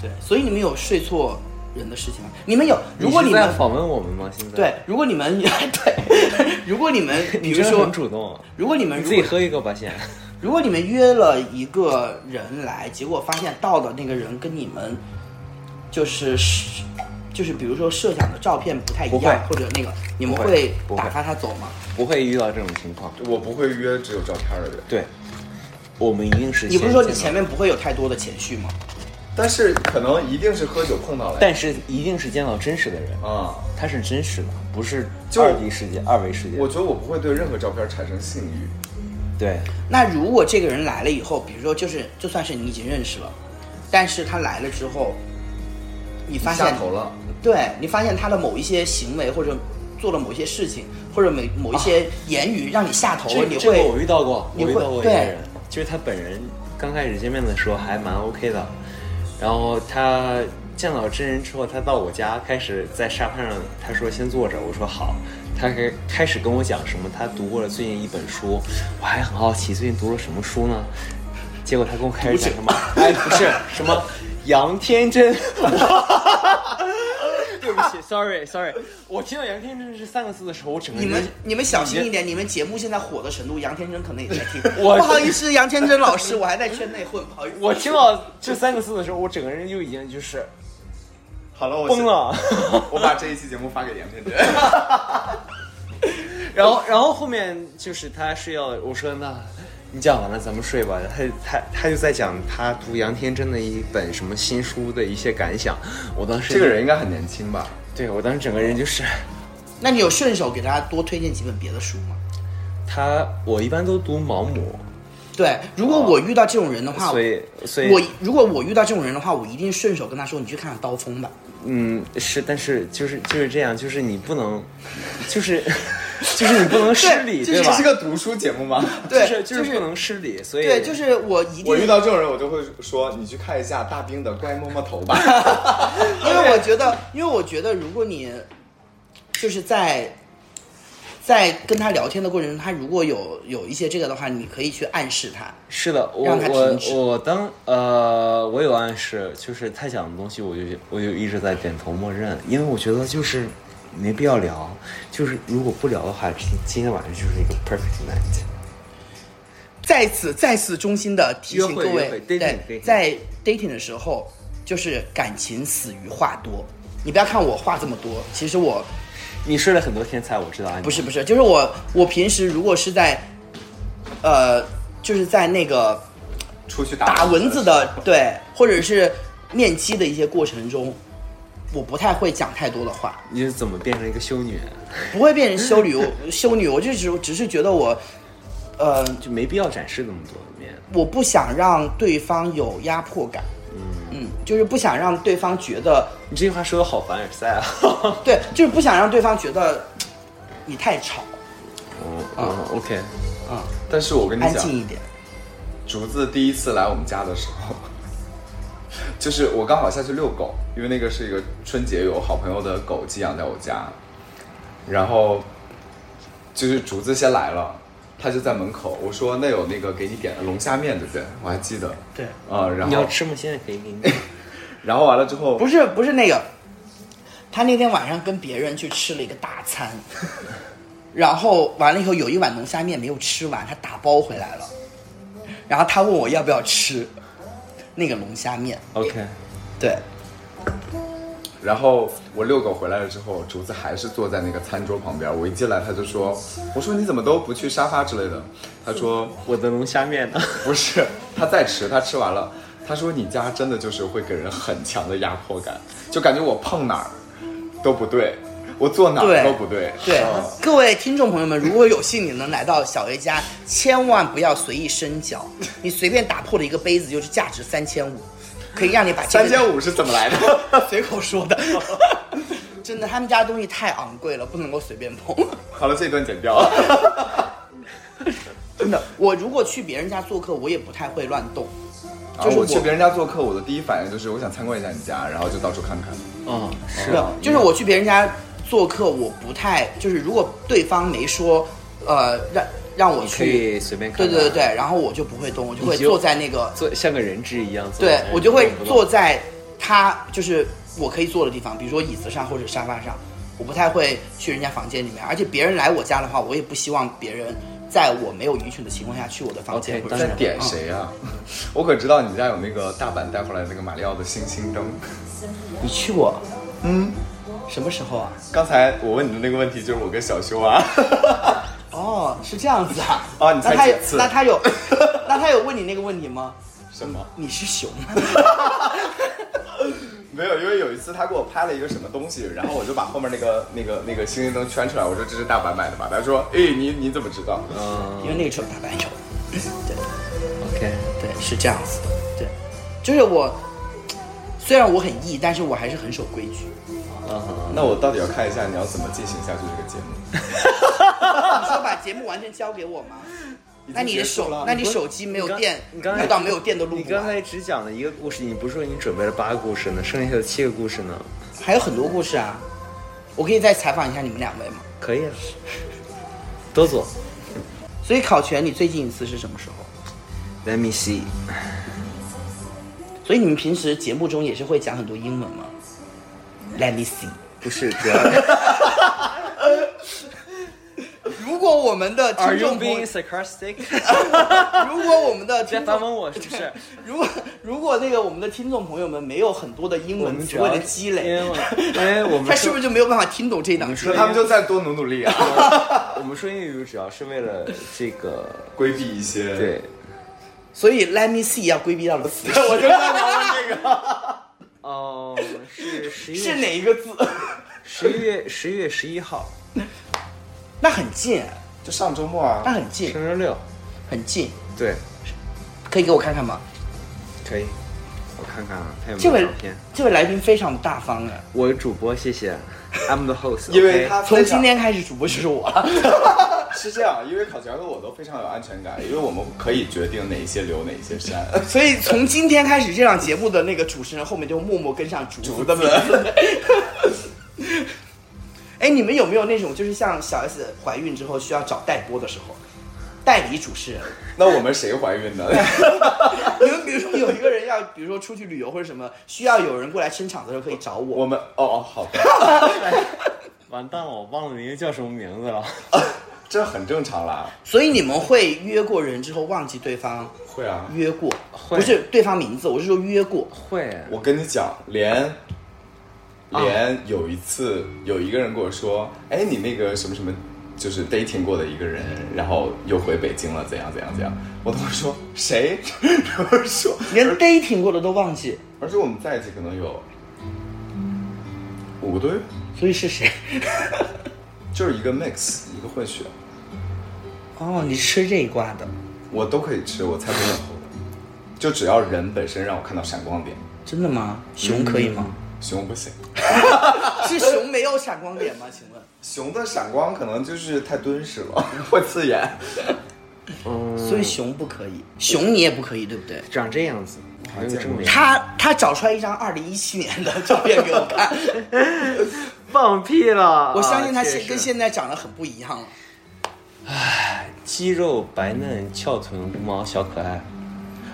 Speaker 3: 对，所以你们有睡错人的事情吗？你们有？如果
Speaker 2: 你
Speaker 3: 你
Speaker 2: 是
Speaker 3: 们
Speaker 2: 在访问我们吗？现在
Speaker 3: 对，，如果你们 对，如果你们比
Speaker 2: 你
Speaker 3: 如
Speaker 2: 真的
Speaker 3: 说
Speaker 2: 很，主动啊，
Speaker 3: 如果你们
Speaker 2: 你
Speaker 3: 如
Speaker 2: 自己
Speaker 3: 果
Speaker 2: 喝一个吧先。
Speaker 3: 如果你们约了一个人来，结果发现到的那个人跟你们就是是就是比如说设想的照片不太一
Speaker 2: 不会
Speaker 3: 样，或者那个，你们
Speaker 2: 不会
Speaker 3: 会
Speaker 2: 不会
Speaker 3: 打发他走吗？
Speaker 2: 不会遇到这种情况。
Speaker 1: 我不会约只有照片的人，
Speaker 2: 对，我们一定是
Speaker 3: 你不是说你前
Speaker 2: 面，
Speaker 3: 面不会有太多的情绪吗？
Speaker 1: 但是可能一定是喝酒碰到了呀。
Speaker 2: 但是一定是见到真实的人，
Speaker 1: 啊，
Speaker 2: 他是真实的，不是
Speaker 1: 就
Speaker 2: 二 D 世界、二维世界
Speaker 1: 我。觉得我不会对任何照片产生性欲。
Speaker 2: 对，
Speaker 3: 那如果这个人来了以后，比如说就是就算是你已经认识了，但是他来了之后，你发现
Speaker 1: 下头了，
Speaker 3: 对你发现他的某一些行为或者做了某一些事情，或者某某一些言语让你下头了，
Speaker 2: 啊这
Speaker 3: 你
Speaker 2: 这个
Speaker 3: 会
Speaker 2: 我遇到过，
Speaker 3: 你
Speaker 2: 我
Speaker 3: 会
Speaker 2: 遇到过一个
Speaker 3: 对
Speaker 2: 人，就是他本人刚开始见面的时候还蛮 OK 的，然后他见到真人之后，他到我家开始在沙发上，他说先坐着，我说好。他开开始跟我讲什么，他读过了最近一本书，我还很好奇最近读了什么书呢？结果他跟我开始讲什么？哎，不是什么杨 天真，对不起，sorry sorry，我听到杨天真这三个字的时候，我整个
Speaker 3: 你
Speaker 2: 人
Speaker 3: 们你们小心
Speaker 2: 已
Speaker 3: 一
Speaker 2: 经
Speaker 3: 点，你们节目现在火的程度，杨天真可能也在听。
Speaker 2: 我
Speaker 3: 不好意思，杨天真老师，我还在圈 内混，不好意思。
Speaker 2: 我听到这三个字的时候，我整个人就已经就是
Speaker 1: 好了，我
Speaker 2: 崩。了。
Speaker 1: 我把这一期节目发给杨天真。
Speaker 2: 然后，然后后面就是他睡觉，我说那，你讲完了咱们睡吧。他他他就在讲他读杨天真的一本什么新书的一些感想。我当 时
Speaker 1: 这个，人应该很年轻吧？
Speaker 2: 对我当时整个人就是
Speaker 3: 那你有顺手给大家多推荐几本别的书吗？
Speaker 2: 他，我一般都读毛姆，
Speaker 3: 对，如果我遇到这种人的话，
Speaker 2: 哦所以所以
Speaker 3: 我如果我遇到这种人的话，我一定顺手跟他说，你去看看《刀锋》吧。
Speaker 2: 嗯，是，但是就是就是这样，就是你不能，就是。 就是你不能失礼，
Speaker 1: 这
Speaker 2: 吧
Speaker 1: 是？个读书节目吗？
Speaker 3: 对
Speaker 2: 就是就
Speaker 3: 就是是
Speaker 2: 不能失礼，所以
Speaker 3: 对，就是我 一定，
Speaker 1: 我遇到这种人，我就会说：“你去看一下大兵的《乖摸摸头》吧。
Speaker 3: 因为我觉 得，因为我觉得，如果你就是在在跟他聊天的过程中，他如果有有一些这个的话，你可以去暗示他。
Speaker 2: 是的，我
Speaker 3: 让他停止
Speaker 2: 我我当呃，我有暗示，就是他讲的东西，我就我就一直在点头默认，因为我觉得就是没必要聊，就是如果不聊的话，今今天晚上就是一个 perfect night。
Speaker 3: 再次再次衷心的提醒
Speaker 2: 约
Speaker 3: 各
Speaker 2: 会约
Speaker 3: 位
Speaker 2: 会，
Speaker 3: 对
Speaker 2: dating，dating
Speaker 3: 在 dating 的时候，就是感情死于话多。你不要看我话这么多，其实我
Speaker 2: 你睡了很多天才，我知道啊，
Speaker 3: 不是不是，就是我我平时如果是在，呃，就是在那个”
Speaker 1: 出去
Speaker 3: 打
Speaker 1: 打
Speaker 3: 蚊子的，对，或者是面基的一些过程中，我不太会讲太多的话。
Speaker 2: 你是怎么变成一个修女，
Speaker 3: 不会 变成修女，我修女，我就只只是觉得我，呃，
Speaker 2: 就没必要展示那么多面。
Speaker 3: 我不想让对方有压迫感，嗯就是不想让对方觉得，
Speaker 2: 你这句话说的好凡尔赛 啊！哦
Speaker 3: 对，就是不想让对方觉得你太吵，
Speaker 2: 哦，OK，
Speaker 3: 啊、
Speaker 1: 但是我跟你
Speaker 3: 安
Speaker 1: 讲
Speaker 3: 静，一点，
Speaker 1: 竹子第一次来我们家的时候， 就是我刚好下去遛狗，因为那个是一个春节有好朋友的狗寄养在我家，然后就是竹子先来了，他就在门口，我说那有那个给你点的龙虾面对不对？我还记得，
Speaker 3: 对，
Speaker 1: 啊、然
Speaker 2: 你要
Speaker 1: 后
Speaker 2: 吃吗？现在可以给 你。
Speaker 1: 然后完了之后，
Speaker 3: 不是不是那个，他那天晚上跟别人去吃了一个大餐，然后完了以后有一碗龙虾面没有吃完，他打包回来了，然后他问我要不要吃那个龙虾面，
Speaker 2: OK，
Speaker 3: 对。
Speaker 1: 然后我遛狗回来了之后，竹子还是坐在那个餐桌旁边。我一进来，他就说：“我说你怎么都不去沙发之类的？”他说
Speaker 2: 我的龙虾面呢？：“
Speaker 1: 不是，他在吃，他吃完了。”他说：“你家真的就是会给人很强的压迫感，就感觉我碰哪儿都不对。”我坐哪儿
Speaker 3: 对
Speaker 1: 都不对。
Speaker 3: 对，各位听众朋友们，如果有幸你能来到小 A 家，千万不要随意伸脚，你随便打破了一个杯子，就是价值三千五，可以让你把这
Speaker 1: 三
Speaker 3: 个
Speaker 1: 千五是怎么来的？
Speaker 3: 随口说的。 真的，他们家东西太昂贵了，不能够随便碰。
Speaker 1: 好了，这段剪掉。啊
Speaker 3: 真的，我如果去别人家做客，我也不太会乱动。
Speaker 1: 啊
Speaker 3: 就是
Speaker 1: 我去
Speaker 3: 我
Speaker 1: 别人家做客，我的第一反应就是我想参观一下你家，然后就到处看看。
Speaker 2: 嗯，是
Speaker 3: 是的，就是我去别人家做客，我不太就是如果对方没说，呃，让让我
Speaker 2: 你可
Speaker 3: 去，
Speaker 2: 以随便看
Speaker 3: 对
Speaker 2: 看。
Speaker 3: 对对对，然后我就不会动，我就会
Speaker 2: 你就
Speaker 3: 坐在那个，
Speaker 2: 坐像个人质一样坐
Speaker 3: 对
Speaker 1: 哎
Speaker 2: 在那儿。
Speaker 3: 我就会
Speaker 2: 不动
Speaker 3: 坐在他就是我可以坐的地方，比如说椅子上或者沙发上，我不太会去人家房间里面，而且别人来我家的话，我也不希望别人在我没有允许的情况下去我的房间
Speaker 2: OK，
Speaker 3: 或者
Speaker 2: 当
Speaker 3: 是
Speaker 1: 在
Speaker 2: 然
Speaker 1: 点谁啊？ 我可知道你家有那个大阪带回来的那个马里奥的星星灯。
Speaker 3: 你去过
Speaker 1: 嗯，
Speaker 3: 什么时候啊？
Speaker 1: 刚才我问你的那个问题就是我跟小修啊，
Speaker 3: 哦，是这样子啊。
Speaker 1: 啊你
Speaker 3: 那
Speaker 1: 才
Speaker 3: 他有
Speaker 1: 几次
Speaker 3: 那 他有那他有问你那个问题吗？
Speaker 1: 什么？
Speaker 3: 你是熊吗？
Speaker 1: 没有，因为有一次他给我拍了一个什么东西，然后我就把后面那个那个那个星星灯圈出来，我说这是大阪买的吧？他说，哎，你你怎么知道？
Speaker 2: 嗯
Speaker 3: 因为那个只有大阪有。
Speaker 2: ，OK，
Speaker 3: 对，是这样子的。对，就是我，虽然我很 E，但是我还是很守规矩。
Speaker 2: 嗯哼，
Speaker 1: 那我到底要看一下你要怎么进行下去这个节目？
Speaker 3: 你 说把节目完全交给我吗？那你的
Speaker 1: 已经结束
Speaker 3: 手
Speaker 1: 了，
Speaker 3: 那你手机没有电，
Speaker 2: 你刚才
Speaker 3: 录到没有电的录
Speaker 2: 你
Speaker 3: 不
Speaker 2: 刚
Speaker 3: 完，
Speaker 2: 才只讲了一个故事，你不是说你准备了八个故事呢？剩下的七个故事呢？
Speaker 3: 还有很多故事啊。我可以再采访一下你们两位吗？
Speaker 2: 可以啊，多走。
Speaker 3: 所以考全，你最近一次是什么时候？
Speaker 2: Let me see，
Speaker 3: 所以你们平时节目中也是会讲很多英文吗？Let me see。
Speaker 2: 不是主要。
Speaker 3: 如果我们的
Speaker 2: Are
Speaker 3: 听
Speaker 2: you
Speaker 3: 众朋
Speaker 2: being
Speaker 3: 友，
Speaker 2: sarcastic？
Speaker 3: 如果我们的
Speaker 2: 在
Speaker 3: 听
Speaker 2: 反
Speaker 3: 众
Speaker 2: 问我是 不是？
Speaker 3: 如果如果那个我们的听众朋友们没有很多的英文词汇的积
Speaker 2: 因
Speaker 3: 累
Speaker 2: 为，我因为我们
Speaker 3: 他是不是就没有办法听懂这一档
Speaker 1: 那
Speaker 3: 节
Speaker 1: 他们就再多努努力啊，
Speaker 2: 我们说英语主要是为了这个
Speaker 1: 规避一些。，
Speaker 2: 对。
Speaker 3: 所以 let me see 要规避到了词，
Speaker 1: 我就在忙问这个。
Speaker 2: 哦，是十一
Speaker 3: 是
Speaker 2: 月
Speaker 3: 哪一个字？
Speaker 2: 十一月十一月十一号，
Speaker 3: 那很近，
Speaker 1: 就上周末啊
Speaker 3: 那，很近，
Speaker 2: 上周六。
Speaker 3: 很近，
Speaker 2: 对，
Speaker 3: 可以给我看看吗？
Speaker 2: 可以。我看看啊，他有没
Speaker 3: 这
Speaker 2: 有
Speaker 3: 位
Speaker 2: 照片？
Speaker 3: 这位来宾非常大方哎，
Speaker 2: 我是主播，谢谢。I'm the host，
Speaker 1: 因为
Speaker 2: OK？
Speaker 1: 他
Speaker 3: 从
Speaker 1: 非
Speaker 3: 今
Speaker 1: 常
Speaker 3: 天开始主播就是 我了。
Speaker 1: 是这样，因为考前和我都非常有安全感，因为我们可以决定哪一些留哪一些删。
Speaker 3: 所以从今天开始，这档节目的那个主持人后面就默默跟上竹
Speaker 1: 竹
Speaker 3: 子
Speaker 1: 子
Speaker 3: 的名字。哎，你们有没有那种就是像小 S 怀孕之后需要找代播的时候，代理主 持人？
Speaker 1: 那我们谁怀孕呢？
Speaker 3: 你们比如说有一个人要，比如说出去旅游或者什么，需要有人过来撑场的时候，可以找我。
Speaker 1: 我们哦哦，好的，
Speaker 2: 完蛋了，我忘了您叫什么名字了。
Speaker 1: 这很正常啦。
Speaker 3: 所以你们会约过人之后忘记对方
Speaker 1: 会啊，
Speaker 3: 约过，
Speaker 2: 会
Speaker 3: 不是对方名字，我是说约过。
Speaker 2: 会，
Speaker 1: 我跟你讲，连连有一次有一个人跟我说，哎，你那个什么什么，就是 dating 过的一个人，然后又回北京了，怎样怎样怎样。我当时说谁？ 然后说，
Speaker 3: 连 dating 过的都忘记，
Speaker 1: 而且我们在一起可能有五个队，
Speaker 3: 所以是谁？
Speaker 1: 就是一个 mix，一个混血，
Speaker 3: 哦，你吃这一挂的，
Speaker 1: 我都可以吃，我才不会后就只要人本身让我看到闪光点，
Speaker 3: 真的吗？熊可以吗？
Speaker 1: 熊不行。
Speaker 3: 嗯是熊没有闪光点吗？请问，
Speaker 1: 熊的闪光可能就是太敦实了， 会刺眼。
Speaker 3: 所以熊不可以，熊你也不可以，对不对？
Speaker 2: 嗯长这样子，没有正脸。
Speaker 3: 他他找出来一张二零一七年的照片给我看，
Speaker 2: 放屁了！
Speaker 3: 我相信他
Speaker 2: 啊
Speaker 3: 现
Speaker 2: 确
Speaker 3: 跟
Speaker 2: 实
Speaker 3: 现在长得很不一样了。
Speaker 2: 肌肉白嫩、翘臀、无毛、小可爱。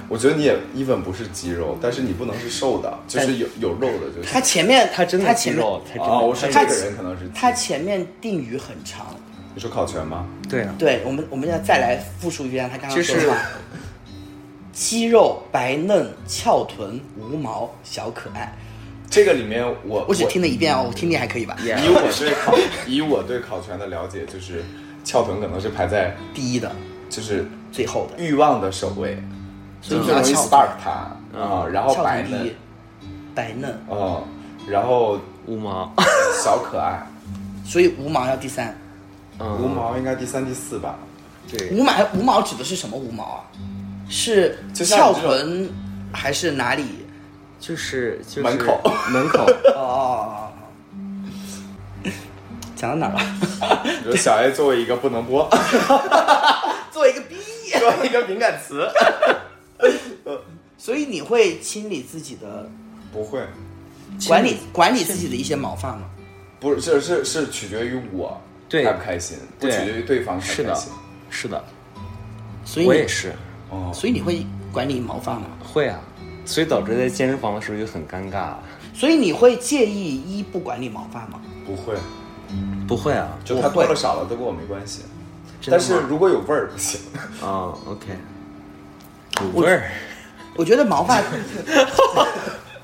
Speaker 1: 我觉得你也 even 不是肌肉，但是你不能是瘦的，就是有有肉的就
Speaker 3: 他
Speaker 1: 行。
Speaker 3: 前面
Speaker 2: 他真的
Speaker 3: 他
Speaker 2: 肌
Speaker 3: 前面
Speaker 2: 肉，他真的。
Speaker 1: 啊，我说
Speaker 3: 他
Speaker 1: 这个人可能是
Speaker 3: 他前面定语很长，
Speaker 1: 你说考全吗？
Speaker 2: 对啊，
Speaker 3: 对我们我们要再来复述一遍他刚
Speaker 1: 啊
Speaker 3: 刚
Speaker 2: 就
Speaker 3: 说
Speaker 2: 是
Speaker 3: 的话：肌肉白嫩、翘臀、无毛、小可爱。
Speaker 1: 这个里面我
Speaker 3: 我只听了一遍哦，我听力还可以吧？
Speaker 2: Yeah
Speaker 1: 以我对考 以我对考全的了解，就是翘臀可能是排在
Speaker 3: 第一的
Speaker 1: 就是
Speaker 3: 最后
Speaker 2: 嗯
Speaker 3: 的，
Speaker 1: 欲望的首位，
Speaker 3: 所以
Speaker 1: 最
Speaker 3: 你要
Speaker 1: 容易
Speaker 3: 翘嗯
Speaker 1: spark 它啊，然后
Speaker 3: 翘
Speaker 1: 白
Speaker 3: 臀第
Speaker 1: 嫩
Speaker 3: 一，白嫩。
Speaker 1: 嗯，然后
Speaker 2: 无毛。
Speaker 1: 小可爱，
Speaker 3: 所以无毛要第三。
Speaker 1: 无毛应该第三、第四 吧？
Speaker 2: 嗯对，
Speaker 3: 无毛无毛指的是什么无毛啊？是
Speaker 1: 就像
Speaker 3: 翘
Speaker 1: 你这种
Speaker 3: 臀还是哪里？
Speaker 2: 就是就是
Speaker 1: 门口
Speaker 2: 门 口，
Speaker 3: 哦， 讲到哪儿 了？
Speaker 1: 比如小 A 作为一个不能播，
Speaker 3: 作为一个 B，
Speaker 1: 作为一个敏感词，
Speaker 3: 所以你会清理自己的
Speaker 1: 不会，
Speaker 3: 管理管理自己的一些毛发吗？
Speaker 1: 不是，是是是取决于我
Speaker 2: 对
Speaker 1: 开不开心，不取
Speaker 2: 对
Speaker 1: 决于对方开
Speaker 2: 是
Speaker 1: 不开
Speaker 2: 的
Speaker 1: 心。，
Speaker 2: 是的，
Speaker 3: 所以
Speaker 2: 我也
Speaker 3: 你
Speaker 2: 是
Speaker 1: 哦，
Speaker 3: 所以你会管理毛发吗？
Speaker 2: 会啊，所以导致在健身房的时候就很尴尬。
Speaker 3: 所以你会介意一不管理毛发吗？
Speaker 1: 不会，
Speaker 2: 不会啊，
Speaker 1: 就他多了少了都跟我没关系。
Speaker 2: 真的
Speaker 1: 但
Speaker 2: 吗
Speaker 1: 是如果有味儿不行，
Speaker 2: 啊，OK，有
Speaker 1: 嗯
Speaker 2: 味儿，
Speaker 3: 我觉得毛 发，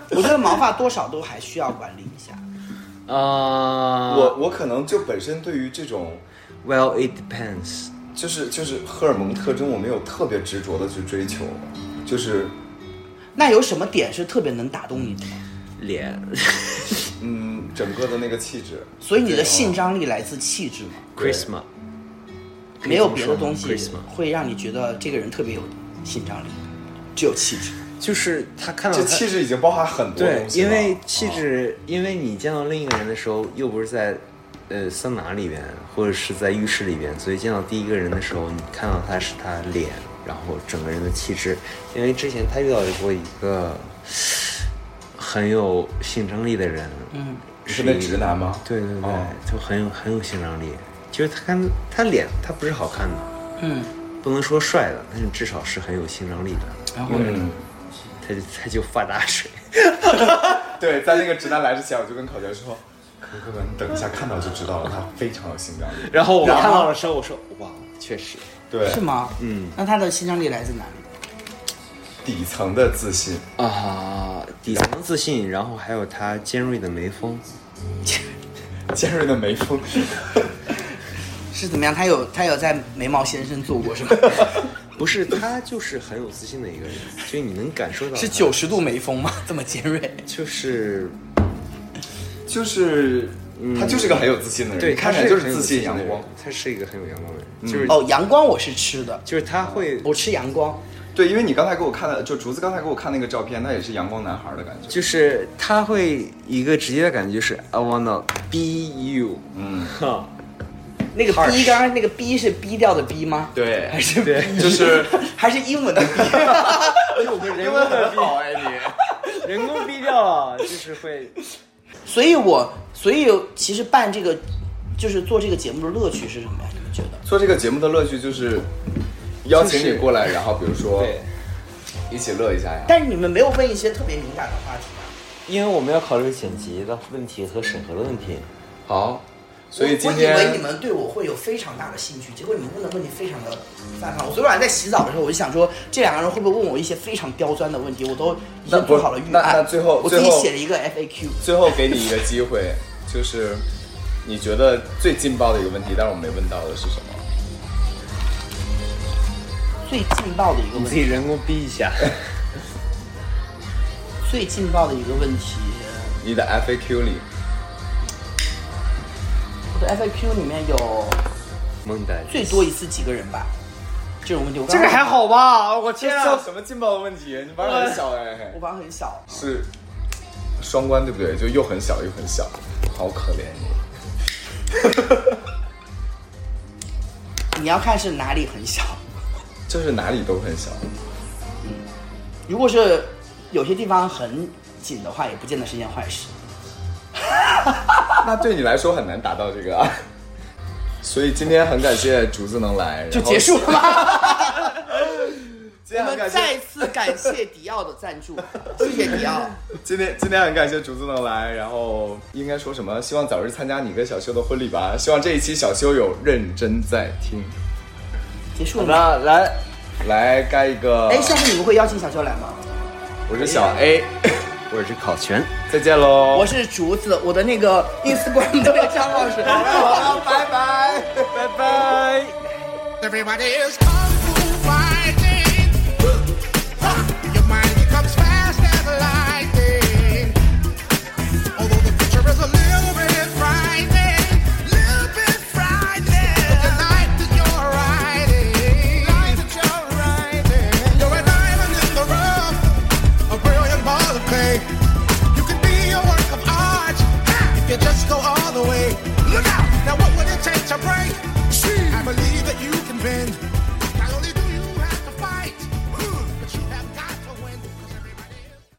Speaker 3: 我觉得毛发多少都还需要管理一下。
Speaker 2: 啊，
Speaker 1: 我我可能就本身对于这种
Speaker 2: Well, it depends。
Speaker 1: 就是就是荷尔蒙特征，我没有特别执着的去追求，就是
Speaker 3: 那有什么点是特别能打动你的吗？
Speaker 2: 脸
Speaker 1: 嗯，整个的那个气质，
Speaker 3: 所以你的性张力来自气质吗？
Speaker 2: ，Christmas，
Speaker 3: 没有别的东
Speaker 2: 可以
Speaker 3: 西
Speaker 2: 这么说吗
Speaker 3: 会让你觉得这个人特别有性张力，只有气质。
Speaker 2: 就是他看到
Speaker 1: 这
Speaker 2: 他
Speaker 1: 气质已经包含很多
Speaker 2: 对
Speaker 1: 东，西哦
Speaker 2: 因
Speaker 1: 了。
Speaker 2: 为气质，因为你见到另一个人的时候，又不是在呃桑拿里边，或者是在浴室里边，所以见到第一个人的时候，你看到他是他脸，然后整个人的气质。因为之前他遇到过一个很有性张力的人，
Speaker 3: 嗯，
Speaker 1: 是那直男吗？
Speaker 2: 对对对，
Speaker 1: 哦
Speaker 2: 就很有很有性张力。就是他看他脸，他不是好看的，
Speaker 3: 嗯，
Speaker 2: 不能说帅的，但是至少是很有性张力的。
Speaker 3: 然后呢
Speaker 1: 嗯，
Speaker 2: 他就 他就发大水。
Speaker 1: 对，在那个直男来之前，我就跟考杰说，可可可，你等一下看到就知道了，他非常有性张力。
Speaker 2: 然后我看到的时候，我说哇，确实，
Speaker 1: 对，
Speaker 3: 是吗？嗯，那他的性张力来自哪里？
Speaker 1: 底层的自信，
Speaker 2: 啊，底层的自信，然后还有他尖锐的眉峰，
Speaker 1: 尖锐的眉 峰，
Speaker 3: 是怎么样？他有他有在眉毛先生做过是 吗？
Speaker 2: 不是他就是很有自信的一 个人，就你能感受到
Speaker 3: 是
Speaker 2: 他
Speaker 3: 九，十度眉峰吗？这么尖 锐？
Speaker 2: 就是
Speaker 1: 就是、他就是个很有自信的人，
Speaker 2: 对，
Speaker 1: 看
Speaker 2: 他
Speaker 1: 起来就
Speaker 2: 很
Speaker 1: 是
Speaker 2: 有
Speaker 1: 自信阳
Speaker 2: 的人
Speaker 1: 光。，
Speaker 2: 他是一个很有阳光的人，就是
Speaker 3: 哦，阳光我是吃的，
Speaker 2: 就是他会
Speaker 3: 我吃阳光。
Speaker 1: 对，因为你刚才给我看的，就竹子刚才给我看那个照片，那也是阳光男孩的感觉。
Speaker 2: 就是他会一个直接的感觉就是 I wanna be you，
Speaker 1: 嗯，
Speaker 2: 哈，
Speaker 3: 那个
Speaker 2: Harsh
Speaker 3: B 刚刚那个 B 是 B 调的 B 吗？
Speaker 1: 对
Speaker 3: 还是 B
Speaker 1: 就是
Speaker 3: 还是英文的 B？
Speaker 2: 哎
Speaker 1: 英文很 好哎你，
Speaker 2: 人工逼掉了，就是会
Speaker 3: 所以我所以其实办这个就是做这个节目的乐趣是什么呀？你们觉得？
Speaker 1: 做这个节目的乐趣就是邀请你过来，然后比如说
Speaker 2: 对，
Speaker 1: 一起乐一下呀。
Speaker 3: 但是你们没有问一些特别敏感的话题啊。
Speaker 2: 因为我们要考虑剪辑的问题和审核的问题，
Speaker 1: 好，所以今
Speaker 3: 我我以为
Speaker 1: 天
Speaker 3: 你们对我会有非常大的兴趣，结果你们问的问题非常的泛泛。我昨天晚上在洗澡的时候，我就想说，这两个人会不会问我一些非常刁钻的问题？我都已
Speaker 1: 那
Speaker 3: 经
Speaker 1: 不
Speaker 3: 做好了预
Speaker 1: 那
Speaker 3: 案。
Speaker 1: 那最后
Speaker 3: 我自己
Speaker 1: 最后
Speaker 3: 写了一个 FAQ。
Speaker 1: 最后给你一个机会，就是你觉得最劲爆的一个问题，但是我没问到的是什么？
Speaker 3: 最劲爆的一个问
Speaker 2: 你自
Speaker 3: 题，
Speaker 2: 己人工逼一下。
Speaker 3: 最劲爆的一个问题，
Speaker 1: 你的 FAQ 里，
Speaker 3: 我的 FAQ 里面有
Speaker 2: 孟丹
Speaker 3: 最多一次几个人吧？这种问题我刚
Speaker 2: 这个还，好吧？我天
Speaker 1: 这叫
Speaker 2: 啊！
Speaker 1: 什么劲爆的问题？你玩得很小哎
Speaker 3: 我，班很小，
Speaker 1: 是双关对不对？就又很小又很小，好可怜你。
Speaker 3: 你要看是哪里很小。
Speaker 1: 就是哪里都很小，
Speaker 3: 如果是有些地方很紧的话，也不见得是件坏事。
Speaker 1: 那对你来说很难达到这个、啊。所以今天很感谢竹子能来，
Speaker 3: 就
Speaker 1: 然后
Speaker 3: 结束。了吗？
Speaker 1: 今天
Speaker 3: 我
Speaker 1: 很感谢
Speaker 3: 们再次感谢迪奥的赞助， 谢谢迪奥。
Speaker 1: 今天今天很感谢竹子能来，然后应该说什么？希望早日参加你跟小修的婚礼吧。希望这一期小修有认真在听。
Speaker 3: 结束了吗？
Speaker 2: 那来，
Speaker 1: 来该一个，
Speaker 3: 哎，下次你们会邀请小秋来吗？
Speaker 1: 我是小 A，
Speaker 2: 我是烤全。
Speaker 1: 再见喽。
Speaker 3: 我是竹子，我的那个 Instagram 的那个 账号是。
Speaker 1: 好，拜拜，拜拜。
Speaker 5: Everybody is calling.